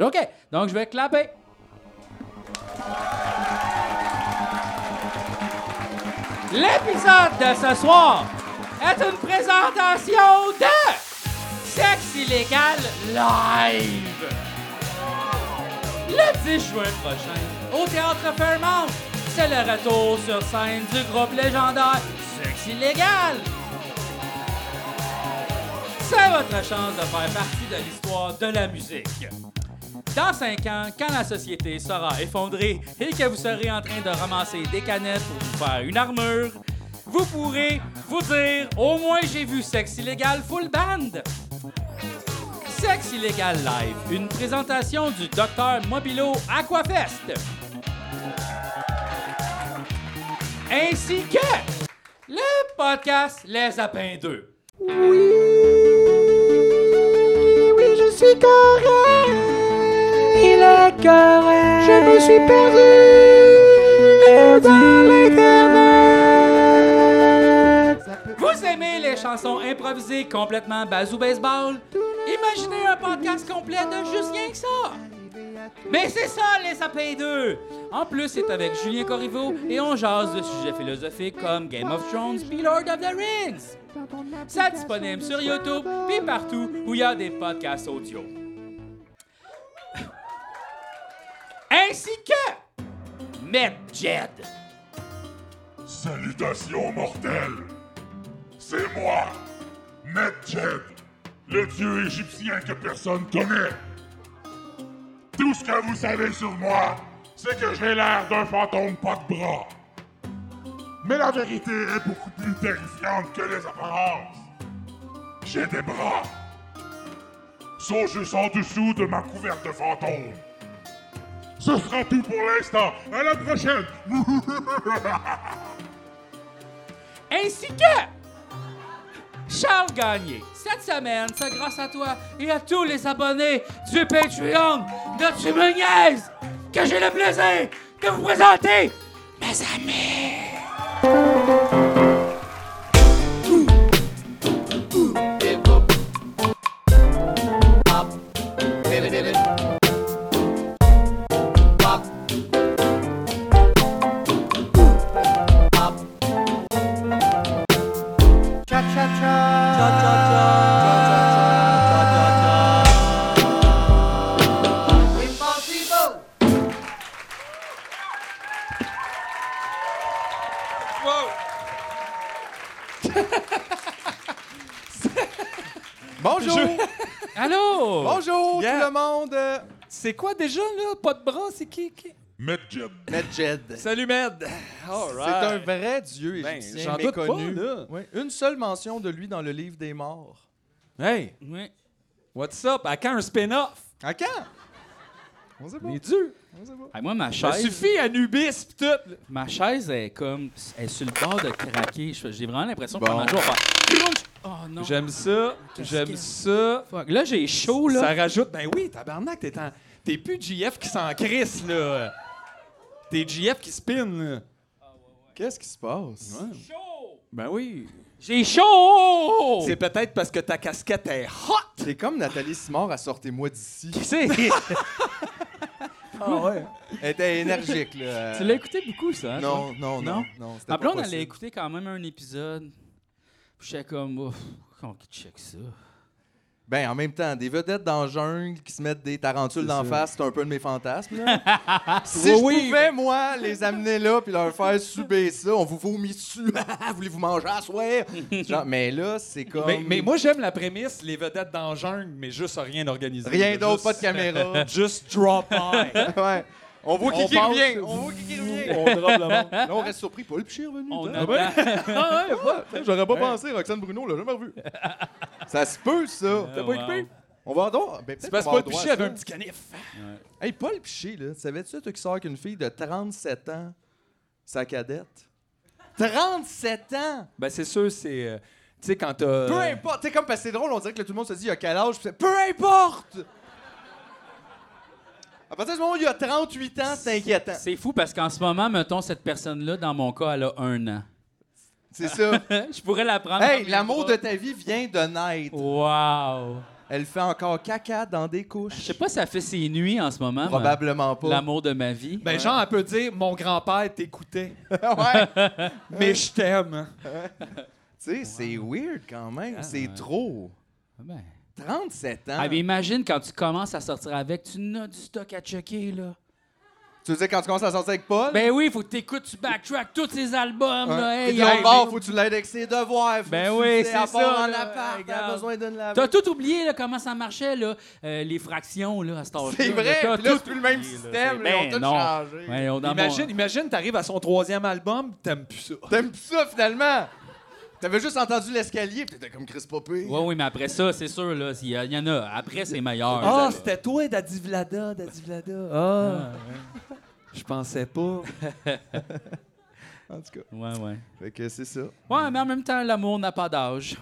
OK, donc je vais clapper. L'épisode de ce soir est une présentation de Sexe illégal live. Le 10 juin prochain, au Théâtre Fairmount, c'est le retour sur scène du groupe légendaire Sexe illégal. C'est votre chance de faire partie de l'histoire de la musique. Dans 5 ans, quand la société sera effondrée et que vous serez en train de ramasser des canettes pour vous faire une armure, vous pourrez vous dire Au moins j'ai vu Sexe illégal full band. Sexe illégal live, une présentation du Dr Mobilo Aquafest. Ainsi que le podcast Les Apins 2. Oui, je suis correct. Il est correct. Je me suis perdu dans l'internet. Vous aimez les chansons improvisées complètement bazou baseball? Imaginez un podcast complet de juste rien que ça! Mais c'est ça, les sapins 2! En plus, c'est avec Julien Corriveau et on jase de sujets philosophiques comme Game of Thrones puis Lord of the Rings! C'est disponible sur YouTube puis partout où il y a des podcasts audio. Ainsi que... MedJed! Salutations mortelles C'est moi, Netjed, le dieu égyptien que personne connaît. Tout ce que vous savez sur moi, c'est que j'ai l'air d'un fantôme pas de bras. Mais la vérité est beaucoup plus terrifiante que les apparences. J'ai des bras. Sont juste en dessous de ma couverte de fantôme. Ce sera tout pour l'instant. À la prochaine. ainsi que Charles Gagné. Cette semaine, c'est grâce à toi et à tous les abonnés du Patreon de Tu me niaises que j'ai le plaisir de vous présenter mes amis. hein. Bonjour! Allô? Bonjour Yeah. tout le monde! Euh, C'est quoi déjà, là? Pas de bras, c'est qui? qui? Medjed, Medjed. C'est Salut, Med! All un right. vrai dieu Ben, égyptien j'en doute méconnu. pas, là. Ouais, Une seule mention de lui dans le livre des morts. Hey, Oui. what's up? À quand un spin-off? À quand? On sait pas. On est dû. On sait pas. Ah, moi, ma Ça chaise, suffit, Anubis, pis tout. ma chaise est comme, elle est sur le bord de craquer. Je- J'ai vraiment l'impression que Bon. ma joue va faire crunch. Oh non. J'aime ça, j'aime que- ça. Fuck. Là, j'ai chaud, là. Ça rajoute... Ben oui, tabarnak, t'es en... T'es plus GF qui s'en crisse, là. T'es GF qui spin, là. Qu'est-ce qui se passe? Ben oui. J'ai chaud! C'est peut-être parce que ta casquette est hot! Oh. C'est comme Nathalie Simard à Sortez-moi d'ici. sais? ah ouais. Elle était énergique, là. Tu l'as écouté beaucoup, ça? hein, toi? Non, non, non. non c'était Ma pas blonde, elle possible. a écouté quand même un épisode. Puis J'étais comme, ouf, qu'on qui check ça. Ben, en même temps, des vedettes dans la jungle qui se mettent des tarentules d'en face, c'est un peu de mes fantasmes. là. si Oui, je oui. pouvais, moi, les amener là puis leur faire subir ça, on vous vomit dessus, voulez-vous manger à soir? Genre, mais là, c'est comme... Mais, mais moi, j'aime la prémisse, les vedettes dans la jungle, mais juste rien organisé. Rien Juste- d'autre, pas de caméra. Just drop by. ouais. On voit qui On qui passe. revient. On voit qui qui revient. On drop le monde. Là, on reste surpris. Paul Piché est revenu. On Ah a ouais? Ah ouais, what? J'aurais pas pensé, Roxane Bruno l'a jamais revu. ça se peut, ça. T'as pas écouté? On va en droit. Ben, Ah, peut-être C'est parce que qu'on va Paul en droit Pichet à avait ça. un petit canif. Hey, Paul Piché, là, savais-tu, toi, qui sors avec une fille de 37 ans, sa cadette? 37 ans! Ben, c'est sûr, c'est. euh, tu sais, quand t'as. Peu importe! Tu sais, comme, parce que c'est drôle, on dirait que là, tout le monde se dit, il y a quel âge? Puis c'est, Peu importe! À partir du moment où il y a 38 ans, c'est inquiétant. C'est fou parce qu'en ce moment, mettons, cette personne-là, dans mon cas, elle a un an. C'est ça. Je pourrais la prendre. hey, dans mes l'amour bras. Oh. de ta vie vient de naître. Wow! Elle fait encore caca dans des couches. Je sais pas si ça fait ses nuits en ce moment. mais Probablement pas. L'amour de ma vie. Ben, genre, elle peut dire Mon grand-père t'écoutait, ouais. mais je t'aime. hein. Tu sais, c'est weird quand même. c'est trop. Ben. 37 ans. Ah, mais imagine quand tu commences à sortir avec, tu n'as du stock à checker, là. Tu veux dire quand tu commences à sortir avec Paul? Ben oui, faut que t'écoutes, tu backtrack tous ces albums, Hein? là. T'es Hey, dans hey, le bar, mais- faut que tu l'aides avec ses devoirs. faut Ben que tu oui, le c'est à part ça, en là, appart, t'as regarde. besoin d'une lave. T'as tout oublié, là, comment ça marchait, là, euh, les fractions, là, à cet âge-là. C'est vrai, T'as puis là, tout c'est plus le même oublié, là. système, C'est- là, ben ils ont tout non. changé. Ouais, on dans Imagine, mon- imagine t'arrives à son troisième album, t'aimes plus ça. T'aimes plus ça finalement? T'avais juste entendu l'escalier, puis t'étais comme Chris Poppy. Ouais, oui, mais après ça, c'est sûr, là, s'il y, a- il y en a. Après, c'est meilleur. Ah, là. c'était toi, Daddy Vlada, Daddy Vlada. Ah, je pensais pas. En tout cas. Ouais, ouais. Fait que c'est ça. Ouais, mais en même temps, l'amour n'a pas d'âge.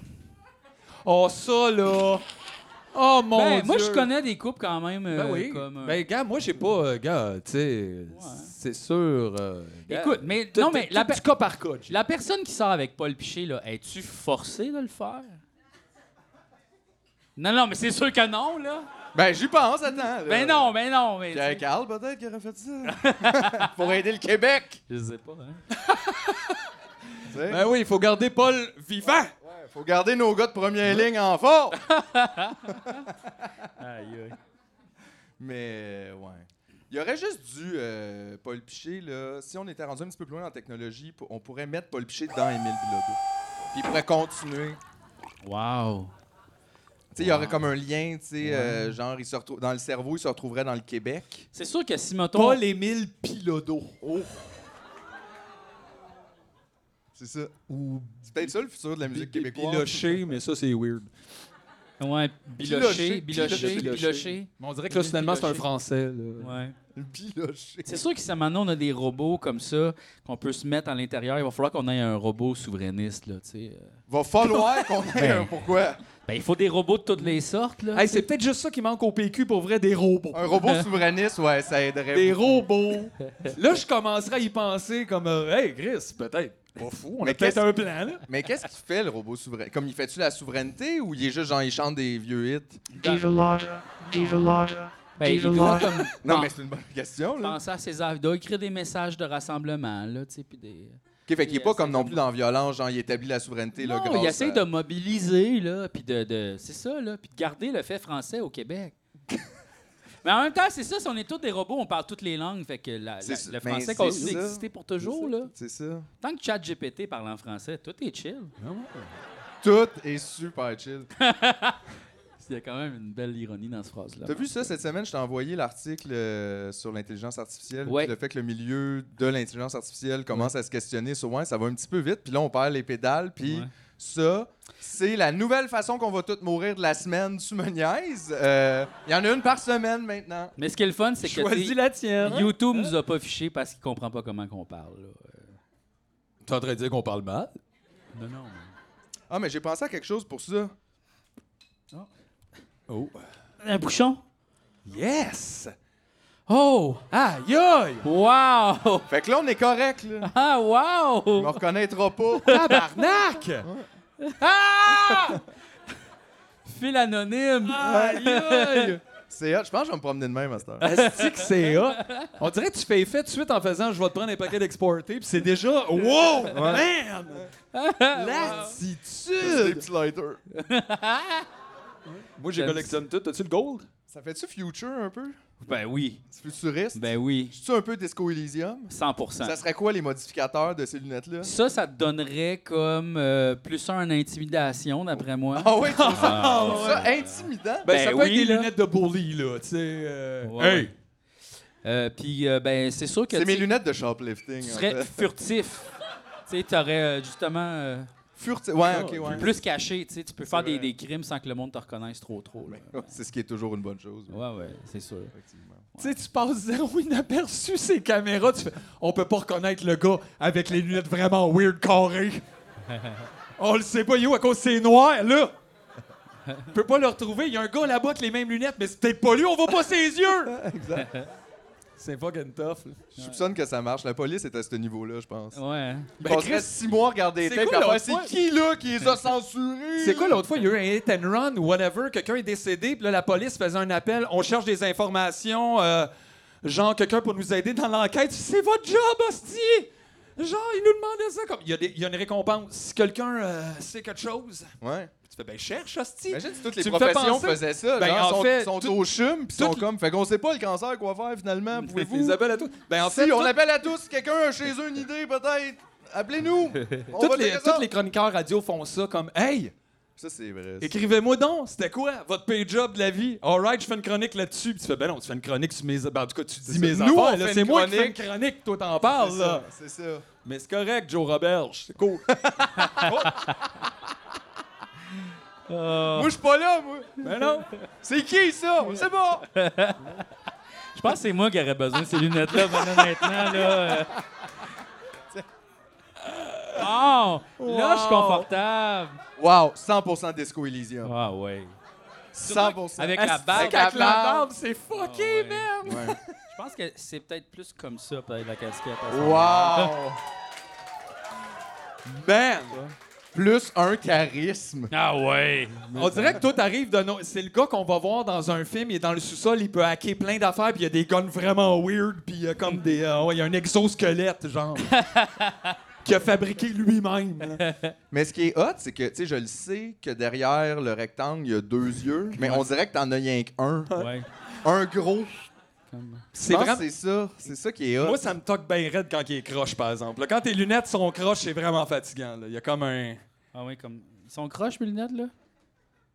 Oh, ça, là. Oh, mon Ben, Dieu. moi, je connais des couples quand même. euh, Ben oui. comme, euh, Ben, gars, moi, j'ai pas. euh, gars, tu sais, c'est sûr. euh, gars, écoute, mais tout- non, mais tout la, du per- cas par cas. j'ai- la personne qui sort avec Paul Piché, là, es-tu forcé de le faire? Non, non, mais c'est sûr que non, là. Ben, j'y pense, attends. là. Ben non, ben non, mais. Il y a Carl peut-être qui aurait fait ça. Pour aider le Québec. Je sais pas, hein. tu sais. Ben oui, il faut garder Paul vivant. Faut garder nos gars de première ligne en forme. Aïe, aïe. Mais euh, ouais. Il aurait juste dû, euh, Paul Piché, là, si on était rendu un petit peu plus loin en technologie, p- on pourrait mettre Paul Piché dans Émile Bilodeau. Puis il pourrait continuer. Wow. Tu sais, Il y aurait comme un lien, tu sais, euh, genre, il se retrouve dans le cerveau, il se retrouverait dans le Québec. C'est sûr que si, mettons. Paul-Émile Pilodo. Oh. C'est ça. Ou C'est peut-être ça le futur de la musique québécoise. Piloché, mais ça, c'est weird. Ouais, biloché, Biloché, biloché, biloché. biloché. Mais on dirait que là, finalement, c'est un français. là. Ouais. Biloché. C'est sûr que si maintenant on a des robots comme ça qu'on peut se mettre à l'intérieur, il va falloir qu'on ait un robot souverainiste là, tu sais. euh. Va falloir qu'on ait Ben. un pourquoi? Ben il faut des robots de toutes les sortes là. Hey, c'est peut-être juste ça qui manque au PQ pour vrai, des robots. Un robot souverainiste, ouais, ça aiderait. Des robots. là, je commencerai à y penser comme euh, Hey, Chris, peut-être. Pas fou, on Mais a peut-être qu'est-ce- un plan, là. Mais qu'est-ce qu'il fait, le robot souverain? Comme il fait-tu la souveraineté ou il est juste genre, il chante des vieux hits? Vive Laja, vive Laja, Ben, il vive doit Laja. comme Non, Non. mais c'est une bonne question, là. penser à ses actes, il doit écrire des messages de rassemblement là, tu sais, puis des. OK, fait qu'il est Yes, pas comme c'est non comme- plus dans violence, genre il établit la souveraineté là, Non, grâce il essaie de à- mobiliser là, puis de, de- c'est ça là, puis de garder le fait français au Québec. Mais en même temps, c'est ça, si on est tous des robots, on parle toutes les langues, fait que la- la- C'est ça. le Ben, français c'est continue ça. d'exister pour toujours là. C'est ça. Tant que ChatGPT parle en français, tout est chill. Tout est super chill. Il y a quand même une belle ironie dans cette phrase là. T'as vu ça cette semaine, je t'ai envoyé l'article euh, sur l'intelligence artificielle, Ouais. puis le fait que le milieu de l'intelligence artificielle commence à se questionner sur ouais, ça va un petit peu vite, puis là on perd les pédales, puis Ouais. ça c'est la nouvelle façon qu'on va toutes mourir de la semaine, tu me niaises. Euh, Il y en a une par semaine maintenant. Mais ce qui est le fun, c'est que tu sais, la tienne. YouTube nous a pas fiché parce qu'il comprend pas comment qu'on parle. là. T'es en train de dire qu'on parle mal? Non, non. Ah mais j'ai pensé à quelque chose pour ça. Oh. Un bouchon? Yes! Oh! Aïe aïe! Wow! Fait que là on est correct là. Ah, On me wow! reconnaîtra pas. Tabarnak! Ah! Fil anonyme! Aïe aïe! C'est hot. je pense que je vais me promener de même à cette heure. Asti que c'est hot. On dirait que tu fais effet tout de suite en faisant je vais te prendre un paquet d'exporté, puis c'est déjà wow! Man! Des L'attitude! petits lighters. Moi, j'ai collectionne tout. T'as-tu le gold? Ça fait-tu future un peu? Ben oui, C'est futuriste? ben oui, C'est-tu un peu Disco Elysium? 100%. Ça serait quoi les modificateurs de ces lunettes-là? Ça, ça te donnerait comme euh, plus un en intimidation, d'après moi. Ah oui, tu trouves ça, Ah, tu trouves ça intimidant? Ben, Ben ça peut oui, être des là. lunettes de bully, là, tu sais. euh, Ouais, ouais. Euh, Puis, euh, ben, c'est sûr que C'est mes tu lunettes de shoplifting. tu en serais fait. furtif. tu sais, t'aurais euh, justement... euh, Furti- Ouais, Oh, ok, ouais. plus caché, tu sais, tu peux faire des, vrai. Ben des crimes sans que le monde te reconnaisse trop trop. là. C'est ce qui est toujours une bonne chose. oui, Ouais, ouais, c'est sûr. effectivement. Tu sais, tu passes zéro inaperçu ces caméras. Tu fais, on peut pas reconnaître le gars avec les lunettes vraiment weird carrées. on le sait pas, yo, à cause c'est noir, là. On peut pas le retrouver. Il y a un gars là-bas avec les mêmes lunettes, mais c'est peut-être pas lui, on voit pas ses yeux. exact. C'est fucking tough. là. Je soupçonne que ça marche. La police est à ce niveau-là, je pense. Ouais. hein. Ben, On serait Chris, six mois à regarder les c'est tapes quoi et à faire, l'autre fois? c'est qui là qui les a censurés? C'est quoi l'autre fois? Il y a eu un hit and run ou whatever. Quelqu'un est décédé, puis là, la police faisait un appel. On cherche des informations. euh, genre, quelqu'un pour nous aider dans l'enquête. C'est votre job, hostie! Genre, il nous demandait ça. Comme, il, y a des- il y a une récompense. Si quelqu'un euh, sait quelque chose, Ouais. tu fais ben cherche, hostie! Imagine si toutes les Tu me fais professions penser- faisaient ça. Ben, genre, en sont, fait, sont tout- au chum, puis sont toutes- comme, fait qu'on sait pas le cancer quoi faire finalement, pouvez-vous? Vous appelez à tous. Ben, en si fait, on tout- appelle à tous, quelqu'un a chez eux une idée peut-être, appelez-nous! On va toutes les, checker ça. tous les chroniqueurs radio font ça comme Hey, Ça, c'est vrai. ça. écrivez-moi donc, c'était quoi votre pay job de la vie? Alright, je fais une chronique là-dessus. Puis tu fais Ben non, tu fais une chronique sur mes. Ben, en tout cas, tu dis ça. mes Nous, on affaires. fait là, une C'est moi qui fais une chronique. chronique, toi t'en C'est parles. ça, Là. C'est ça. Mais c'est correct, Joe Roberge, c'est cool. Moi, je suis pas là, moi. ben non, C'est qui ça? C'est bon! Je pense que c'est moi qui aurais besoin de ces lunettes-là vraiment maintenant. Là, euh. Oh! Là, je suis confortable. Wow, 100% Disco Elysium. Ah, ouais. 100%. Avec la barbe. avec la la barbe. barbe, c'est fucké, ouais. man! Ouais. Je pense que c'est peut-être plus comme ça, peut-être, la casquette. à ce moment-là. Wow! Man! Plus un charisme. Ah, ouais. On dirait que toi, t'arrives de. no- C'est le gars qu'on va voir dans un film, il est dans le sous-sol, il peut hacker plein d'affaires, puis il y a des guns vraiment weird, puis il y a comme des. euh, ouais, il y a un exosquelette, genre. qui a fabriqué lui-même. là. Mais ce qui est hot, c'est que, tu sais, je le sais que derrière le rectangle, il y a deux yeux, mais on dirait que t'en as rien qu'un. Ouais. Un gros. C'est C'est vraiment. C'est ça. C'est ça qui est hot. Moi, ça me toque bien raide quand il est croche, par exemple. là. Quand tes lunettes sont croches, c'est vraiment fatigant. là. Il y a comme un. Ah, ouais, comme. Ils sont croches, mes lunettes, là?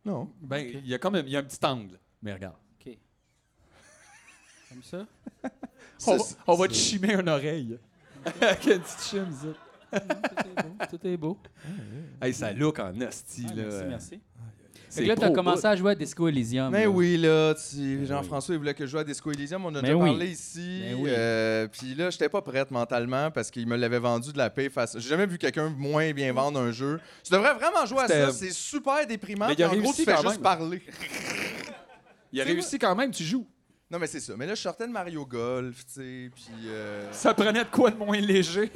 Non. Ben, il y a comme un, il y a un petit angle. Mais regarde. OK. Comme ça? On va, C'est- on va te chimer une oreille. Avec une petite chime, ça. Tout est beau. Tout est beau. Hey, ça look en hostie, Ah, là. merci, euh, merci. C'est Fait que là, t'as pro- commencé à jouer à Disco Elysium. Mais là. oui, là, tu- Jean-François, il voulait que je joue à Disco Elysium. On en a Mais déjà oui. parlé ici. Mais oui. Euh, Puis là, j'étais pas prête mentalement parce qu'il me l'avait vendu de la paix. face- J'ai jamais vu quelqu'un moins bien vendre un jeu. Tu devrais vraiment jouer à C'était- ça. C'est super déprimant. Mais il Puis a en gros, réussi tu fais quand juste même. parler. Il a réussi quand même, tu joues. Non, mais c'est ça. Mais là, je sortais de Mario Golf, tu sais. Puis. euh, Ça prenait de quoi de moins léger?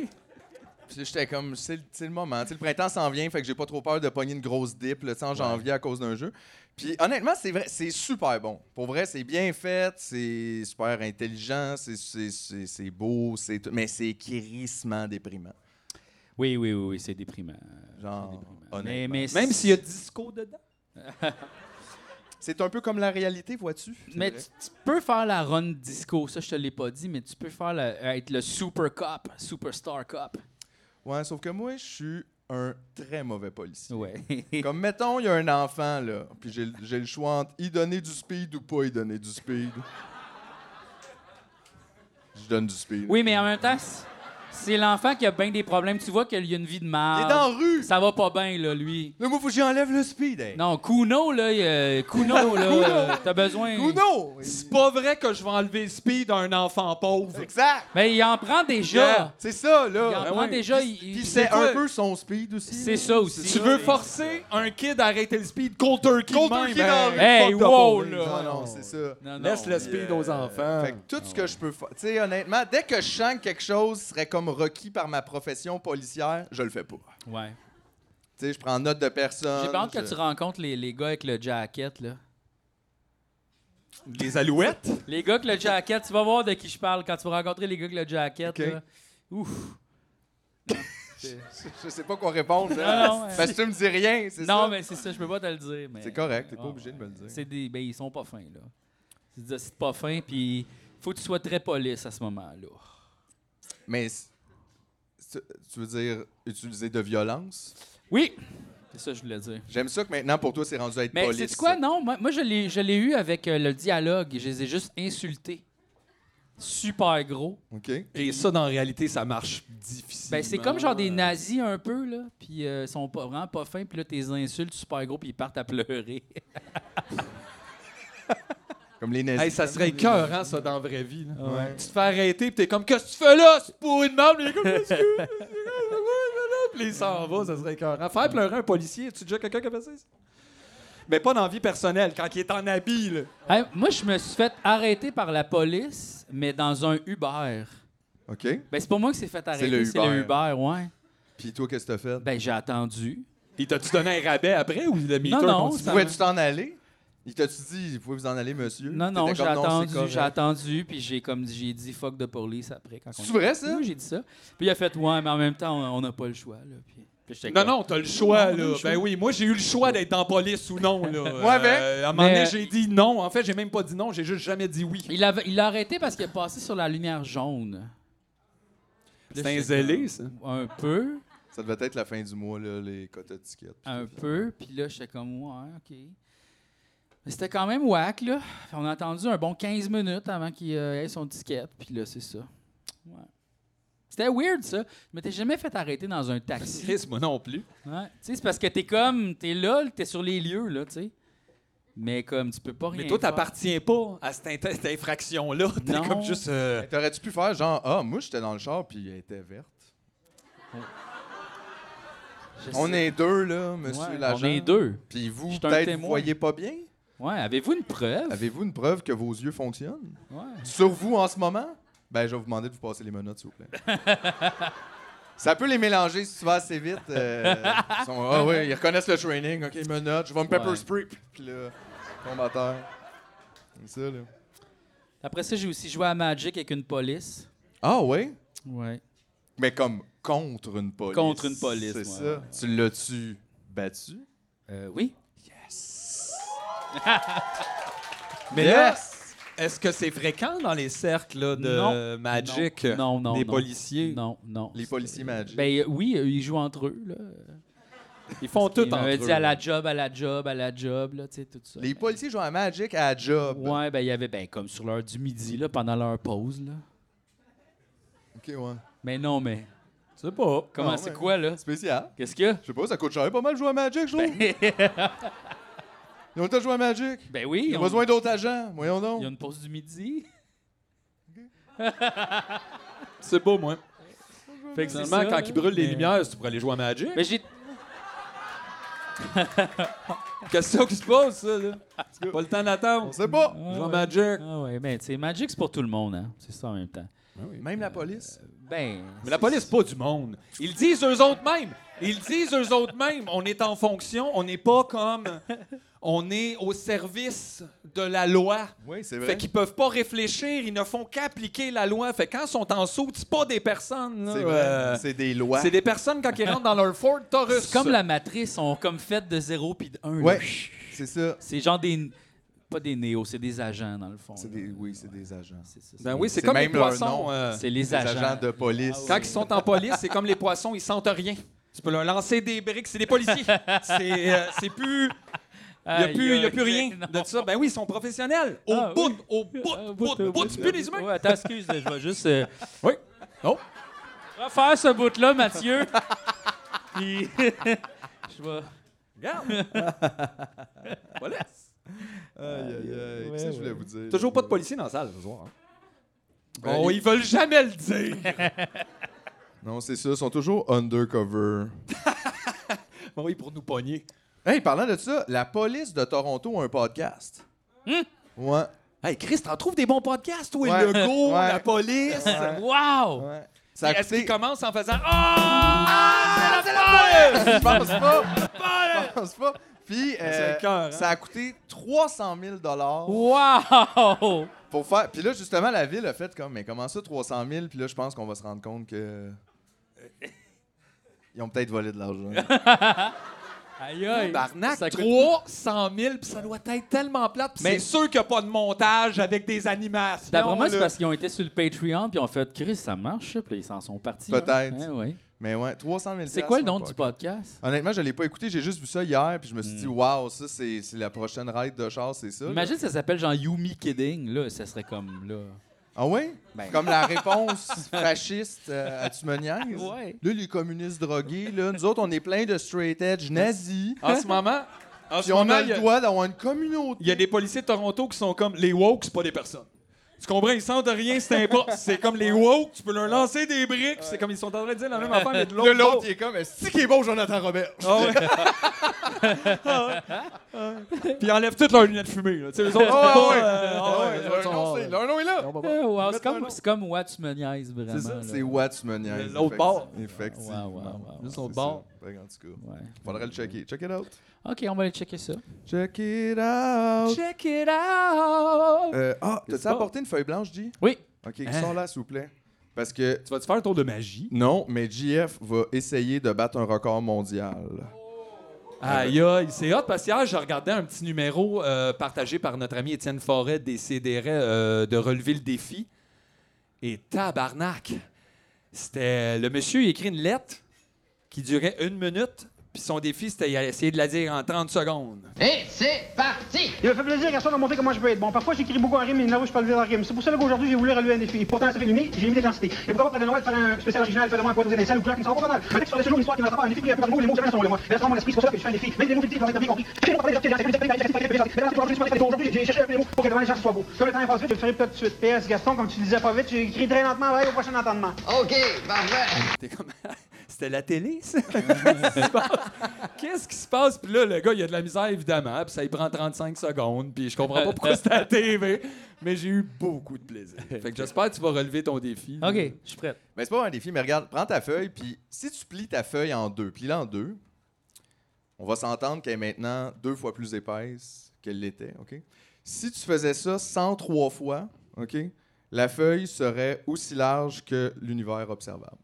Puis là, j'étais comme, c'est le, c'est le moment. Tu sais, le printemps s'en vient, fait que j'ai pas trop peur de pogner une grosse dip là, tu sais, en janvier à cause d'un jeu. Puis honnêtement, c'est vrai, c'est super bon. Pour vrai, c'est bien fait, c'est super intelligent, c'est- c'est- c'est c'est beau, c'est tout. Mais c'est crissement déprimant. Oui, oui, oui, oui, c'est déprimant. Genre, Mais, Ah, honnêtement. mais Même s'il y a disco dedans. C'est un peu comme la réalité, vois-tu? Mais tu, tu peux faire la run disco, ça je te l'ai pas dit, mais tu peux faire la- être le super cop, superstar cop. Ouais, sauf que moi, je suis un très mauvais policier. Ouais. Comme mettons, il y a un enfant, là, puis j'ai le- j'ai le choix entre y donner du speed ou pas y donner du speed. Je donne du speed. oui, mais en même temps, c'est- c'est l'enfant qui a bien des problèmes. Tu vois qu'il a une vie de Il est mal. dans la rue! Ça va pas bien, là, lui. Là, moi, faut que j'enlève le speed, hey. Non, Kuno, là, il, euh, Kuno, là, euh, t'as besoin. Bruno! C'est pas vrai que je vais enlever le speed à un enfant pauvre. Exact! Mais il en prend déjà. Yeah, C'est ça, là! Il en Ben prend ouais. déjà, Puis- il- Puis il- c'est c'est un quoi? peu son speed aussi. C'est ça aussi. Tu veux forcer un kid à arrêter le speed cold turkey? Cold de même, turkey hein? dans la rue, Hey, fuck the wow, police. oh, là. Non, non, c'est ça. Non, non, Laisse le speed aux enfants. Fait que tout ce que je peux faire. Tu sais, honnêtement, dès que je sens que quelque chose serait comme requis par ma profession policière, je le fais pas. Ouais. Tu sais, je prends note de personne. J'ai peur que Ah, je- tu rencontres les, les gars avec le jacket, là. Les alouettes? Les gars avec le jacket, tu vas voir de qui je parle quand tu vas rencontrer les gars avec le jacket, Ok. là. Ouf. Je sais pas quoi répondre. hein. Non, non, ouais. Parce que tu me dis rien, c'est ça? Non, mais c'est ça, je peux pas te le dire. mais- C'est correct, t'es pas Ah, obligé de me le dire. C'est des. Ben, ils sont pas fins, là. C'est des hosties de pas fins, puis faut que tu sois très police à ce moment-là. Mais c'est- c'est- tu veux dire utiliser de violence? Oui! C'est ça que je voulais dire. J'aime ça que maintenant, pour toi, c'est rendu à être Mais police. c'est quoi, non? Moi, moi, je l'ai je l'ai eu avec euh, le dialogue. Je les ai juste insultés. Super gros. OK. Et ça, dans la réalité, ça marche difficilement. Ben, c'est comme genre des nazis un peu, là. Puis euh, ils sont pas, vraiment pas fins, puis là, tes insultes super gros, puis ils partent à pleurer. Comme les nazis. Hey, ça serait écœurant, ça, dans la vraie vie. là. Ouais. Tu te fais arrêter, pis t'es comme, qu'est-ce que tu fais là? C'est pour une merde, mais il est comme, excuse, excuse, Pis il s'en va, ça serait écœurant. Faire pleurer un policier, tu déjà quelqu'un qui a fait ça? mais pas dans la vie personnelle, quand il est en habit, là. Hey, moi, je me suis fait arrêter par la police, mais dans un Uber. OK. Ben, c'est pas moi qui s'est fait arrêter, C'est le c'est le Uber. Uber, ouais. Puis toi, qu'est-ce que t'as fait? Ben, j'ai attendu. Il t'a-tu donné un rabais après ou il a mis Non, tout non, un ça- Pouvais-tu t'en aller? Il t'a-tu dit, pouvez vous en aller, monsieur? Non, non, j'ai T'étais comme, c'est attendu, correct. j'ai attendu, puis j'ai comme j'ai dit fuck de police après. Quand on- C'est vrai, ça? Oui, j'ai dit ça. Puis il a fait ouais, mais en même temps, on on n'a pas le choix. Là. Puis, puis j'étais Non, comme- non, t'as le choix, Non, on a là. le choix. Ben oui, moi, j'ai eu le choix d'être en police ou non, là. Moi, avec. Euh, à un moment donné, Mais- j'ai dit non. En fait, j'ai même pas dit non, j'ai juste jamais dit oui. Il l'a il l'a arrêté parce qu'il est passé sur la lumière jaune. C'est Là, un j'étais zélé, ça. comme, Un peu, Ça devait être la fin du mois, là, les quotas de tickets. un peu, puis là, j'étais comme ouais, OK. Mais c'était quand même whack, là. Puis On a attendu un bon 15 minutes avant qu'il euh, ait son ticket, puis là, c'est ça. Ouais. C'était weird, ça. Je m'étais jamais fait arrêter dans un taxi. Chris, moi non plus. Ouais. Tu sais, c'est parce que t'es comme, t'es là, t'es sur les lieux, là, tu sais. Mais comme, tu peux pas rien Mais toi, faire. t'appartiens pas à cette, in- cette infraction-là. T'es Non. comme juste. euh, T'aurais-tu pu faire genre, ah, moi, j'étais dans le char, puis elle était verte. Je On sais. est deux, là, monsieur Ouais, l'agent. On est deux. Puis vous, J'étais un peut-être, vous témoin. voyez pas bien? Ouais, avez-vous une preuve? Avez-vous une preuve que vos yeux fonctionnent? Ouais. Sur vous, en ce moment? Ben, je vais vous demander de vous passer les menottes, s'il vous plaît. Ça peut les mélanger si tu vas assez vite. euh, ils sont, ah oui, ils reconnaissent le training. OK, menottes, je vais me pepper Ouais. spray. Puis puis là, tombe à terre. Comme ça, là. Après ça, j'ai aussi joué à Magic avec une police. Ah ouais? Ouais. Mais comme contre une police. Contre une police, C'est ouais, ça. ouais, ouais. Tu l'as-tu battu? Euh, oui. Mais là, yes! est-ce que c'est fréquent dans les cercles là, de Non. Magic? Non, non, non, Des non. policiers? Non, non. Les policiers magiques. Ben euh, oui, euh, ils jouent entre eux, là. Ils font tout ils en m'avaient dit à la job, à la job, à la job, là, tu sais, tout ça. Les Ben, policiers jouent à Magic à job. Ouais, ben il y avait, ben comme sur l'heure du midi, là, pendant leur pause, là. OK, ouais. Mais non, mais. sais pas. Comment, Ah, c'est ouais. quoi, là? Spécial. Qu'est-ce qu'il y a? Je sais pas, ça coûte cher pas mal de jouer à Magic, je trouve. Ils ont le temps de jouer à Magic. Ben oui. Ils ont on- besoin d'autres agents, voyons Il y a donc. une pause du midi. C'est beau, moi. Fait que c'est Finalement, ça, quand là. ils brûlent les Mais- lumières, c'est pour aller jouer à Magic. Mais j'ai. Question qui se pose, ça, là. pas le temps d'attendre. On sait pas. Ah Jouer à ouais. Magic. Ah ouais, mais tu sais, Magic, c'est pour tout le monde, hein. C'est ça en même temps. Même la police. Ben. Mais la police, pas du monde. Ils disent eux autres mêmes. Ils disent eux autres mêmes. On est en fonction. On n'est pas comme. On est au service de la loi. Oui, c'est Fait vrai. qu'ils peuvent pas réfléchir. Ils ne font qu'appliquer la loi. Fait que quand ils sont en saut, c'est pas des personnes. là, C'est euh, vrai. C'est des lois. c'est des personnes quand ils rentrent dans leur Ford Taurus. C'est comme la matrice, on comme fait de 0 puis de 1. Ouais, c'est ça. C'est genre des. Pas des néos, c'est des agents, dans le fond. C'est là. des, oui, c'est des agents. C'est ça, Ben oui, c'est C'est comme les même leur poissons. nom. euh, C'est les Des agents, agents. de police. Ah Quand ils sont en police, c'est comme les poissons, ils sentent rien. Tu peux leur lancer des briques, c'est des policiers. C'est euh, c'est plus. Il n'y a, Aïe, plus- y a aïe, plus rien non. de ça. Ben oui, ils sont professionnels. Au Ah, bout, oui. au bout, Ah, bout, bout, bout, C'est plus des humains. Ouais, attends, excuse, là, je vais juste. euh, Oui. Oh. Refaire ce bout-là, Mathieu. Puis. je vais. Regarde. Voilà. Ah Aïe, aïe, aïe. Qu'est-ce que je voulais vous dire? Toujours pas de policiers dans la salle ce soir. hein. Ben, oh, les- ils veulent jamais le dire. Non, c'est ça. Ils sont toujours undercover. Ben oui, pour nous pogner. Hey, parlant de ça, la police de Toronto a un podcast. Hein? Ouais. Hey, Chris, t'en trouves des bons podcasts, toi? Ouais. Le go, Ouais. la police. Wow! Ouais. Ça a Est-ce coûté- qu'ils commencent en faisant Ah! Ah, c'est la police! Je pense pas. Je pense pas. Puis, euh, C'est le cœur, hein? ça a coûté 300 000 Wow! pour faire. Puis là, justement, la ville a fait comme, mais comment ça, 300 000? Puis là, je pense qu'on va se rendre compte que. Ils ont peut-être volé de l'argent. Aïe aïe! Bah, Barnac, Ça coûte- 300 000, puis ça doit être tellement plate. puis Mais- C'est sûr qu'il n'y a pas de montage avec des animations. D'après moi, là. c'est parce qu'ils ont été sur le Patreon puis ils ont fait Chris, ça marche, ça. puis ils s'en sont partis. hein. Peut-être. Hein, ouais. Mais ouais, 300 000 C'est quoi le pour nom un du podcast. podcast? Honnêtement, je l'ai pas écouté. J'ai juste vu ça hier. Puis je me suis dit, waouh, ça, c'est c'est la prochaine ride de char, c'est ça. là? Hmm. Imagine ça s'appelle genre Yumi Kidding, là, ça serait comme là. Ah oui? Ben. Comme la réponse fasciste euh, à Tu me niaises. Ouais. Là, les communistes drogués, là, nous autres, on est plein de straight edge nazis. Ah, En ce moment, en ce Puis Ah, on moment, a il y le a- droit d'avoir une communauté. il y, a des policiers de Toronto qui sont comme les woke, c'est pas des personnes. Tu comprends? Ils sentent rien, c'est impo- C'est comme les woke, tu peux leur lancer des briques. C'est comme ils sont en train de dire la même affaire, mais de l'autre. Là, l'autre, bord. il est comme, est-ce qui est bon, Jonathan Robert? Ah ouais. Ah ouais. Ah ouais. Puis ils enlèvent toutes leurs lunettes fumées. Là. Tu sais, les autres, Ah ouais, euh, ah ouais, les autres Leur sont- nom, c'est- leur nom est là. Euh, wow, c'est Mettre un comme, nom. c'est comme What tu me niaises, vraiment. C'est ça, là. c'est Watts Meunier. L'autre bord. Effectivement. Wow, wow, wow, wow. Juste au C'est bord. ça. Fait qu'en tout cas, Ouais. faudrait le checker. Check it out. OK, on va aller checker ça. Check it out. Check it out! Euh, ah, t'as-tu Qu'est-ce que apporté une feuille blanche, G? Oui. Ok, qui Hein? sort là, s'il vous plaît. Parce que, Tu vas-tu faire un tour de magie? non, mais JF va essayer de battre un record mondial. Aïe, aïe, c'est hot parce qu'hier, je regardais un petit numéro euh, partagé par notre ami Étienne Forêt des CDR euh, de relever le défi. Et tabarnak! C'était. Le monsieur, il écrit une lettre qui durait une minute, puis son défi, c'était d'essayer de la dire en 30 secondes. Et c'est parti Il me fait plaisir, garçon, de montrer comment je peux être bon. Parfois, j'écris beaucoup en rime, mais nerveux, je parle vite en rime. C'est pour ça qu'aujourd'hui, j'ai voulu relever un défi. Et Pourtant, ça fait l'unique, j'ai mis des densités. Et pourquoi pas, pendant Noël, faire un spécial original, faire de moi un poids aux étincelles ou claque, qui ne sont pas mal. Un texte sur le solo, une histoire qui ne pas, un défi qui est un peu comme nous, les mots, jamais ne sont loin de moi. Mais c'est dans mon esprit, c'est pour ça que je fais un défi. Même des mots fictifs, dans vie compris. J'ai pas parlé de la c'est Aujourd'hui, j'ai cherché les mots pour que demain, les gens soient beaux. Comme le temps passe vite, je le ferai pas tout de suite. PS, Gaston, comme tu disais pas vite, j'écris très lentement, ouais, au prochain entendement. Ok, parfait T'es comme. C'était la télé, ça? Qu'est-ce qui se passe? Qu'est-ce qui se passe? Puis là, le gars, il a de la misère, évidemment, puis ça, il prend 35 secondes, puis je comprends pas pourquoi c'était à la TV, mais j'ai eu beaucoup de plaisir. Fait que j'espère que tu vas relever ton défi. OK, Mm. je suis prête. Mais c'est pas un défi, mais regarde, prends ta feuille, puis si tu plies ta feuille en deux, plie-la en deux, on va s'entendre qu'elle est maintenant deux fois plus épaisse qu'elle l'était, OK? Si tu faisais ça 103 fois, OK, la feuille serait aussi large que l'univers observable.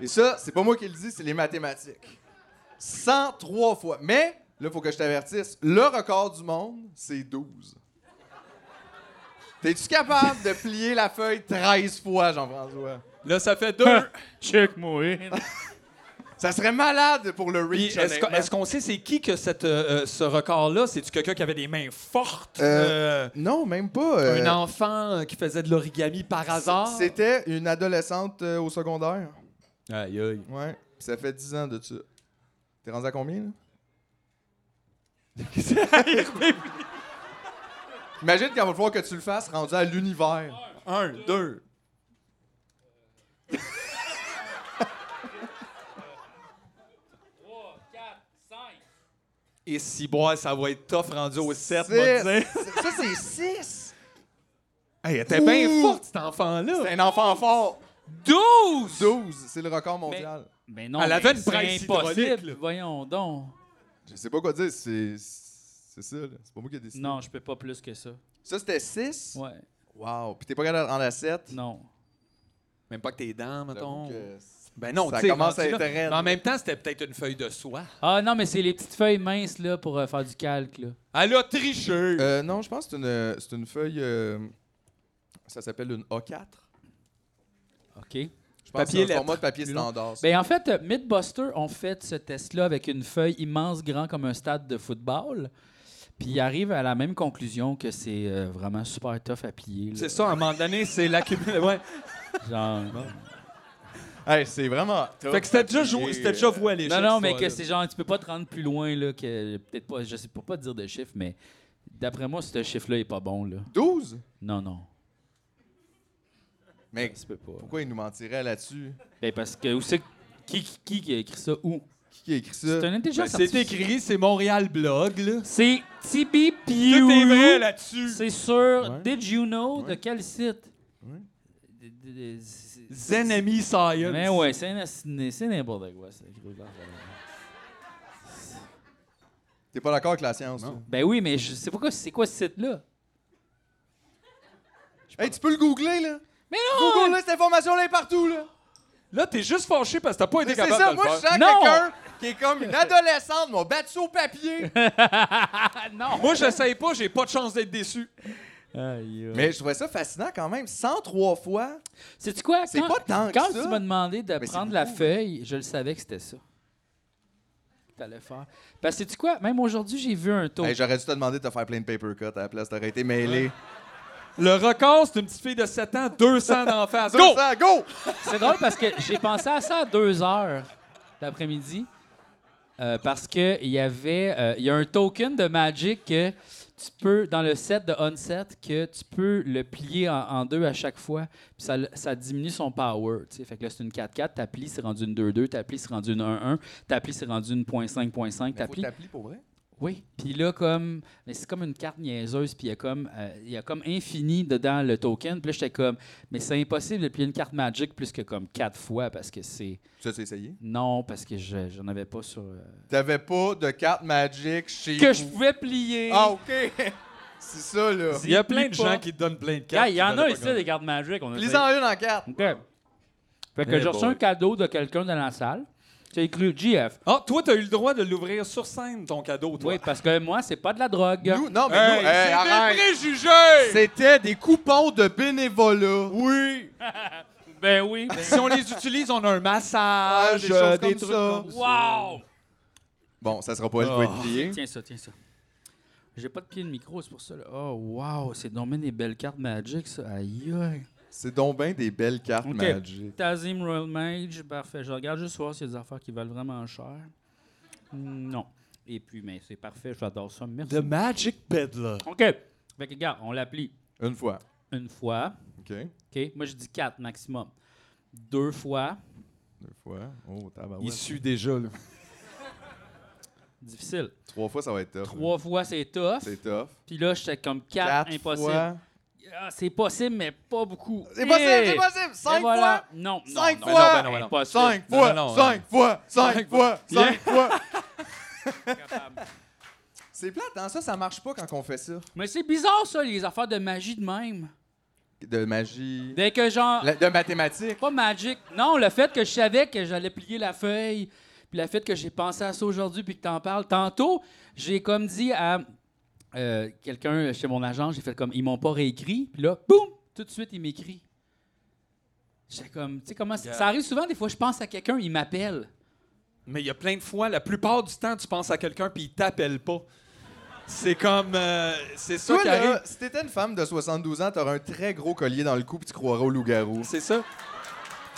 Et ça, c'est pas moi qui le dis, c'est les mathématiques. 103 fois. Mais, là, faut que je t'avertisse, le record du monde, c'est 12. T'es-tu capable de plier la feuille 13 fois, Jean-François? Là, ça fait Hein. deux. Check moi. Ça serait malade pour le Puis reach, Est-ce qu'on honnêtement. est-ce qu'on sait c'est qui que cette, euh, euh, ce record-là? C'est-tu quelqu'un qui avait des mains fortes? Euh, Non, même pas. euh, un enfant euh, qui faisait de l'origami par hasard? C'était une adolescente euh, au secondaire. Aïe, aïe. Ouais. Ça fait 10 ans de ça. T'es rendu à combien, là? Imagine quand il va falloir que tu le fasses rendu à l'univers. Un, deux. Et si bois, ça va être tough rendu au 7, Six. Ça, c'est 6! Elle était bien forte, cet enfant-là. C'est un enfant fort! 12! 12, c'est le record mondial. Mais non, Elle mais avait une c'est brasse hydraulique, là. impossible. Voyons donc. Je sais pas quoi dire, c'est. C'est ça, là. C'est pas moi qui ai décidé. Non, je peux pas plus que ça. Ça, c'était 6? Ouais, Wow. Puis t'es pas capable d'en rendre à 7? non. Même pas que tes dents, mettons. Ben non, non, ça tu sais, commence à rendu être là. raide. Mais en même temps, c'était peut-être une feuille de soie. Ah non, mais c'est les petites feuilles minces là pour euh, faire du calque. Là. Elle a triché. Euh, non, je pense que c'est une, c'est une feuille. euh, ça s'appelle une A4. OK. Je pense que Papier c'est un lettre. format de papier Plus long. standard. ça. Ben, en fait, euh, Mythbusters ont fait ce test-là avec une feuille immense, grand comme un stade de football. Puis ils arrivent à la même conclusion que c'est euh, vraiment super tough à plier. là. C'est ça, à un moment donné, c'est l'accumulation. Genre... Hey, c'est vraiment. Fait que c'était déjà, joué, Et, c'était déjà voué à l'échec. Non, non, cette mais que fois-là. c'est genre, tu peux pas te rendre plus loin, là, que peut-être pas, je sais pas, pas te dire de chiffre, mais d'après moi, ce chiffre-là est pas bon, là. 12? Non, non, Mais ça se peut pas. pourquoi il nous mentirait là-dessus? Ben, parce que, où c'est, que- qui, qui, qui, qui a écrit ça, où? Qui qui a écrit ça? C'est un Ben, intelligence C'est artificielle. écrit, c'est Montréal Blog, là. C'est Tibi Tout est vrai Piou. là-dessus. C'est sur Ouais. Did You Know de quel site? De- de- de- c'est- Zenemy Science. Mais ouais, c'est un- c'est c'est n'importe quoi, ça, gros affaire. T'es pas d'accord avec la science, Non. Ben oui, mais je sais pas quoi, c'est quoi ce site-là? toi? Hey, tu peux le googler, là? Mais Ah Google, là, cette information-là est partout, là! Là, t'es juste fâché parce que t'as pas été Mais c'est capable ça, de moi, le je faire. sens Non! quelqu'un qui est comme une adolescente, mon battu au papier. Ah non! Moi, j'essaye pas, j'ai pas de chance d'être déçu. Aïe, aïe. Mais je trouvais ça fascinant quand même. 103 fois. Sais-tu quoi? C'est Quand- pas tant que Quand ça. tu m'as demandé de c'est prendre la beaucoup. hein. feuille, je le savais que c'était ça. Que T'allais faire. Parce que sais-tu quoi? Même aujourd'hui, j'ai vu un taux. Hey, J'aurais dû te demander de te faire plein de paper cuts à la place. T'aurais été mêlé. Le record, c'est une petite fille de 7 ans, 200 d'en face. Go! 200, go! C'est drôle parce que j'ai pensé à ça à deux heures l'après-midi. euh, parce que il y avait euh, il y a un token de Magic que tu peux, dans le set de Onset, que tu peux le plier en, en deux à chaque fois, puis ça, le- ça diminue son power. tu sais. Fait que là, c'est une 4-4, ta plie, c'est rendu une 2-2, ta plie, c'est rendu une 1-1, ta plie, c'est rendu une 0.5.5, ta Faut plie. t'appeler pour vrai. Oui, puis là, comme. Mais c'est comme une carte niaiseuse, puis il y a comme, euh, il y a comme infini dedans le token. Puis là, j'étais comme, mais c'est impossible de plier une carte Magic plus que comme quatre fois, parce que c'est. Ça, c'est essayé. Non, parce que je- j'en avais pas sur. euh, T'avais pas de carte Magic chez Que je pouvais plier! Ah, OK. c'est ça, là. Il y a Dis plein plus de pas. gens qui te donnent plein de cartes. Gars, il y qui en valent a pas ici grand-chose. des cartes Magic. On a Les en une en carte. OK. Fait que Eh j'ai reçu boy. un cadeau de quelqu'un dans la salle. J'ai écrit GF. Ah, toi, t'as eu le droit de l'ouvrir sur scène, ton cadeau, toi. Oui, parce que moi, c'est pas de la drogue. Nous, non, mais Hey, nous, hey, c'est des arrête. préjugés! C'était des coupons de bénévolat. Oui! Ben oui. si on les utilise, on a un massage, Ah, des euh, choses des comme trucs ça. comme ça. Wow! Bon, ça sera pas elle qui va être pliée. Tiens ça, tiens ça. J'ai pas de pied de micro, c'est pour ça. Là. Oh, wow, c'est donc bien des belles cartes Magic, ça. Aïe, aïe. C'est donc bien des belles cartes OK. Magic. Tazim Royal Mage, parfait. Je regarde juste voir s'il y a des affaires qui valent vraiment cher. Hmm, Non. Et puis, mais c'est parfait, j'adore ça. Merci. The Magic Peddler. OK. Fait que, regarde, on l'applique Une fois. une fois. OK. Deux OK? Moi, je dis quatre maximum. Deux fois. fois. Oh, tabarouette. Il sue déjà, là. Difficile. Trois fois, ça va être tough. Trois fois, c'est tough. C'est tough. Puis là, j'étais comme quatre, Quatre impossible. fois. Ah, c'est possible, mais pas beaucoup. C'est possible, Hey! c'est possible. Et Cinq voilà. fois. Non, non, Cinq non, fois. non, ben non, ben Ben non, non. impossible. Cinq Non, fois. non, non, cinq fois. Cinq Cinq fois. fois. Cinq fois. C'est plate, hein? Ça, ça marche pas quand on fait ça. Mais c'est bizarre, ça, les affaires de magie de même. De magie. Dès que genre. La- De mathématiques. Pas magique. Non, le fait que je savais que j'allais plier la feuille, puis le fait que j'ai pensé à ça aujourd'hui, puis que t'en parles. Tantôt, j'ai comme dit à euh, quelqu'un chez mon agent, j'ai fait comme, ils m'ont pas réécrit, puis là, boum, tout de suite, il m'écrit. J'étais comme, tu sais comment c'est- ça arrive souvent, des fois, je pense à quelqu'un, il m'appelle. Mais il y a plein de fois, la plupart du temps, tu penses à quelqu'un puis il t'appelle pas. C'est comme. euh, c'est ça Toi, qui là, arrive. si t'étais une femme de 72 ans, t'aurais un très gros collier dans le cou puis tu croirais au loup-garou. C'est ça.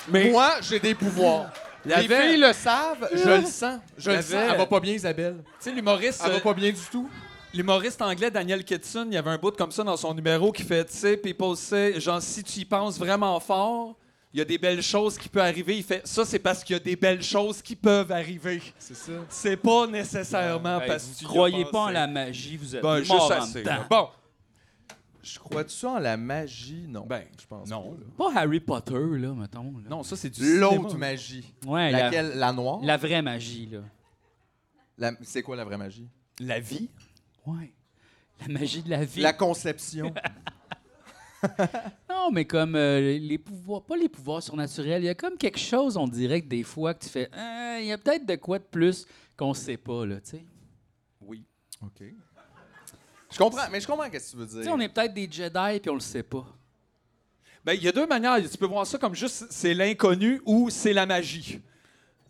Mais Moi, j'ai des pouvoirs. La Les veille- filles le savent, je le sens. Je La le sens. veille- Elle va pas bien, Isabelle. tu sais, l'humoriste. Elle euh, va pas bien du tout. L'humoriste anglais Daniel Kitson, il y avait un bout comme ça dans son numéro qui fait, tu sais, people say, genre, si tu y penses vraiment fort, il y a des belles choses qui peuvent arriver. Il fait, ça, c'est parce qu'il y a des belles choses qui peuvent arriver. C'est ça. C'est pas nécessairement Hey, parce que vous tu y as croyez pas en pensé. la magie, vous êtes Ben, morts juste en assez, dedans. là. Bon, Je crois-tu ça en la magie? Non. ben, je pense non. Pas Harry Potter, là, mettons. là. Non, ça, c'est pas. du L'autre cinéma. magie. Ouais, la- Laquelle? La, noire? La, vraie magie, là. La- C'est quoi la vraie magie? La vie. Ouais. La magie de la vie. La conception. Non, mais comme euh, les pouvoirs, pas les pouvoirs surnaturels, il y a comme quelque chose, on dirait que des fois, que tu fais, Euh, il y a peut-être de quoi de plus qu'on sait pas, là, tu sais. Oui. OK. Je comprends, mais je comprends qu'est-ce que tu veux Tu dire. sais, on est peut-être des Jedi puis on le sait pas. Ben, il y a deux manières. Tu peux voir ça comme juste c'est l'inconnu ou c'est la magie.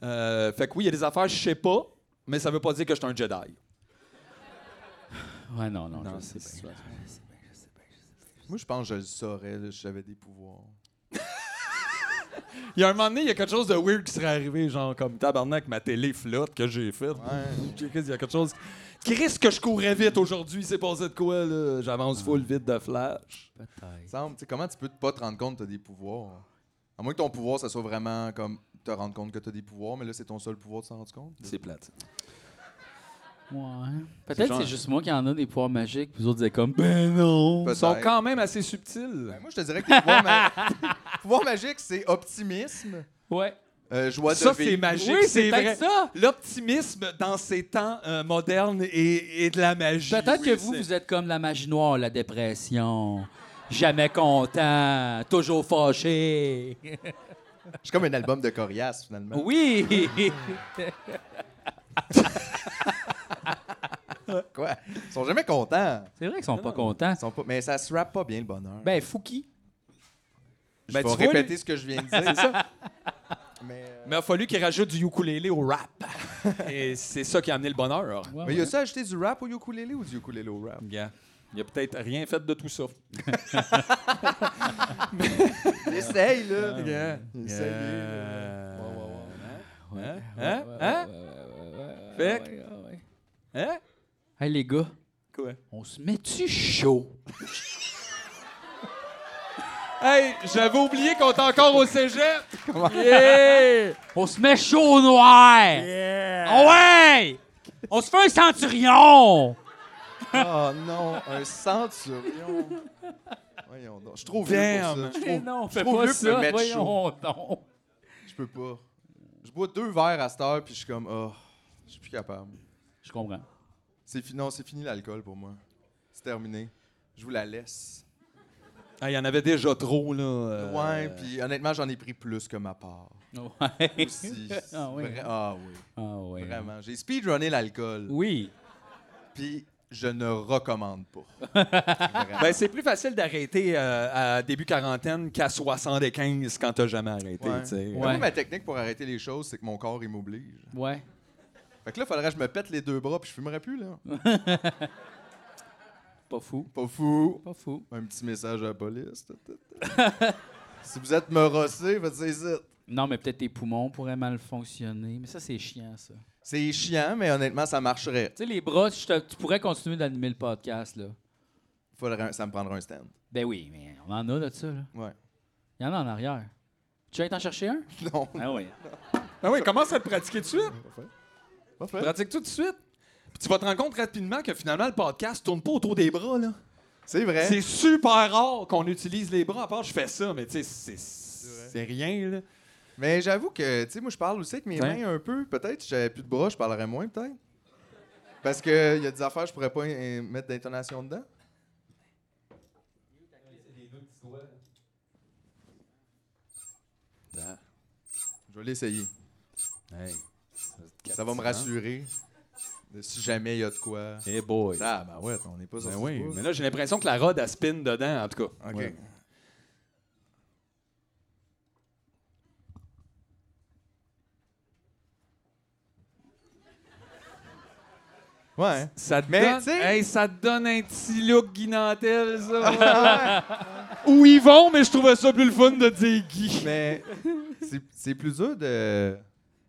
Euh, fait que oui, il y a des affaires, je sais pas, mais ça veut pas dire que je suis un Jedi. Ouais, non, non, Non, je sais c'est bien. ça. Je sais bien, je sais bien. Moi, je pense que je le saurais, là, si j'avais des pouvoirs. Il y a un moment donné, il y a quelque chose de weird qui serait arrivé, genre comme tabarnak, ma télé flotte que j'ai faite. Chris, Il y a quelque chose. Chris, que je courais vite aujourd'hui, c'est passé de quoi, là? J'avance full vite de flash. Peut-être. Semble, tu sais, comment tu peux te pas te rendre compte que t'as des pouvoirs? À moins que ton pouvoir, ça soit vraiment comme te rendre compte que t'as des pouvoirs, mais là, c'est ton seul pouvoir de s'en rendre compte. C'est plate. Ouais. hein. C'est Peut-être genre- c'est juste moi qui en a des pouvoirs magiques, puis vous autres, vous êtes comme, ben non. Ils sont Peut-être. quand même assez subtils. Ben, Moi, je te dirais que les pouvoirs, ma- pouvoirs magiques, c'est optimisme, Ouais. euh, joie de Ça, vivre. c'est magique. Oui, c'est vrai. peut-être ça. L'optimisme dans ces temps euh, modernes et, et de la magie. Peut-être Oui, que vous, c'est- vous êtes comme la magie noire, la dépression. Jamais content, toujours fâché. Je suis comme un album de coriace, finalement. Oui! Quoi? Ils sont jamais contents. C'est vrai qu'ils sont pas contents. Ils sont pas... Mais ça se rappe pas bien, le bonheur. Ben, Fouki. je ben, vais tu vois, répéter ce que je viens de dire. C'est ça. Mais euh, Mais il a fallu qu'ils rajoutent du ukulélé au rap. et c'est ça qui a amené le bonheur. Ouais, mais y Ah, ouais. a-tu ajouté du rap au ukulélé ou du ukulélé au rap? Gars, Il a peut-être rien fait de tout ça. Essaye, Ah, là. gars. Essayez, là. Euh, Ouais, Hein? ouais, Hein? ouais, Hein? ouais, ouais, ouais, ouais, Fait ouais, ouais, ouais. Hein? Hey, les gars, Quoi? On se met-tu chaud? Hey, j'avais oublié qu'on est encore au cégep. On se met chaud au noir! Ah Ouais! On se fait un centurion! Oh non, un centurion. Voyons donc. Je suis trop vieux pour ça. Je Damn. Mais suis trop- Eh non, je fais suis trop pas vieux pour me ça, mettre chaud. voyons donc. Je peux pas. Je bois deux verres à cette heure, puis je suis comme, oh, je suis plus capable. Je comprends. C'est fini, non, c'est fini l'alcool pour moi. C'est terminé. Je vous la laisse. Ah, il y en avait déjà trop, là. euh. Ouais, puis honnêtement, j'en ai pris plus que ma part. Ouais. Aussi. Ah oui. Vra- ah oui, Ah ouais. vraiment. J'ai speedrunné l'alcool, Oui. puis je ne recommande pas. Ben, c'est plus facile d'arrêter euh, à début quarantaine qu'à 75 quand t'as jamais arrêté, Ouais. tu sais. Ouais. Moi, ma technique pour arrêter les choses, c'est que mon corps, il m'oblige. Ouais. Fait que là, faudrait que je me pète les deux bras, puis je fumerais plus, là. Pas fou. Pas fou. Pas fou. Un petit message à la police. si vous êtes morossé, faites ça ici. Non, mais peut-être tes poumons pourraient mal fonctionner. Mais ça, c'est chiant, ça. C'est chiant, mais honnêtement, ça marcherait. Tu sais, les bras, je te- tu pourrais continuer d'animer le podcast, là. Faudrait un- ça me prendrait un stand. Ben oui, mais on en a de ça, là. Ouais. Il y en a en arrière. Tu vas t'en chercher un? Non. Ah oui. Ben oui, commence à le pratiquer tout de suite. Parfait. Pratique tout de suite. Puis tu vas te rendre compte rapidement que finalement, le podcast tourne pas autour des bras, là. C'est vrai. C'est super rare qu'on utilise les bras, à part je fais ça, mais tu sais, c'est- c'est rien, là. Mais j'avoue que, tu sais, moi, je parle aussi avec mes Ouais. mains un peu. Peut-être, si j'avais plus de bras, je parlerais moins, peut-être. Parce qu'il y a des affaires, je pourrais pas euh, mettre d'intonation dedans. Ah. Je vais l'essayer. Ça va me rassurer. de Si jamais il y a de quoi. Hey boy. Ah, ben ouais, on n'est pas sur Ben ce oui, pouce. mais là, j'ai l'impression que la rod, elle spin dedans, en tout cas. OK. Ouais. Ouais. hein? Ça te, Mais, donne, tu sais- hey, ça te donne un petit look guinantel, ça. Ou ils vont, mais je trouvais ça plus le fun de dire Guy. Mais c'est- c'est plus dur de.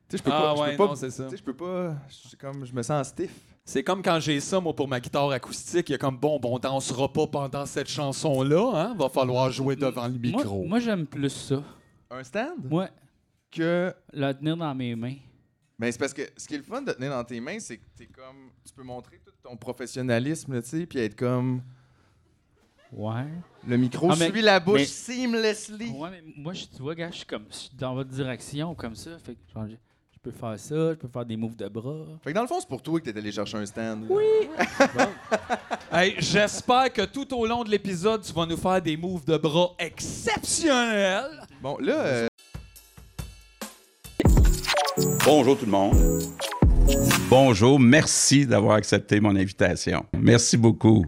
Tu sais, je peux Ah pas. ouais, je peux non, pas. c'est ça. Tu sais, je peux pas. je suis comme, je me sens stiff. C'est comme quand j'ai ça, moi, pour ma guitare acoustique. Il y a comme, bon, bon, on dansera pas pendant cette chanson-là, hein? Va falloir jouer devant le Moi, micro. moi, j'aime plus ça. Un stand? Moi, Que. le tenir dans mes mains. Mais c'est parce que ce qui est le fun de tenir dans tes mains, c'est que t'es comme. Tu peux montrer tout ton professionnalisme, là, tu sais, puis être comme. Ouais. Le micro Ah, mais- suit la bouche mais- seamlessly. Ouais, mais moi, je, tu vois, gars, je suis comme je suis dans votre direction, comme ça. Fait que genre, je, je peux faire ça, je peux faire des moves de bras. Fait que dans le fond, c'est pour toi que t'es allé chercher un stand. Oui! Hey, j'espère que tout au long de l'épisode, tu vas nous faire des moves de bras exceptionnels. Bon, là. euh, Bonjour tout le monde. Bonjour, merci d'avoir accepté mon invitation. Merci beaucoup.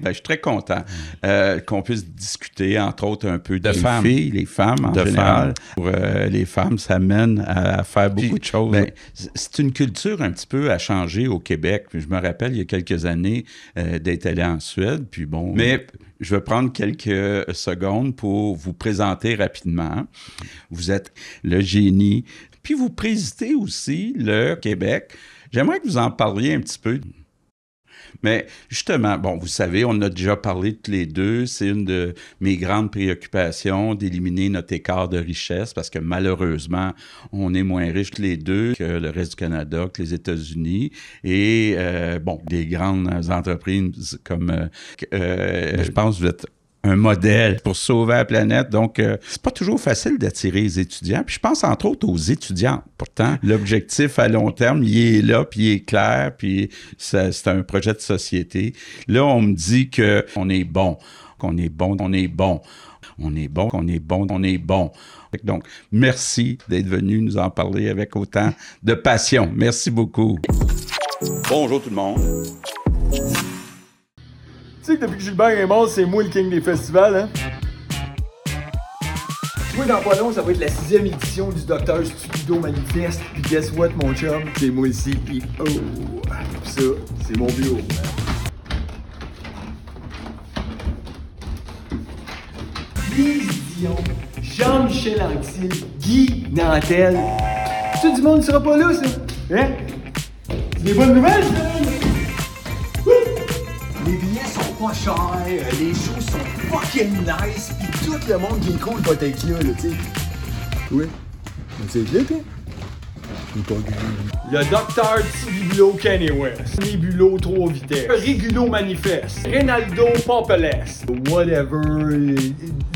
Ben, je suis très content euh, qu'on puisse discuter, entre autres, un peu de femmes. filles, les femmes en général. Pour, euh, les femmes, ça mène à, à faire beaucoup de choses. c- c'est une culture un petit peu à changer au Québec. Puis Je me rappelle, il y a quelques années, euh, d'être allé en Suède, puis bon... Mais je vais prendre quelques secondes pour vous présenter rapidement. Vous êtes le génie, puis vous présidez aussi le Québec. J'aimerais que vous en parliez un petit peu. Mais justement, bon, vous savez, on en a déjà parlé tous les deux. C'est une de mes grandes préoccupations d'éliminer notre écart de richesse parce que malheureusement, on est moins riches tous les deux que le reste du Canada, que les États-Unis. Et euh, bon, des grandes entreprises comme. euh, euh, je pense que vous êtes un modèle pour sauver la planète. Donc, euh, c'est pas toujours facile d'attirer les étudiants. Puis je pense entre autres aux étudiants. Pourtant, l'objectif à long terme, il est là, puis il est clair, puis ça- c'est un projet de société. Là, on me dit que on est bon, qu'on est bon, on est bon, on est bon, qu'on est bon, on est bon. Fait que Donc, merci d'être venu nous en parler avec autant de passion. Merci beaucoup. Bonjour tout le monde. Tu sais que depuis que Gilbert est mort, c'est moi le king des festivals, hein? Moi, dans pas long, ça va être la sixième édition du Docteur Stupido Manifeste. Puis guess what, mon chum? C'est moi le CEO. Puis ça, c'est mon bureau. Lise Dion, Jean-Michel Anctil, Guy Nantel. Tout du monde ne sera pas là, ça? Hein? C'est des bonnes nouvelles, ça? pas cher, les shows sont fucking nice, pis tout le monde qui est cool va être là, là, tu sais. Oui. Mais c'est bien, toi? Le Euh, docteur Tibibulo Kenny West. Nibulo 3 vitesse. Régulo manifeste. Rinaldo Pompelès. Whatever. euh,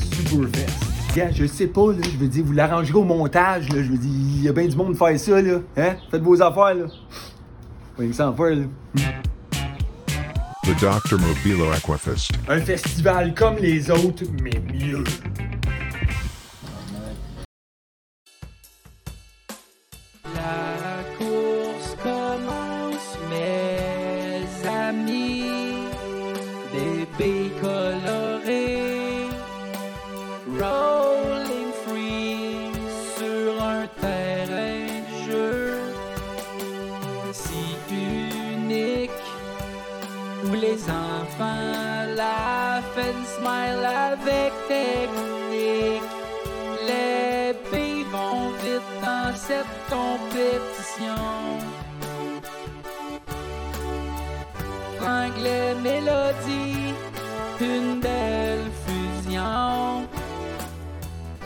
Superfest. Gars, je sais pas, là, je veux dire, vous l'arrangerez au montage, là. Je veux dire, il y a bien du monde pour faire ça, là. Hein? Faites vos affaires, là. Rien que ça en faire, là. The Dr. Mobilo Aquafist. Un festival comme les autres, mais mieux. La course commence, mes amis. Bébés colorés, rolling free sur un terrain de jeu. Si unique, où les enfants la and smile avec technique. Les pays vont vite dans cette compétition. Anglais mélodie, une belle fusion.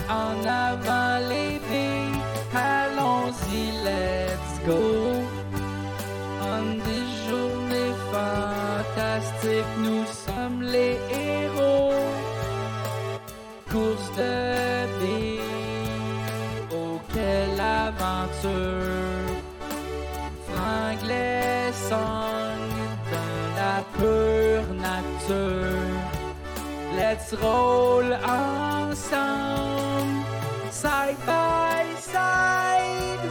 En avant les filles, allons-y, let's go. En des journées fantastiques, nous sommes les héros. Course de billes, oh quelle aventure. Franglais sang dans la pure nature. Let's roll ensemble, side by side.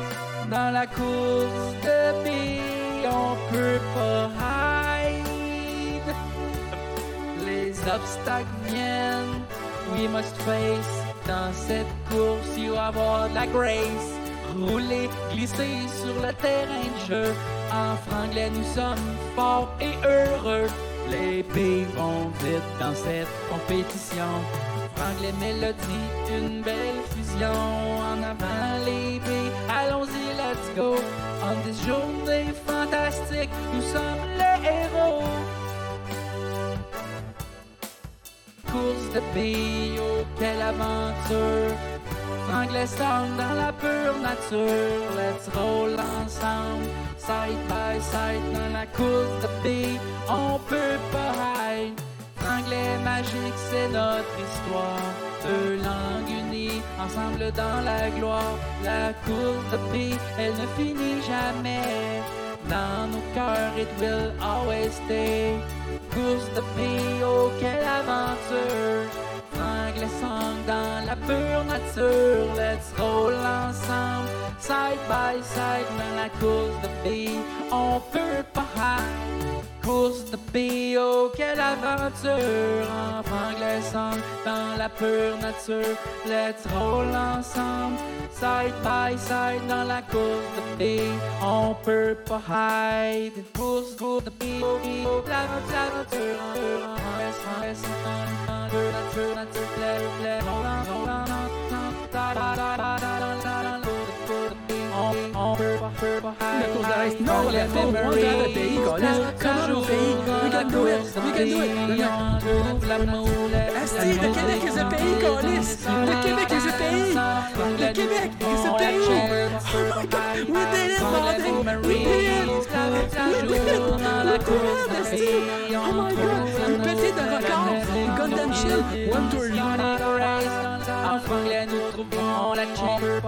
Dans la course de billes, on peut pas hide. Les obstacles viennent, we must face. Dans cette course, il va avoir de la grace. Rouler, glisser sur le terrain de jeu. En franglais, nous sommes forts et heureux. Les pays vont vite dans cette compétition. Franglais, mélodie, une belle fusion. En avant, les pays, allons-y, let's go. En des journées fantastiques, nous sommes les héros. course de pays, oh quelle aventure! Anglais sound dans la pure nature, let's roll ensemble, side by side dans la course de pays, on peut pas hide. Anglais magique, c'est notre histoire, deux langues unies, ensemble dans la gloire. La course de pays, elle ne finit jamais. Dans nos cœurs, it will always stay. Course de pays, oh quelle aventure! Anglais sang dans la pure nature, let's roll ensemble, side by side dans la course de pays, on peut pas hide. Course de pays, oh quelle aventure! En franglais sang dans la pure nature, let's roll ensemble, side by side dans la course de pays, on peut pas hide. Course, course de pays, oh, pays, oh, l'aventure, l'aventure, en franglais sang, en franglais sang, en pure nature, nature, plaît, plaît, roll en, roll en, en, en, en, en, en, en, en, en, en, en, en, en, en, en, course de pays, on- on peut pas- peut pas hide. Le course de race, non, la course, on drive le pays, qu'on laisse comme nos pays. We can do it, we can do it. Le lien. Asti, le Québec est un pays, qu'on lisse. Le Québec est un pays. Le Québec est un pays. Oh my God, we did it, Martin. We did it. We did it. We did it, Asti. Oh my God, une petite de record. Goddamn shit. One tour. En franglais, nous trouvons la chaîne.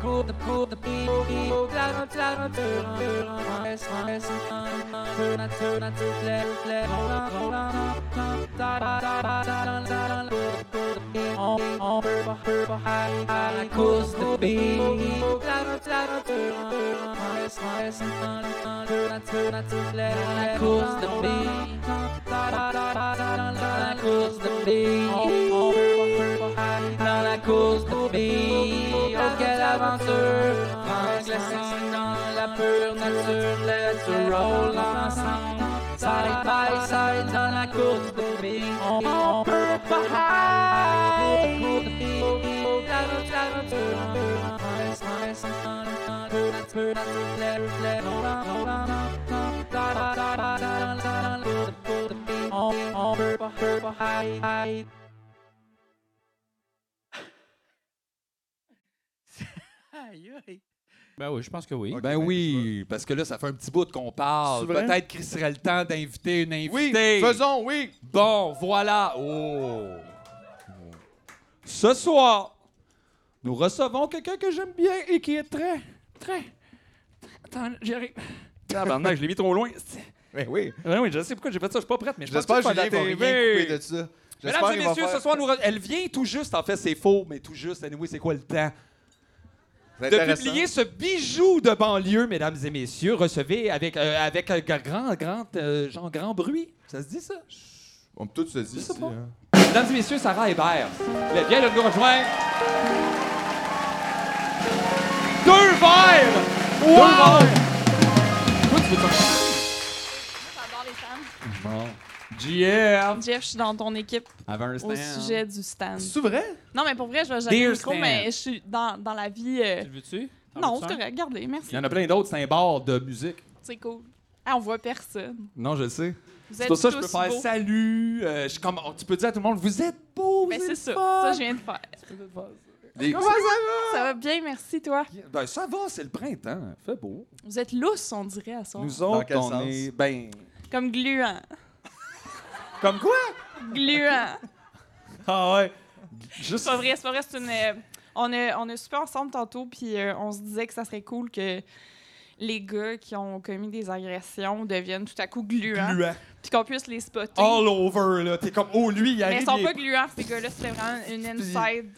Cours de cours de pire, pire, la l'aventure. En S, en S, en nature, nature, nature, plaît, plaît. Roland, Roland, ta, ta, ta, ta, ta, ta, ta, cours de pire, on, on peut pas, peut pas, aïe, aïe, la course de pire. L'aventure, l'aventure, en S, en S, en nature, nature, nature, plaît, la course de pire. Dans la course de billes, on veut pas Dans la course de billes, oh quelle aventure! Frank Lessing dans la pure nature, let's roll ensemble. Side by side dans la course de billes, on on peut pas hide. Course de billes, oh, l'aventure, l'aventure, Frank Lessing dans la pure nature, let's roll ensemble. Side by side dans la course de billes, Aïe, aïe. Ben oui, je pense que oui. Ok, ben ben, oui, parce que là, ça fait un petit bout qu'on parle. C'est vrai? Peut-être qu'il serait le temps d'inviter une Oui, invitée. faisons, oui. Bon, voilà. Oh. Ce soir, nous recevons quelqu'un que j'aime bien et qui est très, très... Attends, j'y arrive. Tabarnak, je l'ai mis trop loin. Ben oui. Ben oui, je sais pourquoi j'ai fait ça, je suis pas prête, mais je pense J'espère que que tu vas Julien va rien la couper TV. de ça. J'espère Mesdames et qu'il va messieurs, faire- ce soir, nous re- elle vient tout juste, en fait, c'est faux, mais tout juste, anyway, c'est quoi le temps? C'est de intéressant. publier ce bijou de banlieue, mesdames et messieurs. Recevez avec, euh, avec un gra- grand, grand, euh, genre grand bruit. Ça se dit, ça? On peut tout se dire. ici, hein. Mesdames et messieurs, Sarah Hébert. Elle vient de nous rejoindre. Deux verres! Wow! Toi, tu veux t'en- J'adore les stands. Bon. GM! Jeff, je suis dans ton équipe Avant un stand. au sujet du stand. C'est vrai? Non, mais pour vrai, je vais jamais Ben, Dear le micro, stand. mais je suis dans, dans la vie. euh, Tu le veux-tu? T'en Non, veux-tu c'est un? correct. Regardez, merci. Il y en a plein d'autres, c'est un bar de musique. C'est cool. Ah, on voit personne. Non, je le sais. Vous C'est êtes pour ça que je peux tous faire beaux. salut. euh, je suis comme, oh, tu peux dire à tout le monde, vous êtes beaux, Mais vous Ben, c'est êtes ça. fun. Ça, je viens de faire. Des- Comment ça va? Ça va bien, merci, toi. Ben, ça va, c'est le printemps. Fait beau. Vous êtes lousses, on dirait, à soir. Nous autres, quel on sens? est. Ben. Comme gluants. Comme quoi? Gluants. Ah ouais. Juste. C'est pas vrai, c'est pas vrai. C'est une. euh, on, a, on a super ensemble tantôt, puis euh, on se disait que ça serait cool que les gars qui ont commis des agressions deviennent tout à coup gluants. Gluant. Puis qu'on puisse les spotter. All over, là. T'es comme, oh, lui, il Mais arrive. ils sont il est- pas gluants, ces gars-là. C'était vraiment une inside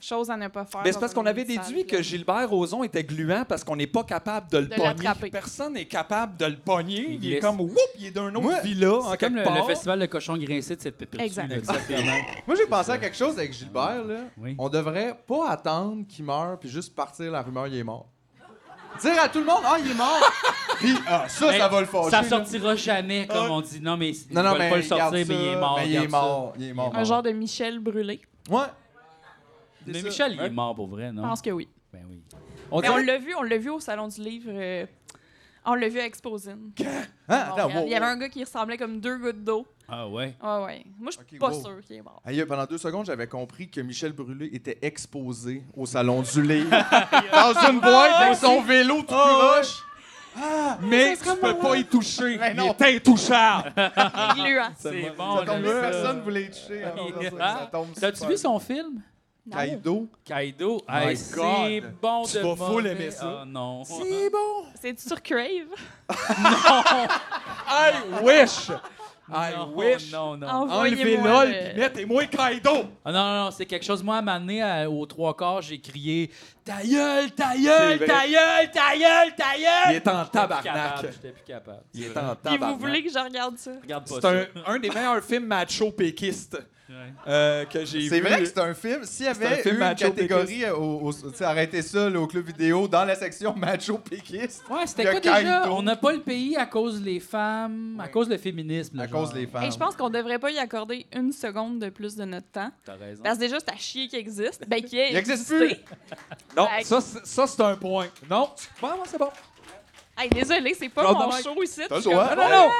chose à ne pas faire. Mais c'est parce dans qu'on avait une salle. déduit que Gilbert Rozon était gluant parce qu'on n'est pas capable de le De pogner. l'attraper. Personne n'est capable de le pogner. Il, est laisse- comme, whoop, il est d'un autre Moi, villa, en C'est quelque comme le, part. le festival de cochons grincés de cette pépite. Exact. Exactement. Moi, j'ai pensé à quelque chose avec Gilbert. Là. On devrait pas attendre qu'il meure puis juste partir la rumeur il est mort. Dire à tout le monde, ah, il est mort. puis, ah, ça, Ben, ça va le fâcher. Ça là. sortira jamais, comme on dit. Non, mais ils Non, non, veulent mais pas le sortir, regarde mais ça, il est mort. mais il est regarde ça. mort. Il est mort. Un Ah. genre de Michel brûlé. Ouais. C'est Mais ça. Michel, il Ouais. est mort pour vrai, Je Ah. non? pense que oui. Ben oui. On Mais on dirait- l'a vu, on l'a vu au salon du livre. euh, on l'a vu à Exposine. Hein? Montréal. Attends, wow, Il y avait wow. un gars qui ressemblait comme deux gouttes d'eau. Ah ouais. Ouais, ouais. Moi, je suis Ok, pas wow. sûre qu'il est mort. Aïe, euh, pendant deux secondes, j'avais compris que Michel Brûlé était exposé au salon du livre, dans une boîte Ah, avec son vélo tout Ah, croche. Mais tu peux pas y toucher. Mais non. Il est intouchable. Gluant. C'est Ça Oh, bon, tombe j'aime bien, ça. personne voulait y toucher. hein, Yeah. Ah. ça tombe T'as-tu super. vu son film? Non. Kaido? Kaido. Hey, c'est God. bon Tu de vas full mauvais. aimer ça. Ah non. bon. C'est sur Crave. I wish. I non, wish. Non, non. Enlevez Envoyez-moi. LOL le- puis mettez-moi Kaido. Ah non, non, non, c'est quelque chose. Moi, à m'amener aux trois quarts, j'ai crié Ta gueule, ta gueule, C'est vrai. ta gueule, ta gueule, ta gueule! Il est J'étais en plus capable, tabarnak. J'étais plus capable. Il est en Puis vous voulez tabarnak. que je regarde ça? Regarde pas C'est ça. un, un des meilleurs films macho péquistes Ouais. euh, que j'ai vu. C'est vrai que c'est un film. S'il y un avait film eu une macho catégorie au, au- tu sais, arrêtez ça là, au club vidéo dans la section macho péquiste Ouais, c'était Le quoi déjà? Kaido. On n'a pas le pays à cause des femmes, à Ouais. cause du féminisme. à genre. cause des Ah. femmes. Et je pense qu'on devrait pas y accorder une seconde de plus de notre temps. T'as raison. Parce que déjà, c'est à chier qu'il existe. Ben, qu'il ait Il existe existé. Non, Fait que- ça, c'est- ça, c'est un point. Non, bon, bon, c'est bon. Hey, désolé, c'est pas Non, mon non, show ici. T'as Je le suis droit. comme- Non, non, non.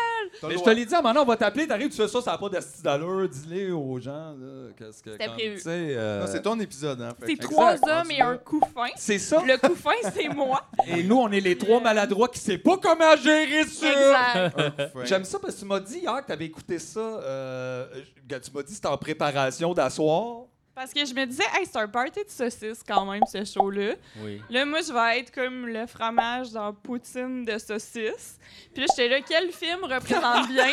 T'as le Mais je te droit. l'ai dit, maintenant, on va t'appeler, t'arrives, tu fais ça, ça n'a pas d'asti d'allure, dis-le aux gens. là, Qu'est-ce que. C'était comme, prévu. tu sais, euh, Non, c'est ton épisode hein. fait C'est que- trois Exact. hommes et un coup fin. C'est ça. Le coup fin, c'est moi. Et nous, on est les trois maladroits qui ne savent pas comment gérer ça. Exact. Fait- J'aime ça parce que tu m'as dit hier que tu avais écouté ça. euh, quand tu m'as dit que c'était en préparation d'asseoir. Parce que je me disais, hey, c'est un party de saucisses quand même, ce show-là. Oui. Là, moi, je vais être comme le fromage dans poutine de saucisse. Puis là, j'étais là, quel film représente bien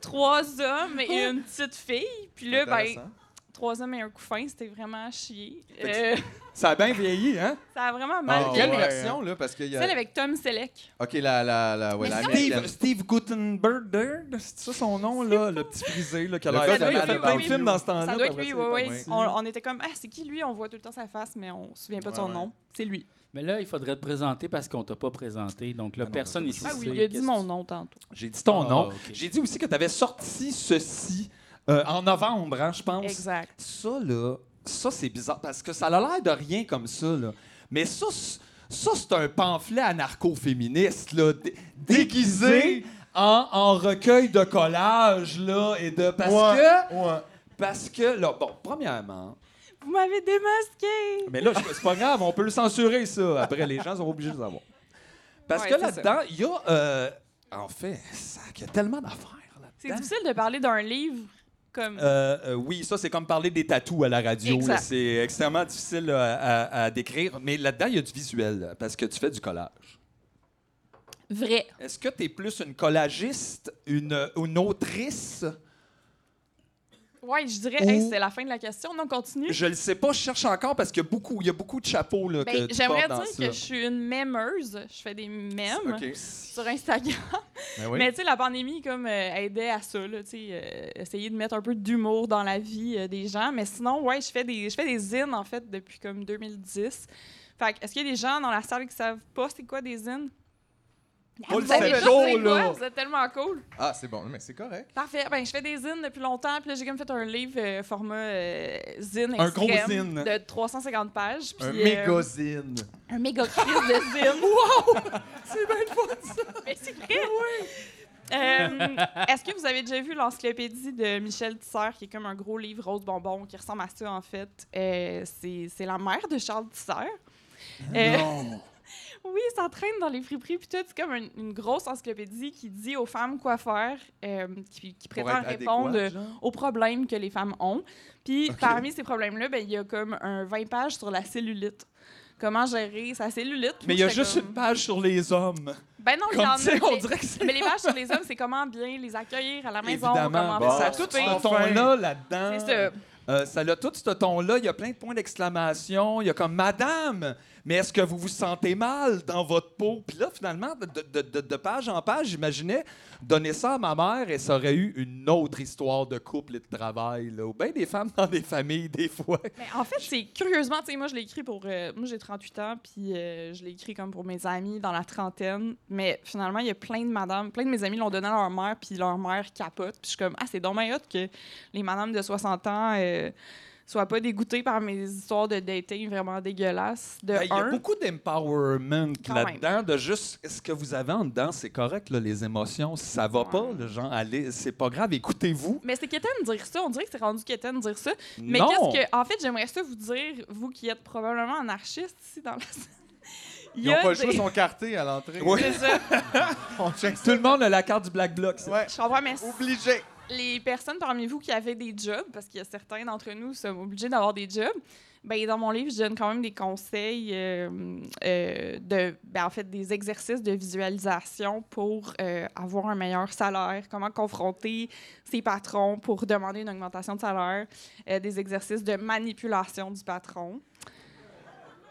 trois hommes et une petite fille? Puis là, ben, Intéressant. trois hommes et un couffin, c'était vraiment à chier. Fait Euh, Ça a bien vieilli, hein? ça a vraiment Ah, mal quelle vieilli. ouais, version là parce qu'il y a Celle avec Tom Selleck. OK la la la ouais, Mais la ça, américaine. Steve, Steve Gutenberg, c'est ça son nom, là, le petit frisé, là, qui a Le l'air. gars Ça de doit la- être la- plein de la- films dans ce temps-là. Ça doit puis être après lui, ça, il oui, est oui. tombé. On, on était comme, ah, c'est qui lui? On voit tout le temps sa face, mais on se souvient pas de son Ouais, ouais. nom. C'est lui. Mais là, il faudrait te présenter parce qu'on t'a pas présenté. Donc là, personne ici Ah oui, sait il a dit qu'est-ce mon nom tantôt. J'ai dit ton Ah, nom. ok. J'ai dit aussi que tu avais sorti ceci euh, en novembre, hein, je pense. Exact. Ça, là, ça, c'est bizarre parce que ça a l'air de rien comme ça, là. Mais ça, c- ça c'est un pamphlet anarcho-féministe, là, dé- déguisé en, en recueil de collage, là, et de. Parce Ouais, que. Parce que, là, bon, premièrement. Vous m'avez démasqué. Mais là, je- c'est pas grave, on peut le censurer, ça. Après, les gens sont obligés de savoir. Parce Ouais, que c'est ça. là-dedans, il y a. euh, en fait, sac, il y a tellement d'affaires. C'est difficile de parler d'un livre comme. Euh, euh, oui, ça, c'est comme parler des tatous à la radio. Exact. là. C'est extrêmement difficile là, à, à- à décrire. Mais là-dedans, il y a du visuel, là, parce que tu fais du collage. Vrai. Est-ce que tu es plus une collagiste, une, une autrice? Ouais, je dirais, Ou- hey, c'est la fin de la question. Non, continue. Je le sais pas, je cherche encore parce qu'il y a beaucoup, il y a beaucoup de chapeaux là, que Ben, tu J'aimerais portes dans dire ça. que je suis une mémeuse. Je fais des mèmes Ok. sur Instagram. Ben oui. Mais tu sais, la pandémie comme euh, aidait à ça, là, tu sais, euh, essayer de mettre un peu d'humour dans la vie euh, des gens. Mais sinon, ouais, je fais des, je fais des zines en fait depuis comme 2010. Fait que, est-ce qu'il y a des gens dans la salle qui savent pas c'est quoi des zines? Moi, Vous le savez savais pas pas, c'est là. quoi? Vous êtes tellement cool. Ah, c'est bon, mais c'est correct. Parfait. Ben, je fais des zines depuis longtemps. Puis là, j'ai comme fait un livre euh, format euh, zine Un gros extrême zine. de 350 pages. puis, Un euh, mégazine. un méga crise de zine. wow! C'est bien le fun, ça! Mais c'est vrai! Euh, Est-ce que vous avez déjà vu l'encyclopédie de Michel Tisser, qui est comme un gros livre rose bonbon qui ressemble à ça, en fait? Euh, c'est c'est la mère de Charles Tisser. Euh, oui, ça traîne dans les friperies, puis tout. C'est comme une, une grosse encyclopédie qui dit aux femmes quoi faire, euh, qui, qui Pour prétend être répondre adéquat, euh, genre? aux problèmes que les femmes ont. Puis parmi ces problèmes-là, ben, il y a comme un 20 pages sur la cellulite. Comment gérer sa cellulite. Puis Mais il moi, y a j'étais juste comme- une page sur les hommes. Ben non, il y Comme en a, tu sais, on mais- dirait que c'est- Mais les pages sur les hommes, c'est comment bien les accueillir à la maison, Évidemment, comment Bon, ça faire a leur tout souper. ce ton-là là-dedans. C'est ça. Euh, ça a tout ce ton-là. Il y a plein de points d'exclamation. Il y a comme Madame, mais est-ce que vous vous sentez mal dans votre peau? Puis là, finalement, de, de- de- de page en page, j'imaginais donner ça à ma mère et ça aurait eu une autre histoire de couple et de travail. Là, ou bien des femmes dans des familles, des fois. Mais en fait, c'est curieusement, tu sais, moi, je l'ai écrit pour. euh, moi, j'ai 38 ans, puis euh, je l'ai écrit comme pour mes amis dans la trentaine. Mais finalement, il y a plein de madames, plein de mes amis l'ont donné à leur mère, puis leur mère capote. Puis je suis comme, ah, c'est dommage hot que les madames de 60 ans euh, soient pas dégoûtées par mes histoires de dating vraiment dégueulasses. De Ben, Il y a un. beaucoup d'empowerment Quand là-dedans, de juste ce que vous avez en dedans, c'est correct, là, les émotions, ça va pas, le genre, allez, c'est pas grave, écoutez-vous. Mais c'est quétaine de dire ça. On dirait que c'est rendu quétaine de dire ça. Mais Non. qu'est-ce que. En fait, j'aimerais ça vous dire, vous qui êtes probablement anarchiste ici dans la salle. il Ils y n'ont a pas le choix, des- ils sont cartés à l'entrée. Oui. C'est ça. Tout le monde a la carte du Black Bloc. ça. Je comprends, mais. Obligé. Les personnes parmi vous qui avaient des jobs, parce qu'il y a certains d'entre nous qui sommes obligés d'avoir des jobs, ben, dans mon livre, je donne quand même des conseils euh, euh, de. ben, en fait, des exercices de visualisation pour euh, avoir un meilleur salaire, comment confronter ses patrons pour demander une augmentation de salaire, euh, des exercices de manipulation du patron.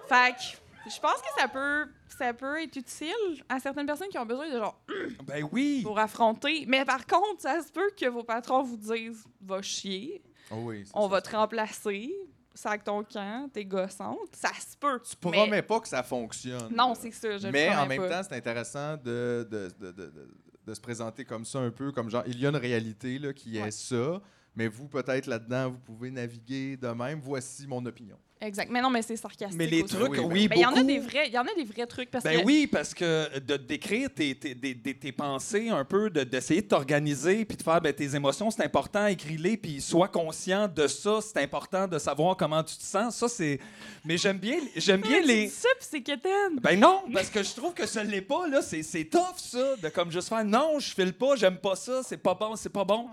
Fait que, je pense que ça peut, ça peut être utile à certaines personnes qui ont besoin de genre. Ben oui! Pour affronter. Mais par contre, ça se peut que vos patrons vous disent va chier, Oh oui, on va te remplacer, sac ton camp, t'es gossante. Ça se peut. Tu Je promets pas que ça fonctionne. Non, c'est ça, je le Mais en promets même pas. temps, c'est intéressant de, de, de- de- de- de se présenter comme ça un peu, comme genre, il y a une réalité là, qui est ça, mais vous, peut-être là-dedans, vous pouvez naviguer de même. Voici mon opinion. Exact. Mais non, mais Ah, c'est sarcastique. Mais les aussi. trucs, oui, Mais Ben, il y en a beaucoup. des vrais, il y en a des vrais trucs parce Ben que oui, parce que de décrire tes, tes- des- des- tes pensées un peu, de- d'essayer de t'organiser, puis de faire ben, tes émotions, c'est important, écris-les, puis sois conscient de ça, c'est important de savoir comment tu te sens. Ça, c'est. Mais j'aime bien, j'aime bien les. ça, puis c'est quétaine. Ben non, parce que je trouve que ça l'est pas, là. C'est, c'est tough, ça, de comme juste faire non, je file pas, j'aime pas ça, c'est pas bon, c'est pas bon.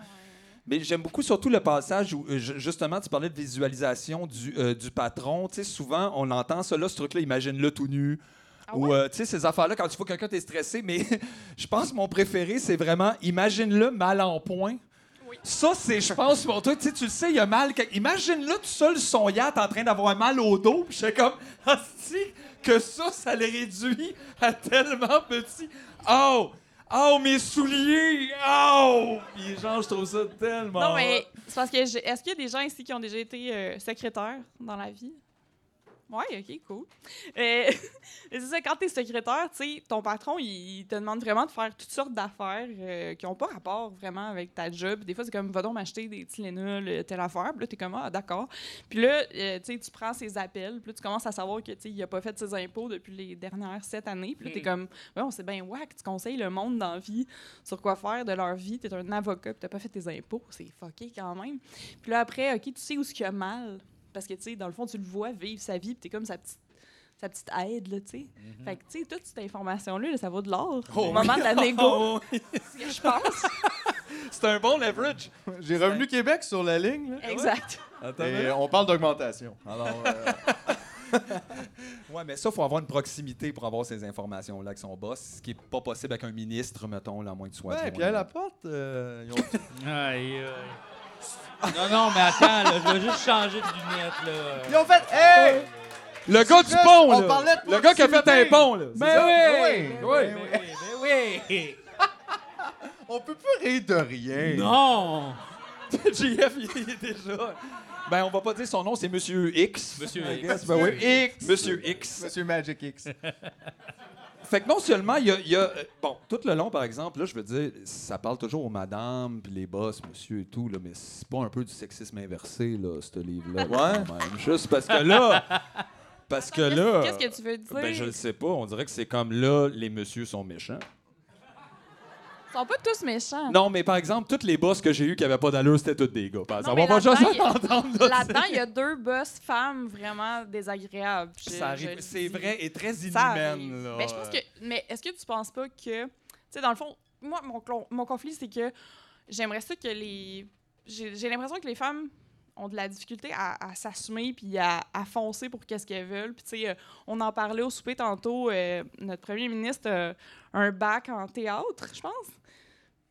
Mais j'aime beaucoup surtout le passage où, euh, ju- justement, tu parlais de visualisation du, euh, du patron. Tu sais, souvent, on entend ça, là, ce truc-là, imagine-le tout nu. Ah Ou, euh, tu sais, ces affaires-là, quand tu vois quelqu'un, t'es stressé. Mais je pense que mon préféré, c'est vraiment imagine-le mal en point. Ça, c'est, je pense, pour toi, tu sais, tu le sais, il y a mal. que- Imagine-le tout seul, son yacht en train d'avoir mal au dos. Puis j'étais comme, Asti, que ça, ça le réduit à tellement petit. Oh! Oh, mes souliers! Oh! Puis genre, je trouve ça tellement. Non, mais c'est parce que j'ai- est-ce qu'il y a des gens ici qui ont déjà été euh, secrétaires dans la vie? Ouais, OK, cool. Euh, c'est ça, quand t'es secrétaire, tu sais, ton patron, il, il te demande vraiment de faire toutes sortes d'affaires euh, qui n'ont pas rapport vraiment avec ta job. Des fois, c'est comme, va donc m'acheter des Tylenol, euh, telle affaire. Puis là, t'es comme, ah, d'accord. Puis là, euh, tu sais, tu prends ses appels. Puis là, tu commences à savoir que, tu sais, il a pas fait ses impôts depuis les dernières sept années. Puis là, t'es Mm. comme, ouais, on sait bien, whack, tu conseilles le monde dans la vie sur quoi faire de leur vie. T'es un avocat, puis t'as pas fait tes impôts. C'est fucké quand même. Puis là, après, OK, tu sais où ce qu'il y a mal. Parce que, tu sais, dans le fond, tu le vois vivre sa vie, puis t'es comme sa petite sa petite aide, là, tu sais. Fait que, tu sais, toute cette information-là, là, ça vaut de l'or Mm-hmm. Oh au moment oui. de la négo. Oh oui. Je pense. C'est un bon leverage. J'ai revenu Québec sur la ligne. là. Exact. Attends, Et mais- on parle d'augmentation. Alors, euh, Ouais, mais ça, faut avoir une proximité pour avoir ces informations-là avec son boss, ce qui est pas possible avec un ministre, mettons, là, à moins que tu sois. ouais, adjoint. puis à la porte, euh, ils ont Aïe, aïe. Non, non, mais attends, là, je vais juste changer de lunettes, là. Ils ont fait Hey! Le gars du Chris, pont, on là. parlait de Ben Le gars qui a fait un proximité. pont, là. c'est ça? Ben oui! Oui, oui, Ben oui! Ben oui! On peut plus rire de rien. Non! JF, il est déjà. Ben, on va pas dire son nom, c'est Monsieur X. Monsieur I X. guess. Ben oui. X. Monsieur X. Monsieur Magic X. Fait que non seulement, il y a, il y a- euh, Bon, tout le long, par exemple, là, je veux dire, ça parle toujours aux madames, puis les boss, monsieur et tout, là, mais c'est pas un peu du sexisme inversé, là, ce livre-là. Ouais. quand même. Juste parce que là. Parce que là. Qu'est-ce que tu veux dire? Ben, je le sais pas. On dirait que c'est comme là, les messieurs sont méchants. Ils sont pas tous méchants. Non, mais par exemple, toutes les boss que j'ai eues qui avaient pas d'allure, c'était toutes des gars. par exemple. Non, mais on va là-dedans, juste il y a- entendre là, Là-dedans, il y a deux boss femmes vraiment désagréables. Je- Ça arrive- je Ben, le c'est dis. vrai et très Ça arrive. inhumaine, là. Mais je pense que. Mais est-ce que tu penses pas que. Tu sais, dans le fond, moi, mon, clon- mon conflit, c'est que j'aimerais ça que les. J'ai j'ai l'impression que les femmes ont de la difficulté à, à s'assumer puis à, à foncer pour qu'est-ce qu'elles veulent. Puis, tu sais, euh, on en parlait au souper tantôt. euh, notre premier ministre a un bac en théâtre, je pense.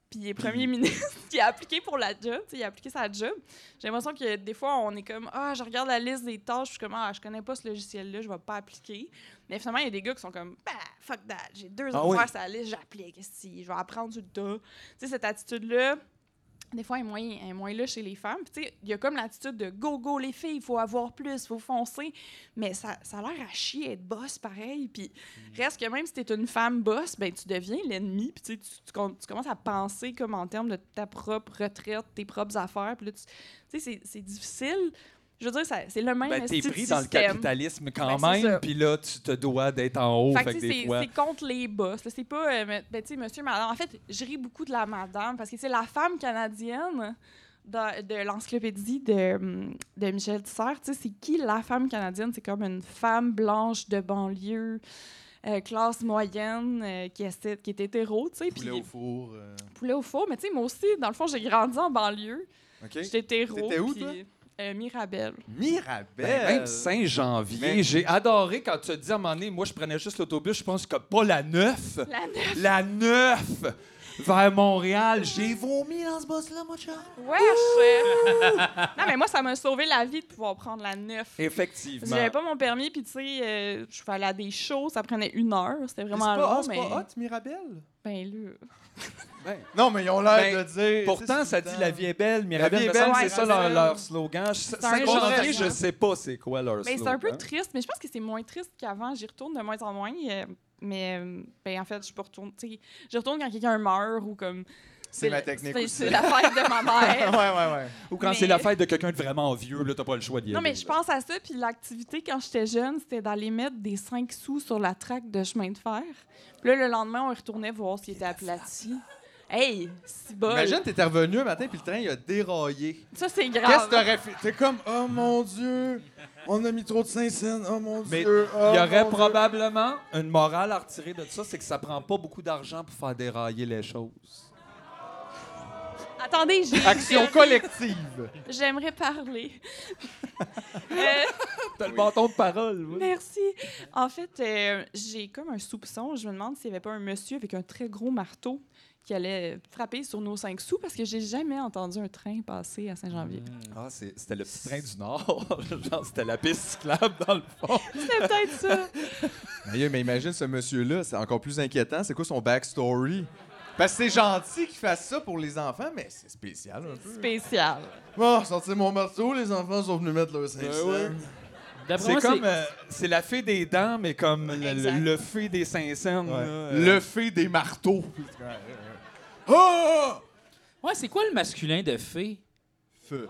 Puis, il est premier Mhm. ministre. il a appliqué pour la job. tu sais, Il a appliqué sa job. J'ai l'impression que des fois, on est comme Ah, je regarde la liste des tâches. Je suis comme Ah, je connais pas ce logiciel-là. Je vais pas appliquer. Mais finalement, il y a des gars qui sont comme Bah, fuck that. J'ai deux Ah ans oui. affaires sur la liste. J'applique. Si, je vais apprendre du tas. Tu sais, cette attitude-là des fois, elle est moins, elle est moins là chez les femmes. Puis, tu sais, il y a comme l'attitude de go, go, les filles, il faut avoir plus, il faut foncer. Mais ça, ça a l'air à chier être boss pareil. Puis, reste que même si tu es une femme boss, ben, tu deviens l'ennemi. Puis, tu, sais, tu- tu com- tu commences à penser comme en termes de ta propre retraite, tes propres affaires. Puis là, tu tu sais, c'est- c'est difficile. Je veux dire, ça- c'est le même Ben, t'es esti de pris dans le système. capitalisme quand Ben, c'est même, ça. puis là, tu te dois d'être en haut. Fait Fait, que, que tu sais, des c'est fois. c'est contre les boss. là. C'est pas, euh, mais- ben, tu sais, monsieur, madame. En fait, je ris beaucoup de la madame parce que c'est la femme canadienne dans- de l'encyclopédie de, hum, de Michel Tisser. Tu sais, c'est qui la femme canadienne? C'est comme une femme blanche de banlieue, euh, classe moyenne, euh, qui, est, qui est hétéro, tu sais. puis- Poulet au four. euh. poulet au four. Mais tu sais, moi aussi, dans le fond, j'ai grandi en banlieue. OK. J'étais hétéro. T'étais où, puis, toi? euh, Mirabelle. Mirabelle. Ben, euh, même Saint-Janvier, j'ai adoré quand tu as dit à un moment donné, moi, je prenais juste l'autobus, je pense que pas la 9. La neuf. La 9 vers Montréal. J'ai vomi dans ce boss-là, mon chat. Wesh! euh, non, mais moi, ça m'a sauvé la vie de pouvoir prendre la neuf. Parce que Effectivement. J'avais pas mon permis, puis tu sais, euh, je suis allée à des shows, ça prenait une heure, c'était C'est vraiment pas, ah, long, c'est mais. pas hot, Mirabelle? Ben là. Non, mais ils ont l'air Ben, de dire. Pourtant, ça dit la vie est belle, vie Mirabelle. est me belle, semble que C'est ouais, ça leur, Mirabelle. leur slogan. Je- un Saint-Janvier, slogan. je sais pas c'est quoi leur Ben, slogan. c'est un peu triste, mais je pense que c'est moins triste qu'avant. J'y retourne de moins en moins. euh, mais euh, ben, en fait, je peux retourner. tu sais, J'y retourne quand quelqu'un meurt ou comme. C'est ma la- technique c'est- aussi. C'est la fête de ma mère. ouais, ouais, ouais. Ou quand mais- c'est la fête de quelqu'un de vraiment vieux, là, t'as pas le choix d'y Non, aller, mais je là. pense à ça. Puis l'activité, quand j'étais jeune, c'était d'aller mettre des 5 sous sur la traque de chemin de fer. Puis là, le lendemain, on retournait voir s'il était aplati. Hey, si bol. Imagine, t'étais revenu un matin, puis le train, il a déraillé. Ça, c'est Qu'est-ce grave. que t'aurais fait? T'es comme, oh mon Dieu, on a mis trop de Saint-Saëns, oh mon Mais Dieu. oh Il y aurait mon probablement une morale à retirer de ça, c'est que ça prend pas beaucoup d'argent pour faire dérailler les choses. Attendez, j'ai. Dieu. Action j'ai- collective. J'aimerais parler. Euh, T'as le bâton de parole. oui. merci. En fait, euh, j'ai comme un soupçon. Je me demande s'il n'y avait pas un monsieur avec un très gros marteau qui allait frapper sur nos cinq sous parce que j'ai jamais entendu un train passer à Saint-Janvier. Ah, c'est- c'était le petit train du Nord. Genre, c'était la piste cyclable, dans le fond. C'est peut-être ça. Aïe, mais imagine ce monsieur-là, c'est encore plus inquiétant. C'est quoi son backstory? Parce que c'est gentil qu'il fasse ça pour les enfants, mais c'est spécial un peu. Spécial. Ben Bon, sortez mon marteau, les enfants sont venus mettre leur Saint-Saëns. D'après C'est moi, comme. c'est- euh, C'est la fée des dents, mais comme le, le- le fée des Saint-Saëns. Le fée des marteaux. Ah! euh, Ouais, c'est quoi le masculin de fée? Feu.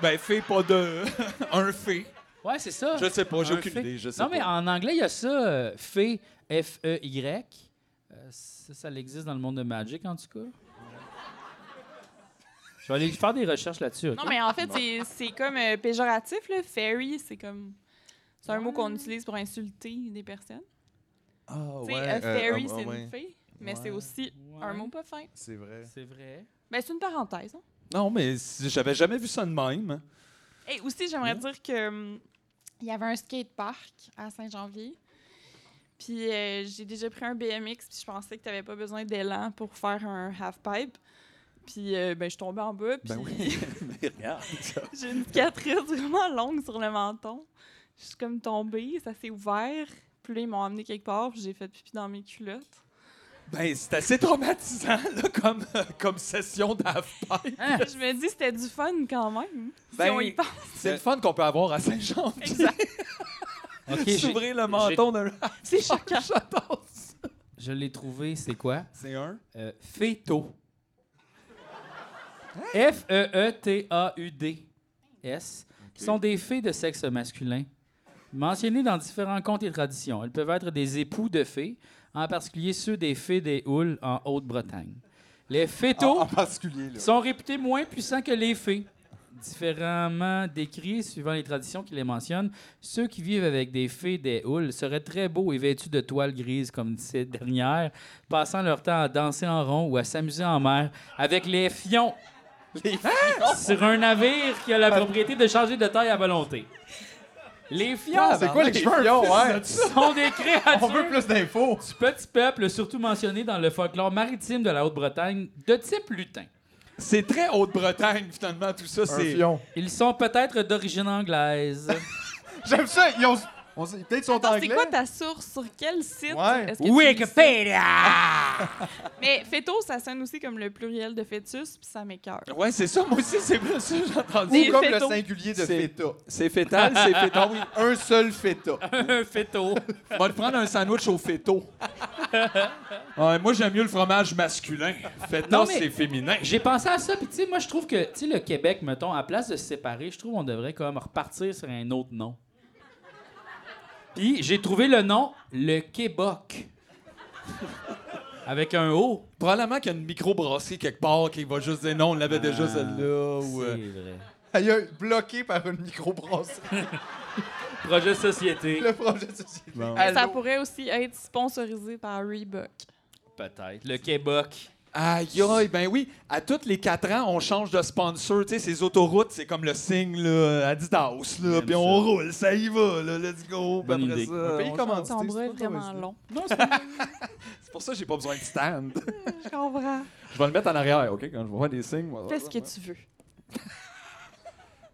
Ben, fée, pas de. un fée. Ouais, c'est ça. Je sais pas, j'ai Un aucune fée. idée, je sais Non, mais pas. en anglais, il y a ça, euh, fée, F-E-Y. Euh, ça, ça existe dans le monde de Magic, en tout cas. Je vais aller faire des recherches là-dessus. ok? Non, mais en fait, c'est- c'est comme euh, péjoratif, là. Fairy, c'est comme. C'est un mot qu'on utilise pour insulter des personnes. Ah, Oh. Tu sais, a fairy, c'est une fée, mais c'est aussi un mot pas fin. C'est vrai. C'est vrai. Ben, c'est une parenthèse. Hein. Non, mais si- j'avais jamais vu ça de même. Et aussi, j'aimerais dire que hum, il y avait un skatepark à Saint-Janvier. Puis euh, j'ai déjà pris un BMX, puis je pensais que tu n'avais pas besoin d'élan pour faire un half-pipe. Puis euh, ben, je suis tombée en bas, puis Ben oui. mais regarde. j'ai une cicatrice vraiment longue sur le menton. Je suis comme tombée, ça s'est ouvert. Puis là, ils m'ont emmenée quelque part, puis j'ai fait pipi dans mes culottes. Ben, c'est assez traumatisant, là, comme, euh, comme session d'affaires. je me dis, c'était du fun quand même. si Ah. Ben, on y pense. C'est le fun qu'on peut avoir à Saint-Jean-Pierre. Ok, j'ai- S'ouvrir le menton d'un. C'est choquant. Je l'ai trouvé, c'est quoi? C'est un. Euh, Feto. E F-E-E-T-A-U-D. S. Qui sont des fées de sexe masculin. Mentionnées dans différents contes et traditions. Elles peuvent être des époux de fées, en particulier ceux des fées des Houles en Haute-Bretagne. Les fétos En, en particulier, là. sont réputés moins puissants que les fées. Différemment décrits, suivant les traditions qui les mentionnent, ceux qui vivent avec des fées des houles seraient très beaux et vêtus de toiles grises comme ces dernières, passant leur temps à danser en rond ou à s'amuser en mer avec les fions Hein? sur un navire qui a la propriété de changer de taille à volonté. Les fions Ah, c'est quoi les cheveux? ouais. sont des créatures On veut plus d'infos. du petit peuple, surtout mentionné dans le folklore maritime de la Haute-Bretagne, de type lutin. C'est très Haute-Bretagne, finalement, tout ça. Un C'est. fion. Ils sont peut-être d'origine anglaise. J'aime ça. Ils ont... on sait- Peut-être sont Attends, anglais. c'est quoi ta source? Sur quel site? Ouais. est-ce que tu lis ça? Wikipédia! Mais fœto, ça sonne aussi comme le pluriel de fœtus, puis ça m'écœure. Ouais, c'est ça, moi aussi, c'est vrai, ça, j'ai entendu. Des Ou comme le fœtos. singulier de C'est- feta. C'est fétal, c'est fétal, oui. Un seul feta. Un fœto. Va te prendre un sandwich au féto. Ouais, moi, j'aime mieux le fromage masculin. Fétal, Non, mais- c'est féminin. J'ai pensé à ça, puis tu sais, moi, je trouve que, tu sais, le Québec, mettons, à place de se séparer, je trouve qu'on devrait comme repartir sur un autre nom. Puis j'ai trouvé le nom le Québec. Avec un O. Probablement qu'il y a une microbrasserie quelque part qui va juste dire non, on l'avait déjà celle-là. Ou, euh, C'est vrai. Aïe, aïe, bloqué par une microbrasserie. Projet société. le projet de société. Mais ça Allô? pourrait aussi être sponsorisé par Reebok. Peut-être. Le Québec. Aïe, aïe, ben oui, à tous les quatre ans, on change de sponsor. Tu sais, ces autoroutes, c'est comme le signe là, Adidas, là, J'aime puis on roule, ça Ben, y va, là, let's go. puis Bonne après idée. ça, Un pays on comme change. Ton bras est vraiment autorisé. long. C'est pour ça que j'ai pas besoin de stand. Je comprends. je vais le mettre en arrière, OK? Quand je vois des signes, moi, Fais ce que tu veux.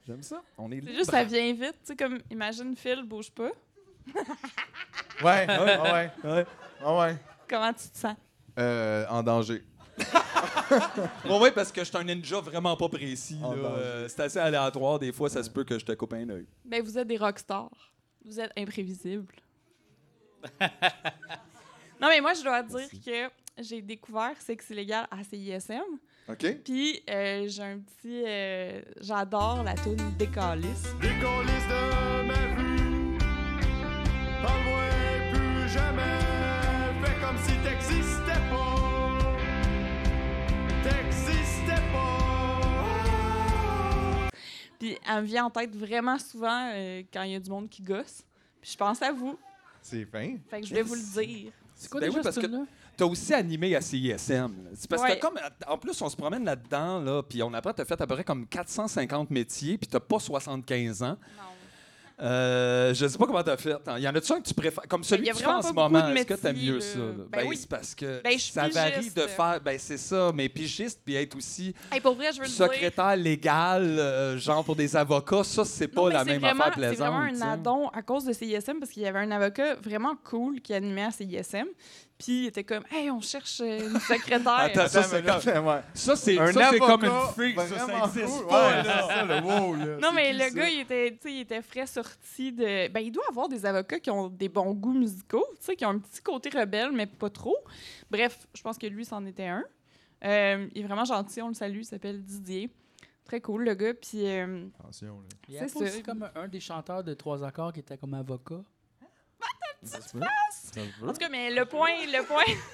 j'aime ça. On est C'est libre. juste, ça vient vite. Tu sais, comme, imagine, Phil, bouge pas. Ouais, ouais, ouais. Ouais. Ah ouais. Comment tu te sens? Euh, en danger. Bon, ouais, parce que je suis un ninja vraiment pas précis. En là. danger. Euh, c'est assez aléatoire. Des fois, ça se peut que je te coupe un œil. Ben, vous êtes des rockstars. Vous êtes imprévisibles. non, mais moi, je dois dire que j'ai découvert Sexe illégal à CISM. OK? Puis, euh, j'ai un petit. euh, J'adore la tune Décalisse. de ma vue. Parle-moi plus jamais. Fais comme si t'existais pas. T'existais pas. Puis elle me vient en tête vraiment souvent euh, quand il y a du monde qui gosse. Puis je pense à vous. C'est fin. Fait que je voulais vous le dire. C'est quoi Ben déjà oui, parce ce que- là T'as aussi animé à CISM. là. C'est parce que Ouais. t'as comme, en plus, on se promène là-dedans, là, puis on apprend que t'as fait à peu près comme 450 métiers, puis t'as pas 75 ans. Euh, je sais pas comment t'as fait. hein. Y en a-tu un que tu préfères? Comme celui y a que tu fais en vraiment ce pas beaucoup moment, de est-ce que t'aimes métiers, mieux là. ça? là? Ben oui. c'est parce que Ben, je suis ça varie pigiste. de faire... Ben, c'est ça, mais pigiste, puis être aussi Hey, pour vrai, je veux le dire. secrétaire légal, euh, genre pour des avocats, ça, c'est pas Non, mais la c'est même vraiment- affaire C'est vraiment plaisante. un t'sais. addon à cause de CISM parce qu'il y avait un avocat vraiment cool qui animait à CISM. Puis il était comme, hey, on cherche euh, une secrétaire. Attends, ça, c'est comme- ça, c'est- ça, c'est comme une fille, ça, ça vraiment existe cool. pas, Ouais, là. c'est ça, le wow, là. Non, C'est mais qui, le ça? gars, il était, tu sais, il était frais sorti de. Ben, il doit avoir des avocats qui ont des bons goûts musicaux, tu sais, qui ont un petit côté rebelle, mais pas trop. Bref, je pense que lui, c'en était un. Euh, il est vraiment gentil, on le salue, il s'appelle Didier. Très cool, le gars. Puis. euh, Attention, là. C'est Il y a pas ça. aussi comme un des chanteurs de Trois Accords qui était comme avocat. En tout cas, mais le point, le point.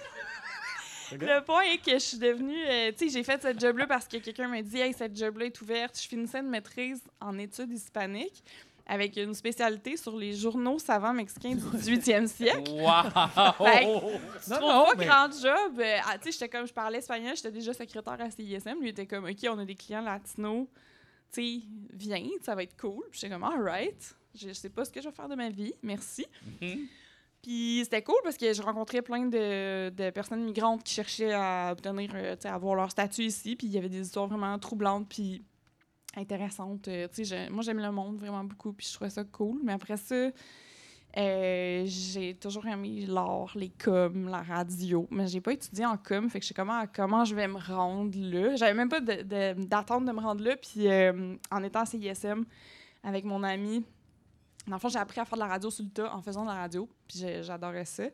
Le point est que je suis devenue. euh, tu sais, j'ai fait cette job-là parce que quelqu'un m'a dit Hey, cette job-là est ouverte. Je finissais une maîtrise en études hispaniques avec une spécialité sur les journaux savants mexicains du 18e siècle. Wow! Fait que, tu Non, trouves non, pas mais- grand job. Euh, ah, tu sais, j'étais comme, je parlais espagnol, j'étais déjà secrétaire à CISM. Lui était comme, OK, on a des clients latinos. Tu sais, viens, ça va être cool. Puis j'étais comme, all right. Je, je sais pas ce que je vais faire de ma vie. Merci. Mhm. Puis c'était cool parce que je rencontrais plein de, de personnes migrantes qui cherchaient à obtenir, euh, tu sais, à avoir leur statut ici. Puis il y avait des histoires vraiment troublantes puis intéressantes. Euh, tu sais, j'ai- moi, j'aime le monde vraiment beaucoup puis je trouvais ça cool. Mais après ça, euh, j'ai toujours aimé l'art, les coms, la radio. Mais j'ai pas étudié en com, fait que je sais comment, comment je vais me rendre là. J'avais même pas de- de- d'attente de, me rendre là. Puis euh, en étant à CISM avec mon ami, dans le fond, j'ai appris à faire de la radio sur le tas en faisant de la radio, puis j'ai- j'adorais ça.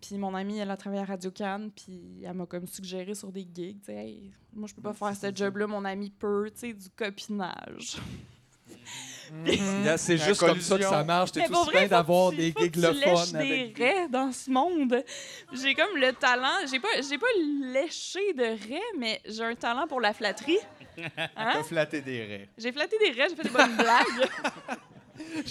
Puis mon amie, elle a travaillé à Radio Cannes, puis elle m'a comme suggéré sur des gigs, tu sais, Hey, moi je peux pas faire ce job-là, mon ami peut, tu sais, du copinage. Yeah, c'est La juste comme ça que collusion. ça marche. T'es Mais tout pour si vrai, bien faut d'avoir que tu- des faut gigs que le tu fun. avec- lèches Ben des raies dans ce monde. J'ai comme le talent, j'ai pas, j'ai pas léché de raies, mais j'ai un talent pour la flatterie. Hein? T'as flatté des raies. J'ai flatté des raies, j'ai fait des bonnes blagues.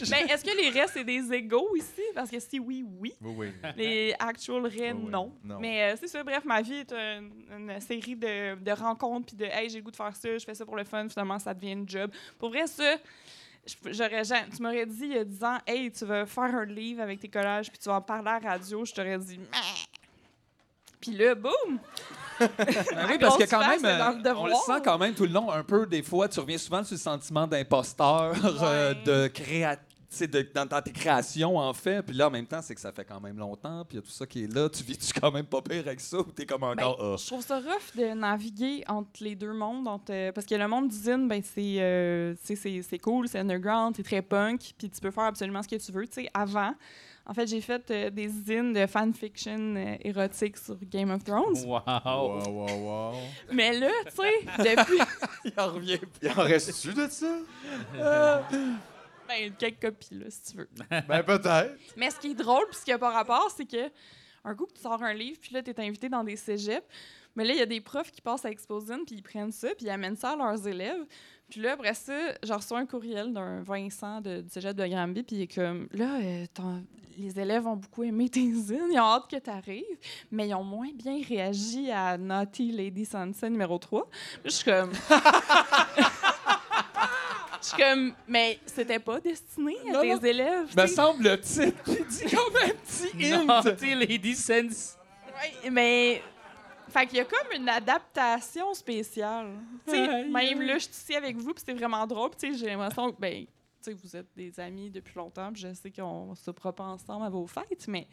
Ben, est-ce que les raies, c'est des égaux ici? Parce que si oui, oui. Oui, oui. Les actual raies, non. non. Mais euh, c'est ça, bref, ma vie est une, une série de, de rencontres puis de hey, j'ai le goût de faire ça, je fais ça pour le fun, finalement, ça devient une job. Pour vrai, ça, je- j'aurais, ja- tu m'aurais dit il y a 10 ans, hey, tu veux faire un livre avec tes collages puis tu vas en parler à la radio, je t'aurais dit, Meh. puis là, boum! Ben oui, parce que quand même, Dans le euh, on le devoir. sent quand même tout le long, un peu, des fois, tu reviens souvent sur le sentiment d'imposteur, euh, de créa- tu sais, de- dans, dans tes créations, en fait. Puis là, en même temps, c'est que ça fait quand même longtemps, puis il y a tout ça qui est là. Tu vis-tu quand même pas pire avec ça ou t'es comme encore. ah. Ben, Je trouve ça rough de naviguer entre les deux mondes. entre, euh, parce que le monde d'usine, ben, c'est, euh, tu sais, c'est, c'est cool, c'est underground, c'est très punk, puis tu peux faire absolument ce que tu veux. Tu sais, avant, en fait, j'ai fait euh, des usines de fanfiction euh, érotique sur Game of Thrones. Wow! Wow, wow, wow. Mais là, tu sais, depuis. Il en revient Il en reste-tu de ça? Euh, ben, quelques copies, là, si tu veux. Ben, peut-être. Mais ce qui est drôle, puis ce qui n'a pas rapport, c'est que un coup que tu sors un livre, puis là, tu es invité dans des cégeps, mais là, il y a des profs qui passent à Exposine, puis ils prennent ça, puis ils amènent ça à leurs élèves. Puis là, après ça, je reçois un courriel d'un Vincent de, du cégep de Granby, puis il est comme Là, euh, ton- les élèves ont beaucoup aimé tes zines, ils ont hâte que tu arrives, mais ils ont moins bien réagi à Naughty Lady Sansa numéro 3. Je suis comme. Je suis comme, mais c'était pas destiné à Non, tes non. élèves. Me tu sais. semble le titre qui dit quand même petit hint. Naughty Lady Sense. Ouais, mais. Fait qu'il y a comme une adaptation spéciale. Tu sais, Aïe, même aïe. là, je suis ici avec vous, puis c'est vraiment drôle. Puis tu sais, j'ai l'impression que, ben, tu sais, vous êtes des amis depuis longtemps, puis je sais qu'on se pas ensemble à vos fêtes, mais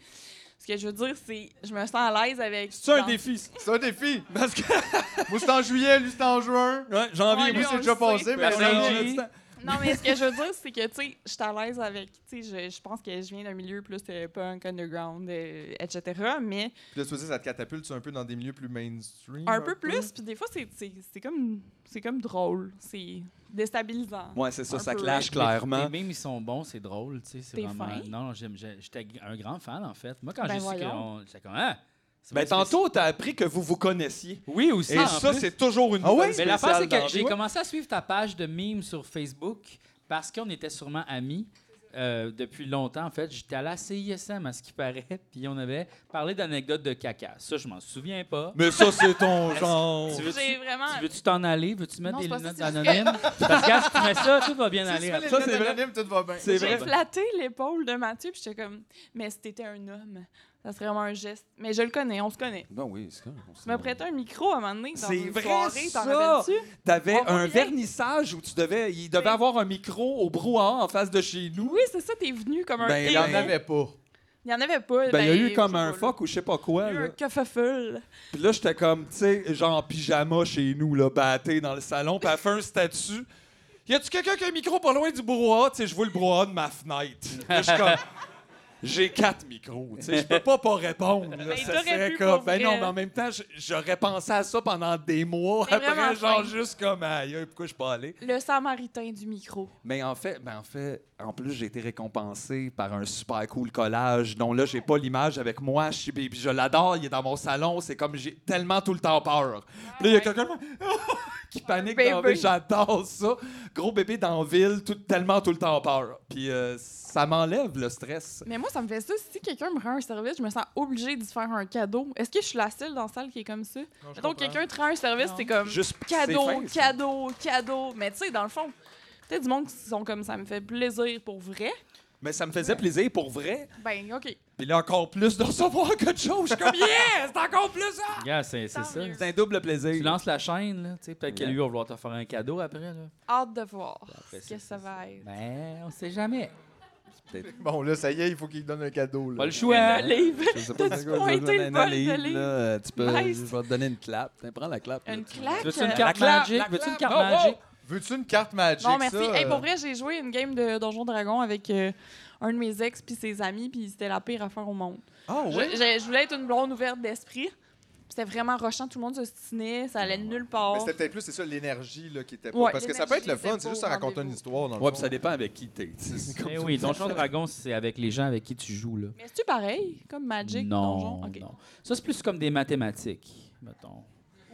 ce que je veux dire, c'est je me sens à l'aise avec. C'est un dans- défi. ça. C'est un défi. Parce que. Moi, c'est en juillet, lui, c'est en juin. Ouais, janvier, Ouais, moi, lui, c'est Ah, on déjà le passé, sait. Ben, mais on a Merci. encore du temps. Non, mais ce que je veux dire, c'est que, tu sais, je suis à l'aise avec. Tu sais, je, je pense que je viens d'un milieu plus euh, punk, underground, euh, etc. Mais Puis là, tu veux dire, ça te catapulte un peu dans des milieux plus mainstream? Un peu plus, puis des fois, c'est- c'est c'est comme, c'est comme drôle. C'est déstabilisant. Ouais, c'est ça, Un ça peu. clash clairement. Les mêmes, ils sont bons, c'est drôle, tu sais. c'est T'es vraiment- fin. Non, j'aime- j'ai- j'étais un grand fan, en fait. Moi, quand Ben j'ai su voyons. qu'on. J'étais comme, ah! c'est Ben, bien spécial. tantôt, t'as appris que vous vous connaissiez. Oui, aussi. Et en ça, plus. c'est toujours une Ah ouais? nouvelle Mais l'affaire, c'est spéciale que j'ai dans- commencé à suivre ta page de mimes sur Facebook parce qu'on était sûrement amis euh, depuis longtemps. En fait, j'étais allé à la CISM, à ce qui paraît, puis on avait parlé d'anecdotes de caca. Ça, je m'en souviens pas. Mais ça, c'est ton genre. Tu veux-tu J'ai vraiment. tu veux-tu t'en aller? Veux-tu mettre Non, des c'est pas lunettes ça, c'est anonymes? Parce que quand tu mets ça, tout va bien Si aller. tu fais les Ça, c'est lunettes vrai. anonymes, tout va bien. C'est J'ai vrai. flatté l'épaule de Mathieu, puis j'étais comme, mais si t'étais un homme, ça serait vraiment un geste. Mais je le connais, on se connaît. Ben oui, c'est ça. on Tu sait. m'as prêté un micro à un moment donné dans C'est une vrai, soirée, t'en ça! rappelles-tu? T'avais On un revient. vernissage où tu devais. Il devait Oui. avoir un micro au brouhaha en face de chez nous. Oui, c'est ça, t'es venu comme un Ben, Il n'y en héros. avait pas. Il n'y en avait pas. Ben, il y a eu comme un fuck ou je sais pas quoi. Il y a eu là. un kerfuffle. Puis là, j'étais comme, tu sais, genre en pyjama chez nous, là, batté dans le salon. Puis elle fait un statut. Y a-tu quelqu'un qui a un micro pas loin du brouhaha? Tu sais, je vois le brouhaha de ma fenêtre. Là, je suis comme, j'ai quatre micros. Tu sais, je peux pas pas répondre. là. Ben, Ça t'aurais serait pu, comme, pour ben non, vrai. mais en même temps, je- j'aurais pensé à ça pendant des mois. C'est Après, vraiment genre, fin. juste comme, aïe, aïe, pourquoi je suis pas allé? Le samaritain du micro. Mais en fait, ben en fait, en plus, j'ai été récompensé par un super cool collage dont là, j'ai pas l'image avec moi. Je, suis- puis je l'adore, il est dans mon salon. C'est comme j'ai tellement tout le temps peur. Ah, Puis là, il y a quelqu'un qui panique bébé. dans la ville. J'adore ça. Gros bébé dans la ville, tout, tellement tout le temps peur. Puis euh, ça m'enlève le stress. Mais moi, ça me fait ça. Si quelqu'un me rend un service, je me sens obligée d'y faire un cadeau. Est-ce que je suis la seule dans la salle qui est comme ça? comprends. Donc, quelqu'un te rend un service, c'est comme Juste- cadeau, c'est fin, ça. cadeau, cadeau. Mais tu sais, dans le fond, peut-être du monde qui sont comme ça me fait plaisir pour vrai. Mais ça me faisait plaisir pour vrai. Ben, OK. Puis là, encore plus de recevoir que de choses. Je suis comme, yes, c'est encore plus ça. Regarde, c'est c'est ça. C'est un double plaisir. Tu lances la chaîne, là. tu sais, Peut-être que lui va vouloir te faire un cadeau après. Là. Hâte de voir Après, ce que ça va être. Ben, on sait jamais. Bon, là, ça y est, il faut qu'il donne un cadeau. là. Pas le choix. Le livre. Je sais T'as-tu c'est quoi, pointé je vais donner le bol un de livre, livre? là, euh, tu peux, Nice. Je vais te donner une clap. Tiens, Prends la clap. là. Une claque. Tu veux-tu une euh, carte La clap, magique? la Veux-tu une clap. carte Oh, oh! magique? Veux-tu une carte magique? Non, merci. ça, Hey, pour euh? vrai, j'ai joué une game de Donjon Dragon avec euh, un de mes ex puis ses amis, puis c'était la pire affaire au monde. Ah, Je- ouais? Je, je voulais être une blonde ouverte d'esprit. puis C'était vraiment rochant, tout le monde se stinait, ça allait nulle part. Mais c'était peut-être plus, c'est ça, l'énergie là, qui était pas. Ouais, Parce que ça peut être le l'énergie fun, était c'est pas juste ça au raconter une rendez-vous. histoire. Dans le Ouais, fond. puis ça dépend avec qui t'es. C'est comme Eh ça. oui, Donjon Dragon, c'est avec les gens avec qui tu joues. Là. Mais c'est-tu pareil, comme Magic, non, Donjon? Ok. non. Ça, c'est plus comme des mathématiques, mettons.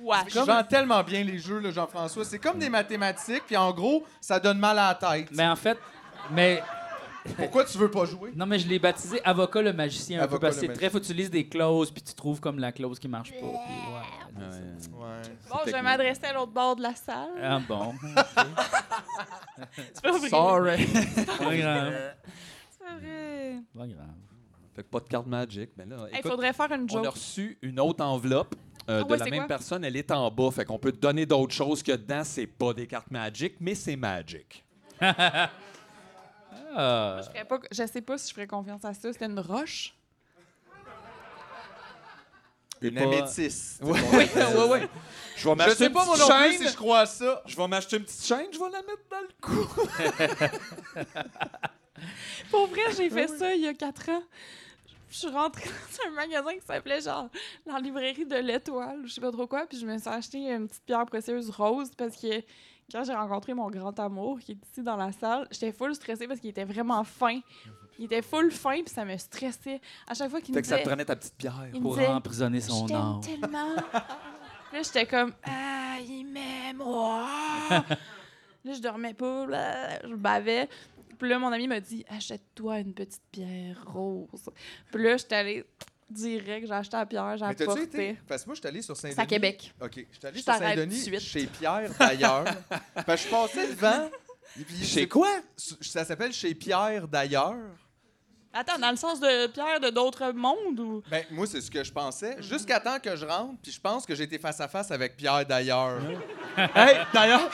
Ouais. Je vends tellement bien les jeux, là, Jean-François. C'est comme des mathématiques, puis en gros, ça donne mal à la tête. Mais en fait, mais Pourquoi tu veux pas jouer? non, mais je l'ai baptisé avocat le magicien un peu, Avocat parce que le c'est magicien. très, faut que tu lises des clauses puis tu trouves comme la clause qui marche pas. puis ouais. Ouais. Bon, je technique. m'adressais à l'autre bord de la salle. Ah bon. C'est pas vrai. Sorry. Pas grave. C'est pas vrai. Pas grave. fait que pas de carte Magic, mais là. Il écoute, faudrait faire une on a joke. reçu une autre enveloppe. euh, Ah de ouais, la c'est même quoi? personne, elle est en bas. Fait qu'on peut te donner d'autres choses que dedans, c'est pas des cartes Magic, mais c'est Magic. Ah, Je ferais pas- Je sais pas si je ferais confiance à ça. C'était une roche. Une Pas- améthyste. Ouais, ouais, ouais. Je vais Je m'acheter sais une pas, moi petite non plus, chaîne. si je crois à ça. Je vais m'acheter une petite chaîne, je vais la mettre dans le cou. Pour vrai, j'ai fait ça il y a quatre ans. Je suis rentrée dans un magasin qui s'appelait genre la librairie de l'étoile, ou je sais pas trop quoi, puis je me suis acheté une petite pierre précieuse rose parce que quand j'ai rencontré mon grand amour qui est ici dans la salle, j'étais full stressée parce qu'il était vraiment fin. Il était full fin puis ça me stressait à chaque fois qu'il me Fait que ça disait te prenait ta petite pierre. il me pour disait, emprisonner Je son t'aime âme. tellement. là, j'étais comme, ah, il m'aime. oh. là, je dormais pas, là, je bavais. Puis là, mon ami m'a dit, achète-toi une petite pierre rose. Puis là, j'étais allée direct, j'ai acheté la pierre, j'ai Mais t'as-tu apporté. été? Parce que moi, je suis allé sur Saint-Denis. C'est à Québec. OK. Je suis allé Je sur t'arrête tout Saint-Denis de suite. chez Pierre d'ailleurs. Parce que je passais devant. et puis Chez c'est- quoi? Ça s'appelle chez Pierre d'ailleurs. Attends, dans le sens de pierre de d'autres mondes ou. Ben, moi, c'est ce que je Mm-hmm. pensais. Jusqu'à temps que je rentre, puis je pense que j'ai été face à face avec Pierre d'ailleurs. Mm-hmm. Hey, d'ailleurs,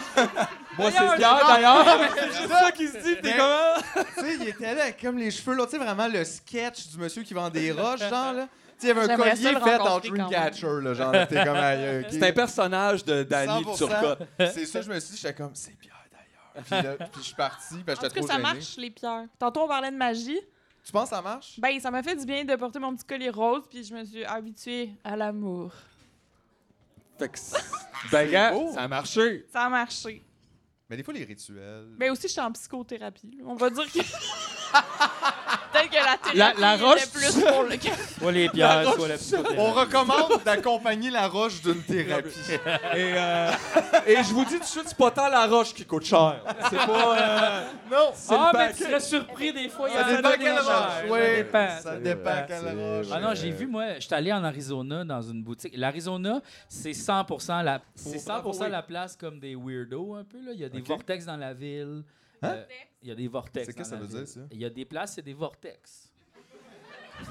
moi c'est D'ailleurs, Pierre, je- d'ailleurs. C'est juste ça qui se dit, Mais- t'es ah. comment? tu sais, il était là avec comme les cheveux, là, tu sais, vraiment le sketch du monsieur qui vend des roches, genre, là. Tu sais, il y avait un J'aimerais collier ça le fait en rencontrer quand Dreamcatcher, là, genre, là, t'es comme, aïe, aïe, ok. C'est un personnage de Danny 100%. Turcotte. C'est ça, je me suis dit, j'étais comme, c'est Pierre d'ailleurs. Puis là, puis je suis parti, parce que En tout j'étais cas, trop ça gêné. marche, les pierres. Tantôt, on parlait de magie. Tu penses que ça marche? Ben, ça m'a fait du bien de porter mon petit collier rose, puis je me suis habituée à l'amour. Fait que, c'est- ben, gars, beau. ça a marché. Ça a marché. Mais des fois, les rituels. Mais Ben aussi, je suis en psychothérapie. là. On va dire que. Peut-être que la thérapie La- la roche était plus pour le Soit les pierres, soit la psychothérapie. On recommande d'accompagner la roche d'une thérapie. Et, euh, et je vous dis tout de suite, c'est pas tant la roche qui coûte cher. C'est pas. euh, Non! c'est Ah, le mais tu paquet. serais surpris des fois. il y en Ça a dépend des quelle gens. roche. Ça Oui, dépend. ça dépend quelle roche. Ah non, j'ai vu, moi, j'étais allé en Arizona dans une boutique. L'Arizona, c'est 100 la, c'est 100 la place comme des weirdos un peu. Là. Il y a des Ok. vortex dans la ville. Euh, il y a des vortex. C'est dans que ça la veut ville. dire, ça? Il y a des places, c'est des vortex.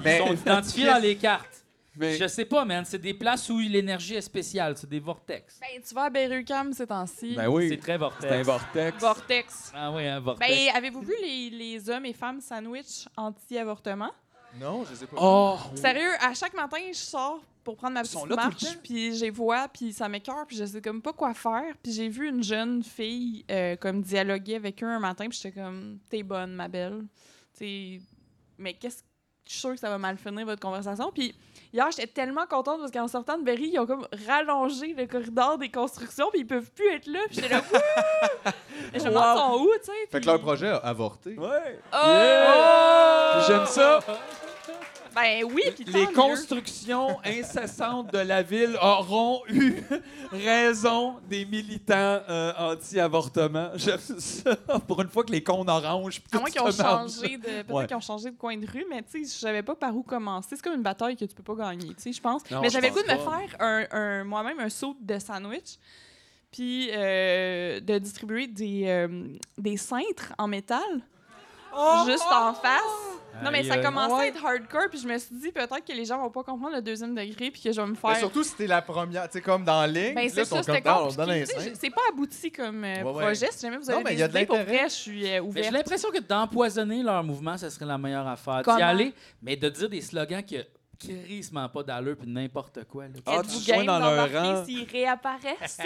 Mais- Ben, Ils sont identifiés dans les cartes. Mais- Je sais pas, man. C'est des places où l'énergie est spéciale. C'est des vortex. Ben, tu vas à Berrucam ces temps-ci. Ben C'est oui, très vortex. c'est un vortex. Vortex. Ah oui, un vortex. Ben, avez-vous vu les, les hommes et femmes sandwich anti-avortement? Non, je les ai pas. Oh, Sérieux, à chaque matin, je sors pour prendre ma Ils sont petite là tout le marche, temps. puis je les vois, puis ça m'écœure, puis je sais comme pas quoi faire. Puis j'ai vu une jeune fille euh, comme dialoguer avec eux un matin, puis j'étais comme « T'es bonne, ma belle. » Tu sais, mais qu'est-ce je suis sûre que ça va mal finir votre conversation. Puis hier, j'étais tellement contente parce qu'en sortant de Berry, ils ont comme rallongé le corridor des constructions, puis ils peuvent plus être là. Puis j'étais là, Wouh! Mais Je me demande Wow. ils sont où, tu sais. Fait que puis- leur projet a avorté. Ouais. Yeah! J'aime ça. Ben oui, puis Les tant mieux. constructions incessantes de la ville auront eu raison des militants euh, anti-avortement. J'aime ça. Pour une fois que les cons oranges. À moins qu'ils ont changé de, peut-être Ouais. qu'ils ont changé de coin de rue, mais tu sais, je savais pas par où commencer. C'est comme une bataille que tu peux pas gagner, tu sais, je pense. Non, mais je j'avais le goût pense de me pas. faire un, un- moi-même un saut de sandwich, puis euh, de distribuer des, euh, des cintres en métal juste en face. Non, mais Aïe, ça aïe. commençait à Ouais. être hardcore, puis je me suis dit peut-être que les gens vont pas comprendre le deuxième degré, puis que je vais me faire. Mais surtout si t'es la première, tu sais, comme dans la ligne. puis Ben, là, c'est ils sont ça, comme, c'était Ah, on donne compliqué. un Tu sais, cinq. je- C'est pas abouti comme euh, Ouais, ouais. projet. Si jamais vous avez Non, mais des il y a de idées, pour l'intérêt. vrai, je suis euh, Mais ouverte. j'ai l'impression que d'empoisonner leur mouvement, ce serait la meilleure affaire. D'y Comment? aller, mais de dire des slogans qui crissement pas d'allure puis n'importe quoi. là. Ah, Êtes-vous game d'embarquer s'ils réapparaissent?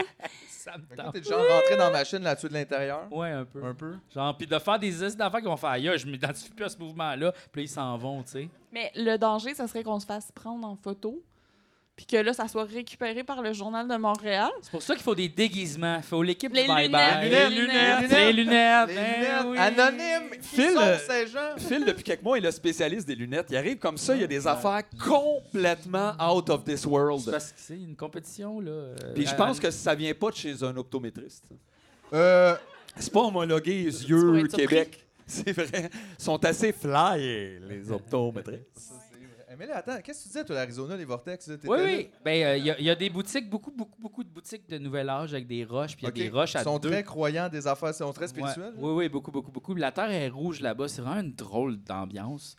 ça me T'es déjà rentré dans ma chaîne là-dessus de l'intérieur. Ouais, un peu. Un peu. Genre, puis de faire des essais d'affaires qui vont faire aïe, je m'identifie plus à ce mouvement-là, puis là, ils s'en vont, tu sais. Mais le danger, ça serait qu'on se fasse prendre en photo, puis que là, ça soit récupéré par le Journal de Montréal. C'est pour ça qu'il faut des déguisements. Il faut l'équipe Les du bye-bye. lunettes, Les les lunettes, lunettes. les lunettes, Les hein, lunettes oui. anonymes qui Phil, sauvent euh, ces gens. Phil, depuis quelques mois, est le spécialiste des lunettes. Il arrive comme ça, il y a des affaires complètement out of this C'est world. parce que c'est une compétition, là. euh, Puis je à- pense que ça vient pas de chez un optométriste. Euh, C'est pas homologué les pourrais yeux être surpris. Québec. C'est vrai. Ils sont assez fly, les optométristes. Mais là, attends, qu'est-ce que tu disais, toi, l'Arizona, les vortex? là, t'étais Oui, là? oui. Ben, il y, a des boutiques, beaucoup, beaucoup, beaucoup de boutiques de nouvel âge avec des roches, puis il y a Ok. des roches à Ils sont deux. très croyants des affaires, ils sont très spirituels. Ouais. Oui, oui, beaucoup, beaucoup, beaucoup. La terre est rouge là-bas. C'est vraiment une drôle d'ambiance.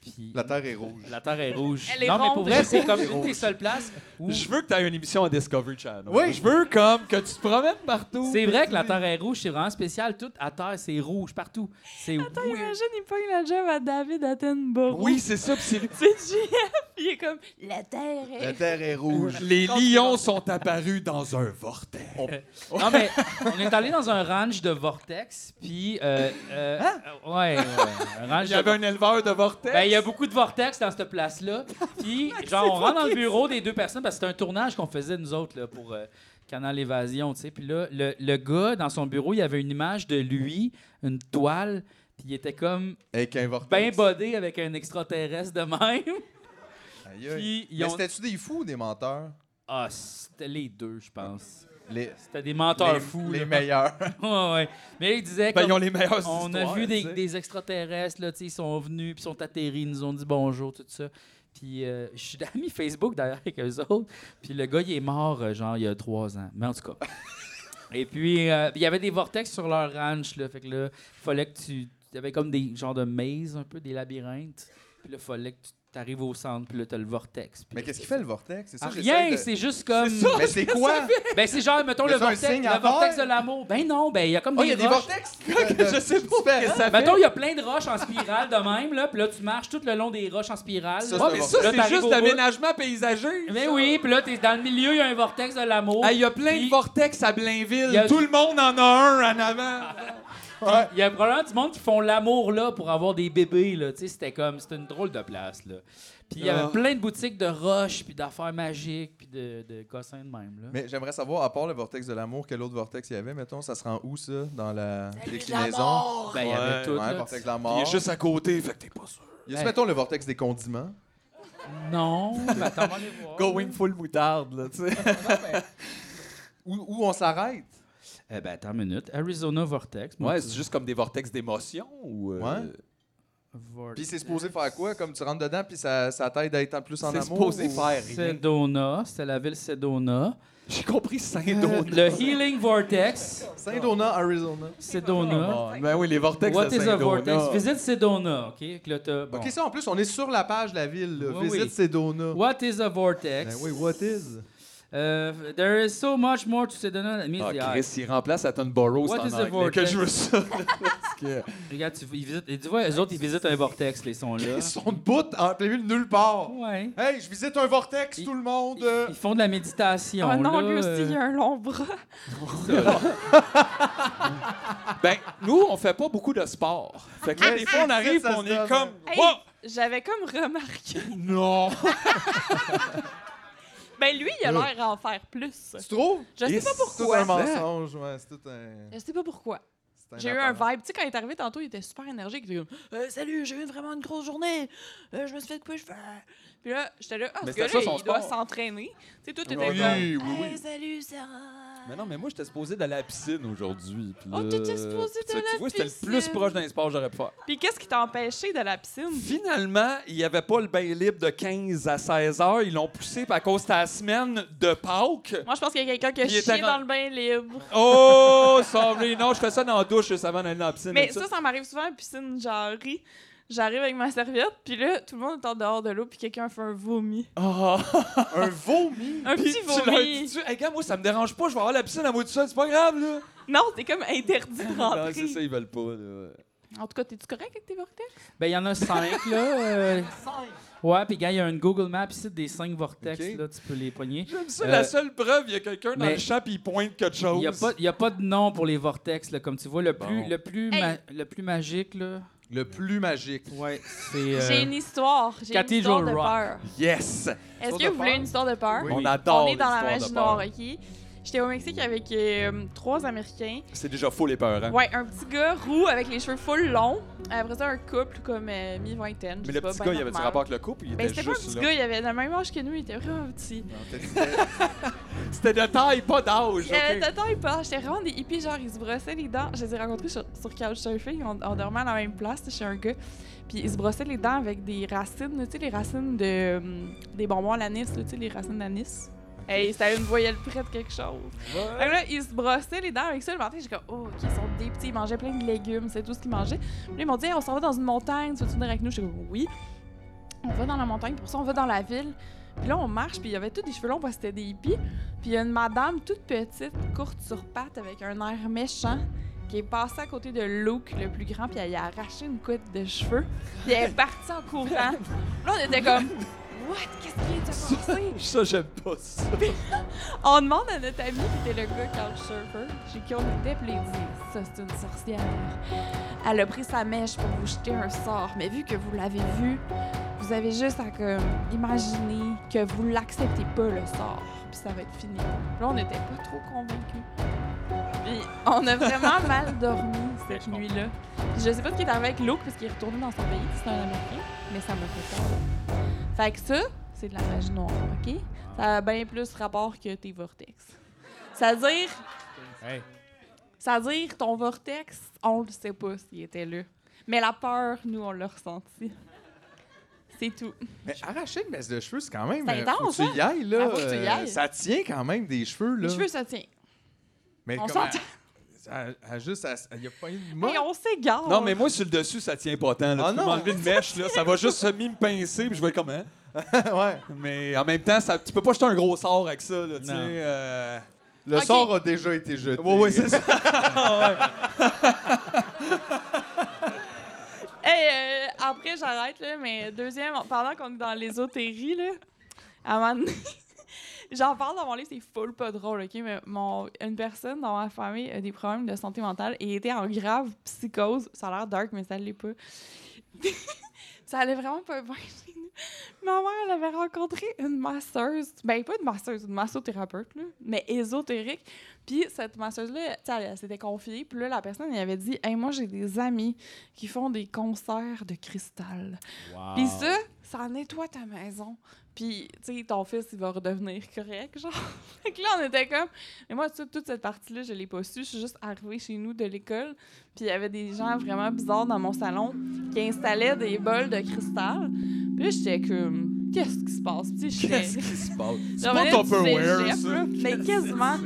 Puis... La terre est rouge. La terre est rouge. Elle est non, mais pour ronde. vrai, c'est comme Elle est une des rouge. seules places où. Je veux que tu aies une émission à Discovery Channel. Oui. Je veux comme que tu te promènes partout. C'est vrai que la terre est rouge, c'est vraiment spécial. Tout à terre, c'est rouge partout. C'est Attends, weird. imagine, il pogne la job à David Attenborough. Oui, c'est ça. puis c'est- C'est GF, il est comme « La Terre est... La terre est rouge. Les lions sont apparus dans un vortex. Oh. Non, mais on est allé dans un ranch de vortex, puis. Hein? Euh, euh, ouais, ouais, un ranch Il y de avait un éleveur de vortex. Ah, Ben, il y a beaucoup de vortex dans cette place-là. Puis, genre, on rentre dans le bureau des deux personnes parce que c'était un tournage qu'on faisait, nous autres, là, pour euh, Canal Évasion, tu sais. Puis là, le, le gars, dans son bureau, il y avait une image de lui, une toile, puis il était comme Avec un vortex. ben bodé avec un extraterrestre de même. Aïe, aïe. Puis, ils Mais ont... c'était-tu des fous ou des menteurs? Ah, c'était les deux, je pense. Les, C'était des menteurs les- fous. Les là. meilleurs. Ouais, ouais. Mais il disait Ben, comme- ils ont les meilleures On a histoires, vu des, tu sais. des extraterrestres, là, tu sais, ils sont venus, puis ils sont atterris, ils nous ont dit bonjour, tout ça. Puis euh, je suis d'amis Facebook d'ailleurs avec eux autres. Puis le gars, il est mort, euh, genre, il y a trois ans. Mais en tout cas. Et puis, euh, il y avait des vortex sur leur ranch, là. Fait que là, fallait que tu. Il y avait comme des genres de mazes, un peu, des labyrinthes. Puis là, fallait que tu arrives au centre, puis là, t'as le vortex. Puis Mais qu'est-ce qu'il fait, le vortex? C'est Ah, ça, rien, j'essaie c'est de- juste comme. Mais c'est quoi? Ben, c'est genre, mettons, Y a-t-il le un vortex, signe à le vortex de faire? l'amour. Ben non, ben, il y a comme Oh, des. il y a des roches. vortex? Je sais pas. Ah, Mettons, il y a plein de roches en spirale de même, là, puis là, tu marches tout le long des roches en spirale. Ça, là. Ah, c'est mais un ça, Là, c'est t'arrives juste au l'aménagement paysager. bout. Mais oui, puis là, t'es dans le milieu, il y a un vortex de l'amour. Ah, Il y a plein Puis- de vortex Il à y a- Blainville. Tout le monde en a un en avant. Il y a probablement du monde qui font l'amour, là, pour avoir des bébés, là. Tu sais, c'était comme, c'était une drôle de place, là. Puis il y Ah. avait plein de boutiques de roches, puis d'affaires magiques, puis de, de cossins de même, là. Mais j'aimerais savoir, à part le vortex de l'amour, quel autre vortex il y avait, mettons, ça se rend où, ça, dans la déclinaison? Ben, il y avait Ouais, tout, Ouais, là, vortex tu- de la Il mort. est juste à côté, fait que t'es pas sûr. Il y a Ouais. aussi, mettons, le vortex des condiments. Non, mais attends, on va aller voir. Going full moutarde, là, tu sais. Où, où on s'arrête? Eh ben, attends une minute. Arizona Vortex. Ouais, c'est juste comme des vortex d'émotion ou. euh, Ouais. Vortex. Puis c'est supposé faire quoi? Comme tu rentres dedans, puis ça, ça t'aide à être en plus en C'est amour? supposé ou- faire rien. Sedona, c'était la ville Sedona. J'ai compris Saint-Donat. Le Healing Vortex, Saint-Donat, Arizona. Sedona. Ah, ben oui, les vortex What de is a vortex? Saint-Donat. Visite Sedona, OK? Fait que là, t'as- bon. Oh, OK, ça, en plus, on est sur la page de la ville. là. Oui, Visite oui. Sedona. What is a vortex? Ben oui, what is? Euh, there is so much more to Sedona that meets Ah, the Chris, il remplace Attenborough, c'est What en is a anglais vortex? que je veux ça. que. Regarde, tu, ils visitent, tu vois, eux autres, ils visitent un vortex, là, ils sont là. Ils sont debout en plein milieu de nulle part. Ouais. Hey, je visite un vortex, tout le monde. euh. Ils font de la méditation. Ah non, là, lui aussi, euh, il a un long bras. Ben, nous, on fait pas beaucoup de sport. Fait que là, des fois, on arrive, Ça, ça on se est donne. comme. Hey, Wow! J'avais comme remarqué. Non! Ben lui, il a l'air à en faire plus. Tu trouves? Je sais Yes. pas C'est tout un pourquoi. mensonge, ouais. C'est tout un. Je sais pas pourquoi. c'est un J'ai eu un apparat. vibe. Tu sais, quand il est arrivé tantôt, il était super énergique. Il était comme Euh, Salut, j'ai eu vraiment une grosse journée. Euh, je me suis fait couper les cheveux. Puis là, j'étais là, ah, Mais ce c'était gars-là, ça, son il doit sport. s'entraîner. Tu sais, tout était Oui, comme oui, oui. Hey, salut, Sarah. Mais non, mais moi, j'étais supposé d'aller à la piscine aujourd'hui. puis Oh, là- t'étais supposé Puis ça, d'aller à Tu la vois, c'était le piscine. plus proche d'un sport que j'aurais pu faire. Puis qu'est-ce qui t'a empêché de la piscine? Finalement, il n'y avait pas le bain libre de 15 à 16 heures. Ils l'ont poussé, puis à cause de la semaine de Pâques. Moi, je pense qu'il y a quelqu'un qui a Il était chié dans- dans le bain libre. Oh, sorry. Non, je fais ça dans la douche juste avant d'aller dans la piscine. Mais tout ça, ça m'arrive souvent à la piscine, genre ris. J'arrive avec ma serviette, puis là, tout le monde est en dehors de l'eau, puis quelqu'un fait un vomi. Oh. un vomi. Un Puis petit tu leur vomi. dis-tu, Hey, gars, moi, ça me dérange pas. Je vais avoir la piscine à moi tout seul. C'est pas grave, là. Non, t'es comme interdit de Non, rentrer. c'est ça, ils veulent pas, là. en tout cas, t'es-tu correct avec tes vortex? Ben, il y en a cinq, là. euh, Ouais, puis gars, il y a une Google Maps ici des cinq vortex, Ok. là, tu peux les pogner. J'aime ça, Euh, la seule preuve, il y a quelqu'un dans mais- le champ puis il pointe quelque Il chose. n'y a, pas- il y a pas de nom pour les vortex, là. Comme tu vois, le plus, Bon. le plus, Hey. ma- le plus magique, là. Le plus magique. Ouais, c'est. euh, J'ai une histoire. J'ai une Cathedral histoire de Rock. peur. Yes! Est-ce que vous voulez une histoire de peur? On adore On est dans la les magie histoires noire, de peur. Ah. OK? J'étais au Mexique avec euh, trois Américains. C'est déjà faux, les peurs, hein? Ouais, un petit gars roux avec les cheveux full longs. Après ça, un couple comme euh, mi-vingtaine. Mais je sais le pas, petit ben gars, il avait du normal. rapport avec le couple? Il Ben, était c'était pas un juste petit là. gars, il avait le même âge que nous, il était vraiment petit. C'était de taille, pas d'âge. Euh, Il avait ok? tata et pas. J'étais vraiment des hippies, genre, ils se brossaient les dents. Je les ai rencontrés sur, sur Couchsurfing, on, on dormait à la même place chez un gars. Puis ils se brossaient les dents avec des racines, là, tu sais, les racines de, hum, des bonbons à l'anis, là, tu sais, les racines d'anis. Hey, ça me voyait le près de quelque chose. Fait que là, ils se brossaient les dents avec ça le matin. J'ai comme, oh, ok, ils sont des petits. Ils mangeaient plein de légumes, c'est tout ce qu'ils mangeaient. Puis là, ils m'ont dit, Hey, on s'en va dans une montagne, tu veux venir avec nous? J'ai comme, oui. On va dans la montagne, pour ça, on va dans la ville. Puis là, on marche, puis il y avait tous des cheveux longs parce que c'était des hippies. Puis il y a une madame toute petite, courte sur pattes, avec un air méchant, qui est passée à côté de Luke, le plus grand, puis elle a arraché une couette de cheveux. Puis elle est partie en courant. Là, on était comme, What? Qu'est-ce qui vient de se passer? Ça, j'aime pas ça. On demande à notre ami qui était le gars couchsurfer, chez qui on était, puis il dit Ça, c'est une sorcière. Elle a pris sa mèche pour vous jeter un sort, mais vu que vous l'avez vu, vous avez juste à comme, imaginer que vous l'acceptez pas, le sort, puis ça va être fini. Puis là, on n'était pas trop convaincus. Puis on a vraiment mal dormi cette nuit-là. Puis je sais pas ce qui est arrivé avec Luke, parce qu'il est retourné dans son pays, puis c'est un Américain, mais ça m'a fait peur. Fait que ça, c'est de la magie noire, OK? Ça a bien plus rapport que tes vortex. Ça veut dire, hey. ça veut dire ton vortex, on le sait pas s'il était là. Mais la peur, nous, on l'a ressenti. C'est tout. Mais arracher une baisse de cheveux, c'est quand même. C'est euh, intense, faut que tu y ailles, là. Ah, faut que tu y ailles. euh, Ça tient quand même des cheveux, là. Les cheveux, ça tient. Mais on comme s'entend. elle- elle- elle juste. elle- Il y a pas une Mais on s'égare. Non, mais moi, sur le dessus, ça tient pas tant. Là. Ah tu peux non. m'enlever une mèche, là, ça va juste semi me pincer, puis je vais être comme, hein? ouais. Mais en même temps, ça, tu peux pas jeter un gros sort avec ça, là, tu sais. Non. euh, Le Ok. sort a déjà été jeté. Ouais, ouais, c'est ça. Hey, euh, après, j'arrête, là, mais deuxième, pendant qu'on est dans l'ésotérie, là, à un moment donné, j'en parle dans mon livre, c'est full pas drôle, OK? Mais mon, une personne dans ma famille a des problèmes de santé mentale et était en grave psychose. Ça a l'air dark, mais ça l'est pas. ça allait vraiment pas bien chez nous. Ma mère, elle avait rencontré une masseuse. Ben, pas une masseuse, une massothérapeute, là, mais ésotérique. Puis cette masseuse-là, tu sais, elle, elle s'était confiée. Puis là, la personne, elle avait dit Hey, moi, j'ai des amis qui font des concerts de cristal. Wow. Puis ça, ça nettoie ta maison. Puis, tu sais, ton fils, il va redevenir correct, genre. fait que là, on était comme. Mais moi, tu sais, toute cette partie-là, je l'ai pas su. Je suis juste arrivée chez nous de l'école. Puis il y avait des gens vraiment bizarres dans mon salon qui installaient des bols de cristal. Puis là, j'étais comme. Qu'est-ce qui se passe? Puis, tu sais, j'étais- Qu'est-ce qui se passe? je C'est pas revenais ton du Tupperware, cégep, ça. là, Mais quasiment.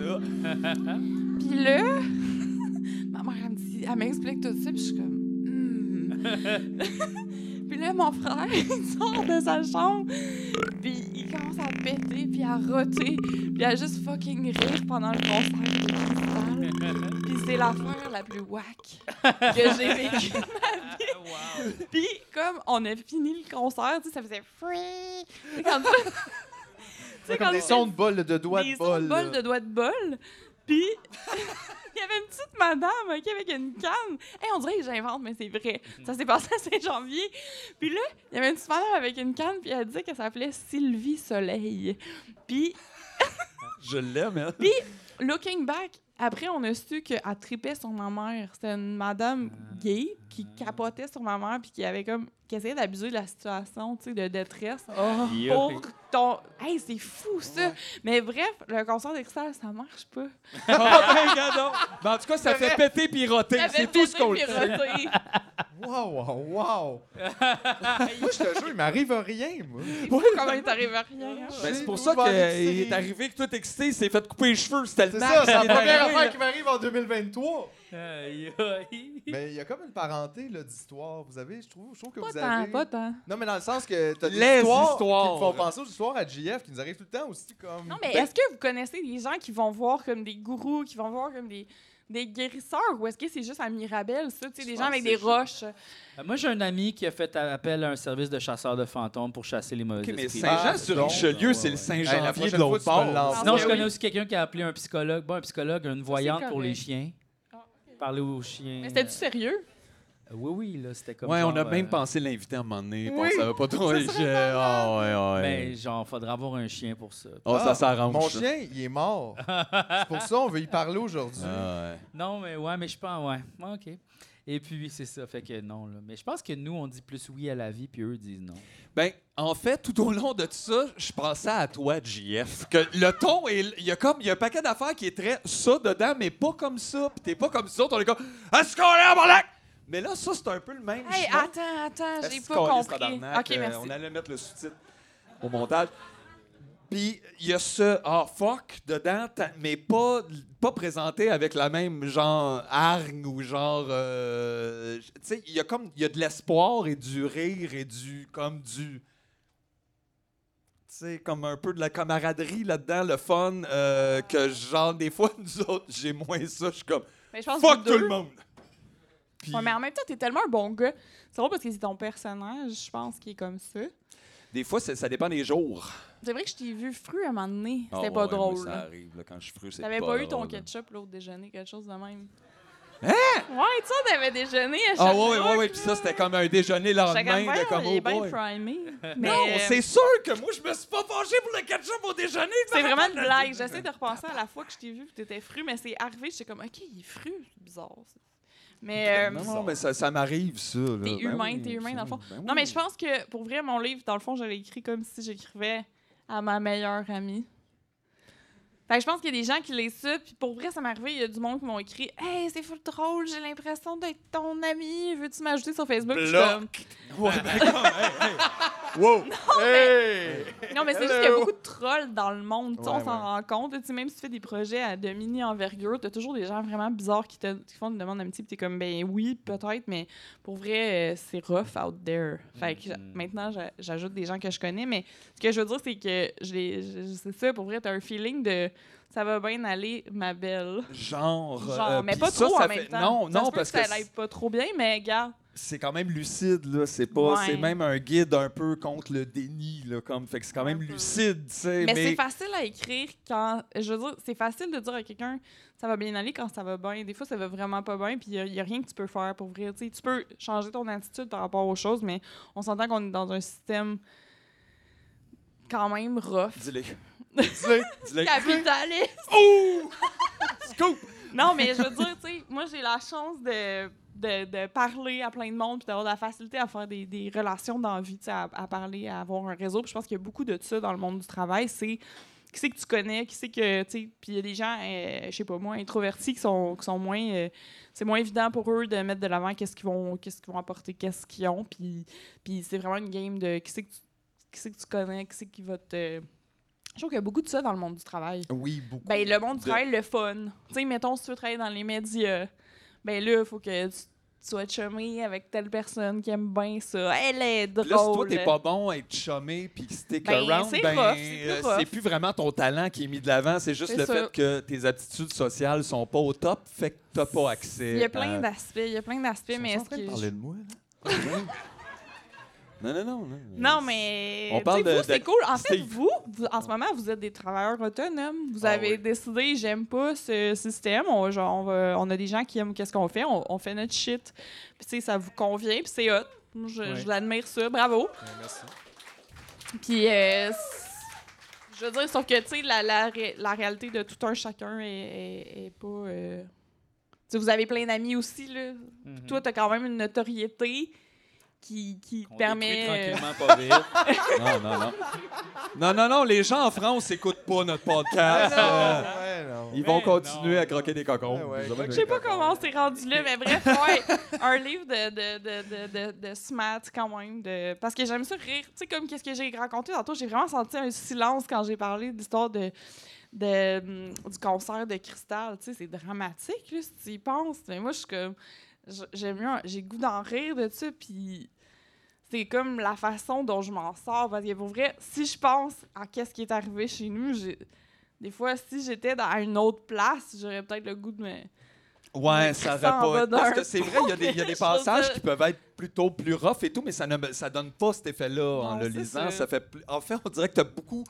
Puis là, ma mère, elle me dit, elle m'explique tout ça, puis je suis comme, Hmm. Puis là, mon frère, il sort de sa chambre, puis il commence à péter, puis à roter, puis à juste fucking rire pendant le concert de cristal. Puis c'est l'affaire la plus whack que j'ai vécue de ma vie. Puis comme on a fini le concert, tu sais, ça faisait free. Tu sais, Comme ça. Tu sais, C'est comme quand des tu- sons de bol, de doigts des de bol. sons de bol, de doigts de bol. Puis, il y avait une petite madame OK, avec une canne. Hey, on dirait que j'invente, mais c'est vrai. Mhm. Ça s'est passé à Saint-Janvier. Puis là, il y avait une petite madame avec une canne, puis elle disait qu'elle s'appelait Sylvie Soleil. Puis, Je l'aime, hein? puis, looking back, après, on a su qu'elle tripait sur ma mère. C'était une madame Ah. gay qui capotait sur ma mère puis qui avait comme qui essayait d'abuser de la situation, tu sais, de détresse. Oh. Yeah. Pour ton... Hey, c'est fou, ça! Mais bref, le concert d'extase, ça marche pas. ben, regarde donc. Ben, en tout cas, ça C'est fait vrai. péter puis roter. Ça fait C'est tout ce péter qu'on puis roter. sait. Wow, wow, wow. moi, je te jure, il m'arrive rien, moi. Comment il t'arrive à rien? Ben, c'est pour ça Ouvert qu'il une est arrivé que tout excité, il s'est fait couper les cheveux. C'était le C'est max ça, c'est la qui est arrivé, première là. affaire qui m'arrive en 2023. Mais il y a comme une parenté là, d'histoire. Vous avez, je trouve, je trouve que Pas vous tant, avez. pas tant. Non, mais dans le sens que t'as des Les histoires, histoires. qui me font penser aux histoires à JF qui nous arrivent tout le temps aussi comme. Non, mais Ben, est-ce que vous connaissez des gens qui vont voir comme des gourous, qui vont voir comme des, des guérisseurs, ou est-ce que c'est juste à Mirabelle, ça, tu sais, des gens pense avec que des c'est roches? Euh, Moi, j'ai un ami qui a fait appel à un service de chasseurs de fantômes pour chasser les mauvais Ok, mais esprits. Saint-Jean-sur-Richelieu, c'est le Hey, la Saint-Janvier prochaine de fois, l'autre tu me l'envoies. bord. Sinon, je Ah, ben connais oui. aussi quelqu'un qui a appelé un psychologue, bon, un psychologue, une voyante pour les correct. Ah, chiens. Parler aux chiens. Mais c'était du sérieux? Euh, Oui, oui, là, c'était comme Ouais, on a genre, même euh, pensé l'inviter à un moment donné. Oui, On savait pas trop. ça et serait je- Ah, ouais, ouais. Ben, genre, faudra avoir un chien pour ça. Oh, Ah, ça s'arrange. Mon ça. chien, il est mort. c'est pour ça on veut y parler aujourd'hui. Ah, ouais. Non, mais ouais, mais je pense, ouais. Ouais, OK. Et puis, c'est ça, fait que non, là. Mais je pense que nous, on dit plus oui à la vie, puis eux disent non. Ben, en fait, tout au long de tout ça, je pensais à toi, JF. Que le ton, est- il y a comme il y a un paquet d'affaires qui est très ça dedans, mais pas comme ça. Puis t'es pas comme ça. On est comme Est-ce qu'on est en barlac? Mais là, ça, c'est un peu le même. Hey, chemin. attends, attends, j'ai Est-ce pas qu'on est compris. tabarnak? OK, Euh, merci. on allait mettre le sous-titre au montage. Puis il y a ce ah fuck dedans, ta- mais pas, pas présenté avec la même genre hargne ou genre. euh, tu sais, il y a comme il y a de l'espoir et du rire et du comme du. Tu sais, comme un peu de la camaraderie là-dedans, le fun, euh, que genre, des fois, nous autres, j'ai moins ça. Je suis comme, Mais je pense que vous fuck tout deux- le monde! Puis- Ouais, mais en même temps, t'es tellement un bon gars. C'est drôle parce que c'est ton personnage, je pense, qui est comme ça. Des fois, c'est- ça dépend des jours. C'est vrai que je t'ai vu fru à un moment donné. Ah C'était ouais, pas ouais, moi, drôle. Ça là. arrive, là, quand je suis fru, c'est T'avais pas, eu ton drôle, là. ketchup l'autre déjeuner, quelque chose de même. Hein? Ouais, tu sais, on avait déjeuné à chaque Ah ouais, ouais, fois, ouais, ouais. Puis ça, c'était comme un déjeuner le lendemain. Chaque affaire, de comme, il est oh bien boy. primé. Mais Non, euh, c'est sûr que moi, je me suis pas penché pour le ketchup au déjeuner. je c'est me vraiment une rappelle le- blague. J'essaie de repenser à la fois que je t'ai vu, tu étais fru, mais c'est arrivé, j'étais comme, OK, il est fru, c'est bizarre. ça. Mais. euh, Non, non, mais ça, ça m'arrive, ça. là. T'es Ben humain, oui, t'es humain, dans le fond. ben oui. Non, mais je pense que pour vrai, mon livre, dans le fond, je l'ai écrit comme si j'écrivais à ma meilleure amie. Fait que je pense qu'il y a des gens qui lisent ça, puis pour vrai, ça m'est arrivé, il y a du monde qui m'ont écrit Hey, c'est full drôle, j'ai l'impression d'être ton ami, veux-tu m'ajouter sur Facebook Puis je suis comme, Ouais, ben, comme, hey, hey. Wow! Non, mais c'est juste qu'il y a beaucoup de trolls dans le monde. tu sais, Ouais, on s'en rend compte. Tu sais, même si tu fais des projets à- de mini-envergure, tu as toujours des gens vraiment bizarres qui te qui font une demande d'amitié. Puis tu es comme, ben oui, peut-être, mais pour vrai, euh, c'est rough out there. Fait que j'a- Mhm. maintenant, j'a- j'ajoute des gens que je connais. Mais ce que je veux dire, c'est que je les- je- je- c'est ça, pour vrai, tu as un feeling de ça va bien aller, ma belle. Genre. Genre, euh, mais puis pas ça, trop ça en fait- même temps. Non, Ça se non, peut parce que. ça l'aille pas trop bien, mais regarde. c'est quand même lucide là c'est pas Ouais. c'est même un guide un peu contre le déni là comme fait que c'est quand même lucide tu sais Mais, c'est facile à écrire quand. Je veux dire, c'est facile de dire à quelqu'un ça va bien aller quand ça va bien. Des fois, ça va vraiment pas bien, puis il n'y a, rien que tu peux faire pour vrai. Tu sais, tu peux changer ton attitude par rapport aux choses, mais on s'entend qu'on est dans un système quand même rough. dis-le dis-le dis-le Capitaliste! Ouh! Scoop! Non, mais je veux dire, tu sais, moi, j'ai la chance de, de, de parler à plein de monde puis d'avoir de la facilité à faire des, des relations dans la vie, tu sais, à, à parler, à avoir un réseau. Puis je pense qu'il y a beaucoup de ça dans le monde du travail. C'est qui c'est que tu connais, qui c'est que, tu sais, puis il y a des gens, euh, je sais pas moi, introvertis qui sont, qui sont moins. euh, c'est moins évident pour eux de mettre de l'avant qu'est-ce qu'ils vont, qu'est-ce qu'ils vont apporter, qu'est-ce qu'ils ont. Puis, puis c'est vraiment une game de qui c'est que tu, qui c'est que tu connais, qui c'est qui va te. Je trouve qu'il y a beaucoup de ça dans le monde du travail. Oui, beaucoup. Ben, le monde du de- travail, le fun. Tu sais, mettons, si tu veux travailler dans les médias, ben là, il faut que tu, tu sois chumé avec telle personne qui aime bien ça. Elle est drôle. Là, si toi, t'es pas bon à être chumé puis que stick Ben, around, c'est ben, rough, c'est plus euh, rough. c'est plus vraiment ton talent qui est mis de l'avant, c'est juste C'est le ça. fait que tes aptitudes sociales sont pas au top, fait que t'as pas accès. Il y a à- plein d'aspects, il y a plein d'aspects, mais est-ce que... Parler de moi, là? Ah non, non, non. non. Non, mais On tu parle sais, de- vous, c'est de- cool. En fait, Steve. Ah vous, vous- en ce moment, vous êtes des travailleurs autonomes. Vous avez décidé, j'aime pas ce système. On, genre, on, va- on a des gens qui aiment qu'est-ce qu'on fait. On, on fait notre shit. Puis, tu sais, ça vous convient. Puis, c'est hot. Moi, Je, Ouais. je l'admire ça. Bravo. Merci. Puis, euh, c- je veux dire, sauf que, tu sais, la, la, ré- la réalité de tout un chacun est, est- est pas. euh, Tu sais, vous avez plein d'amis aussi, là. Mm-hmm. Mhm. Toi, t'as quand même une notoriété qui, qui On permet. détruit euh, tranquillement, pas vite. non, non, non. Non, non, non, les gens en France n'écoutent pas notre podcast. Ah non. Euh, Ils vont continuer à croquer des cocons. Je sais pas comment on s'est rendu là, mais bref, ouais, un livre de, de, de, de, de, de smart quand même. De... Parce que j'aime ça rire. Tu sais, comme qu'est-ce que j'ai raconté tantôt, j'ai vraiment senti un silence quand j'ai parlé de l'histoire de, de, hum, du concert de Cristal. Tu sais, c'est dramatique, là, si tu y penses. Mais moi, je suis comme. j- J'aime mieux. J'ai le goût d'en rire de ça, puis. C'est comme la façon dont je m'en sors. Parce que pour vrai, si je pense à qu'est-ce qui est arrivé chez nous, j'ai. Des fois, si j'étais dans- à une autre place, j'aurais peut-être le goût de me, Ouais, ça Ça en aurait pas. va été- Parce d'un que c'est vrai, il y a des, il y a des Je veux passages dire- qui peuvent être plutôt plus rough et tout, mais ça ne ça donne pas cet effet-là en Non, le c'est lisant. ça. Ça fait plus- En fait, on dirait que t'as beaucoup,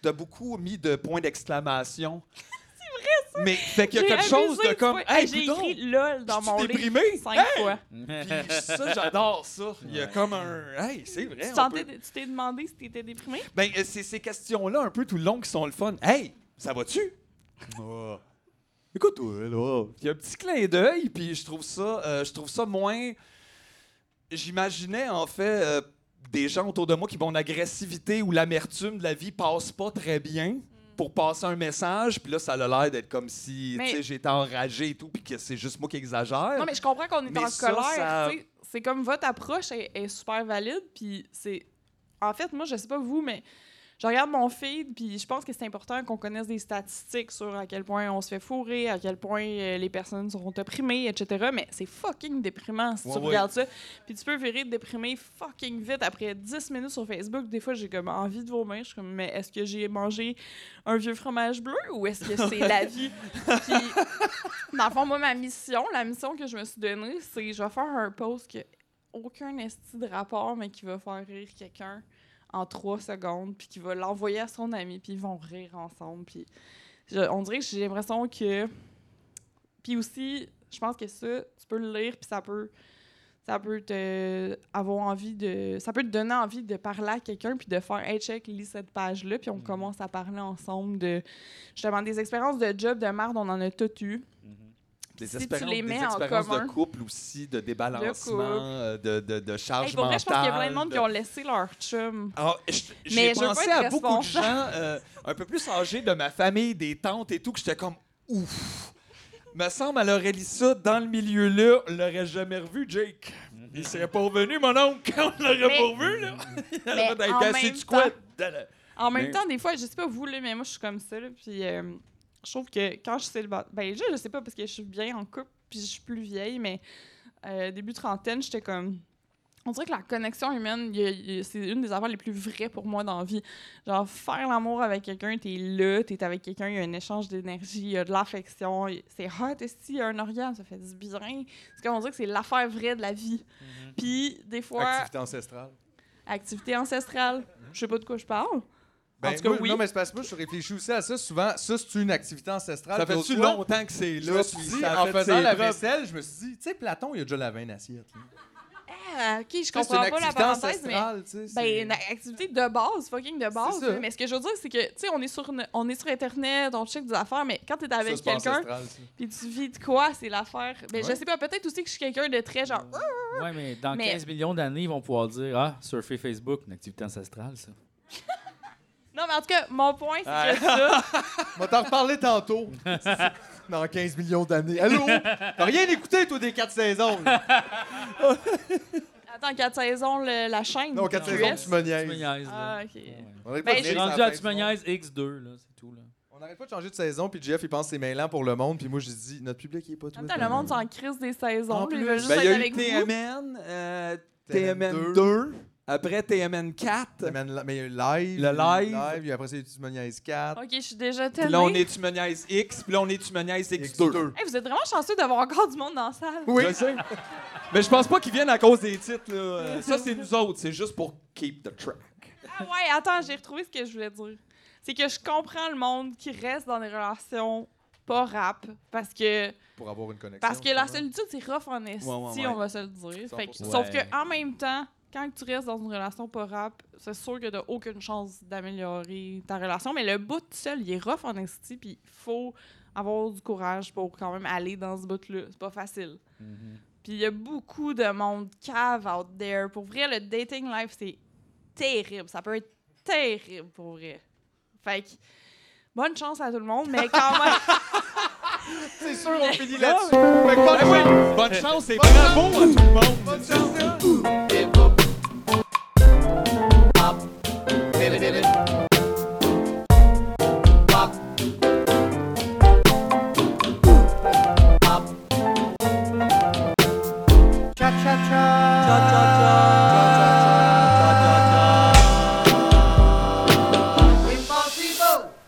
t'as beaucoup mis de points d'exclamation. c'est vrai, ça! Mais fait qu'il y a J'ai quelque chose abusé de du comme. point- Hey, j'ai dis donc! écrit LOL dans je suis mon déprimé? livre cinq Hey! fois. Puis ça, j'adore ça. Il y a comme un. Hey, c'est vrai. Tu on sentais- peut- tu t'es demandé si t'étais déprimé? Ben, euh, c'est ces questions-là un peu tout le long qui sont le fun. Hey, ça va-tu? Ah. Écoute-toi, là. Il y a un petit clin d'œil, puis je trouve ça, euh, je trouve ça moins. J'imaginais, en fait, euh, des gens autour de moi qui, bon, l'agressivité ou l'amertume de la vie passe pas très bien pour passer un message, puis là, ça a l'air d'être comme si tu Mais- sais, j'étais enragé et tout, puis que c'est juste moi qui exagère. Non, mais je comprends qu'on est Mais en ça, colère. ça- tu sais. C'est comme votre approche est, est super valide. Puis c'est. En fait, moi, je sais pas vous, mais je regarde mon feed. Puis je pense que c'est important qu'on connaisse des statistiques sur à quel point on se fait fourrer, à quel point euh, les personnes sont opprimées, etc. Mais c'est fucking déprimant si Ouais, tu ouais. regardes ça. Puis tu peux virer déprimé fucking vite après 10 minutes sur Facebook. Des fois, j'ai comme envie de vomir. Je suis comme, mais est-ce que j'ai mangé un vieux fromage bleu ou est-ce que c'est la vie? Dans le fond, moi, ma mission, la mission que je me suis donnée, c'est je vais faire un post qui a aucun esti de rapport, mais qui va faire rire quelqu'un en trois secondes, puis qui va l'envoyer à son ami, puis ils vont rire ensemble. Puis je- on dirait que j'ai l'impression que. Puis aussi, je pense que ça, tu peux le lire, puis ça peut. Ça peut te avoir envie de. Ça peut te donner envie de parler à quelqu'un puis de faire Hey, check, lis cette page-là, puis on commence à parler ensemble de. Justement, des expériences de job, de merde, on en a toutes eues. Des Si tu expériences, des les mets en expériences commun. de couple aussi, de débalancement, De couple. euh, de, de, de charge Hey, pour vrai, je pense qu'il y a plein mentale, de monde de- qui ont laissé leur chum. Alors, je- j'ai Mais je veux pensé pas être à beaucoup de responsable. gens euh, un peu plus âgés de ma famille, des tantes et tout, que j'étais comme ouf. Me semble, elle aurait lu ça dans le milieu-là, on l'aurait jamais revu, Jake. Mhm. Il serait pas revenu, mon oncle, quand on l'aurait Mais- pas revu, là. Il mais aurait en été même du quoi? temps- dans le- En même Mais- temps, des fois, je sais pas vous, là, mais moi, je suis comme ça. là, puis euh, je trouve que quand je suis célibataire... Ben là, je sais pas, parce que je suis bien en couple, puis je suis plus vieille, mais euh, début trentaine, j'étais comme... On dirait que la connexion humaine, il y a- il y a- c'est une des affaires les plus vraies pour moi dans la vie. Genre, faire l'amour avec quelqu'un, t'es là, t'es avec quelqu'un, il y a un échange d'énergie, il y a de l'affection, il- c'est hot, est-ce qu'il y a un orgasme, ça fait du bien. C'est comme on dirait que c'est l'affaire vraie de la vie. Puis, des fois... Activité ancestrale. Activité ancestrale. Je sais pas de quoi je parle. Ben, en tout cas, moi, oui. Non, mais c'est parce que moi, je réfléchis aussi à ça. Souvent, ça, c'est une activité ancestrale. Ça Puis fait-tu l'autre fois, longtemps que c'est Je là? me suis puis dit, ça a en fait faisant ses la preuves? vaisselle, je me suis dit, tu sais, Platon, il a déjà lavé une assiette. là. Ah, ok, je c'est une comprends pas la activité parenthèse, mais. ancestrale, tu sais, Ben, c'est- une activité de base, fucking de base. ça. là. Mais ce que je veux dire, c'est que, tu sais, on, est sur une- on est sur Internet, on check des affaires, mais quand t'es avec c'est pas quelqu'un, ancestral, ça. puis tu vis de quoi, c'est l'affaire. Ben, je Ouais. sais pas, peut-être aussi que je suis quelqu'un de très genre. Ouais, mais dans Mais- 15 millions d'années, ils vont pouvoir dire Ah, surfer Facebook, une activité ancestrale, ça. Ah! Non, mais en tout cas, mon point, c'est Ah. que ça. On va t'en reparler tantôt. Dans 15 millions d'années. Allô? T'as rien écouté, toi, des 4 saisons. là. Attends, 4 saisons, le- la chaîne. Non, 4 US. saisons, tu me niaises. me niaises, là. Ah, ok. On est Ben, pas J'ai sur la rendu à fin Tu du me monde. niaises X2, là, c'est tout, là. On arrête J'arrête pas de changer de saison, puis Jeff, il pense que c'est mêlant pour le monde, puis moi, je dis, notre public, il est pas tout. En même temps, le monde s'en crise des saisons. En lui, Il plus. veut juste Ben, il y a être eu avec vous. TMN, euh, TMN 2, après TMN 4. mais il y a eu live. Le live. puis après, c'est Tu me niaises 4. Ok, je suis déjà Puis là, on tellement. est Tu me niaises X, puis là, on est Tu me niaises Ah, X2. vous êtes vraiment chanceux d'avoir encore du monde dans la salle. Je sais. Mais je pense pas qu'ils viennent à cause des titres. là. Euh, Ça, c'est nous autres. C'est juste pour keep the track. Ah ouais, attends, j'ai retrouvé ce que je voulais dire. C'est que je comprends le monde qui reste dans des relations pas rap parce que Pour avoir une connexion. parce que la solitude c'est rough en esti, Ouais, ouais, ouais. on va se le dire. Fait que- 100%. Sauf Ouais. que en même temps, quand tu restes dans une relation pas rap, c'est sûr que t'as aucune chance d'améliorer ta relation. Mais le bout tout seul, il est rough en esti, puis faut avoir du courage pour quand même aller dans ce bout-là. C'est pas facile. Mm-hmm. Puis il y a beaucoup de monde cave out there. Pour vrai, le dating life, c'est terrible. Ça peut être terrible pour vrai. Fait que bonne chance à tout le monde, mais quand même. c'est sûr, on finit là-dessus. Bonne chance et bravo à hein, tout le monde. Bonne chance, hein.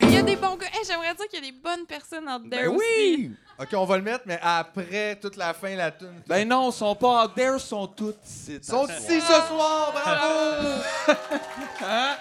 Il y a des bons gars. Hey, J'aimerais dire qu'il y a des bonnes personnes out Eh there. aussi. Ok, on va le mettre, mais après toute la fin, la tune. Ben non, ils sont pas out Ah! there, ils sont toutes ici. Ils sont ici ce soir, bravo! Hein?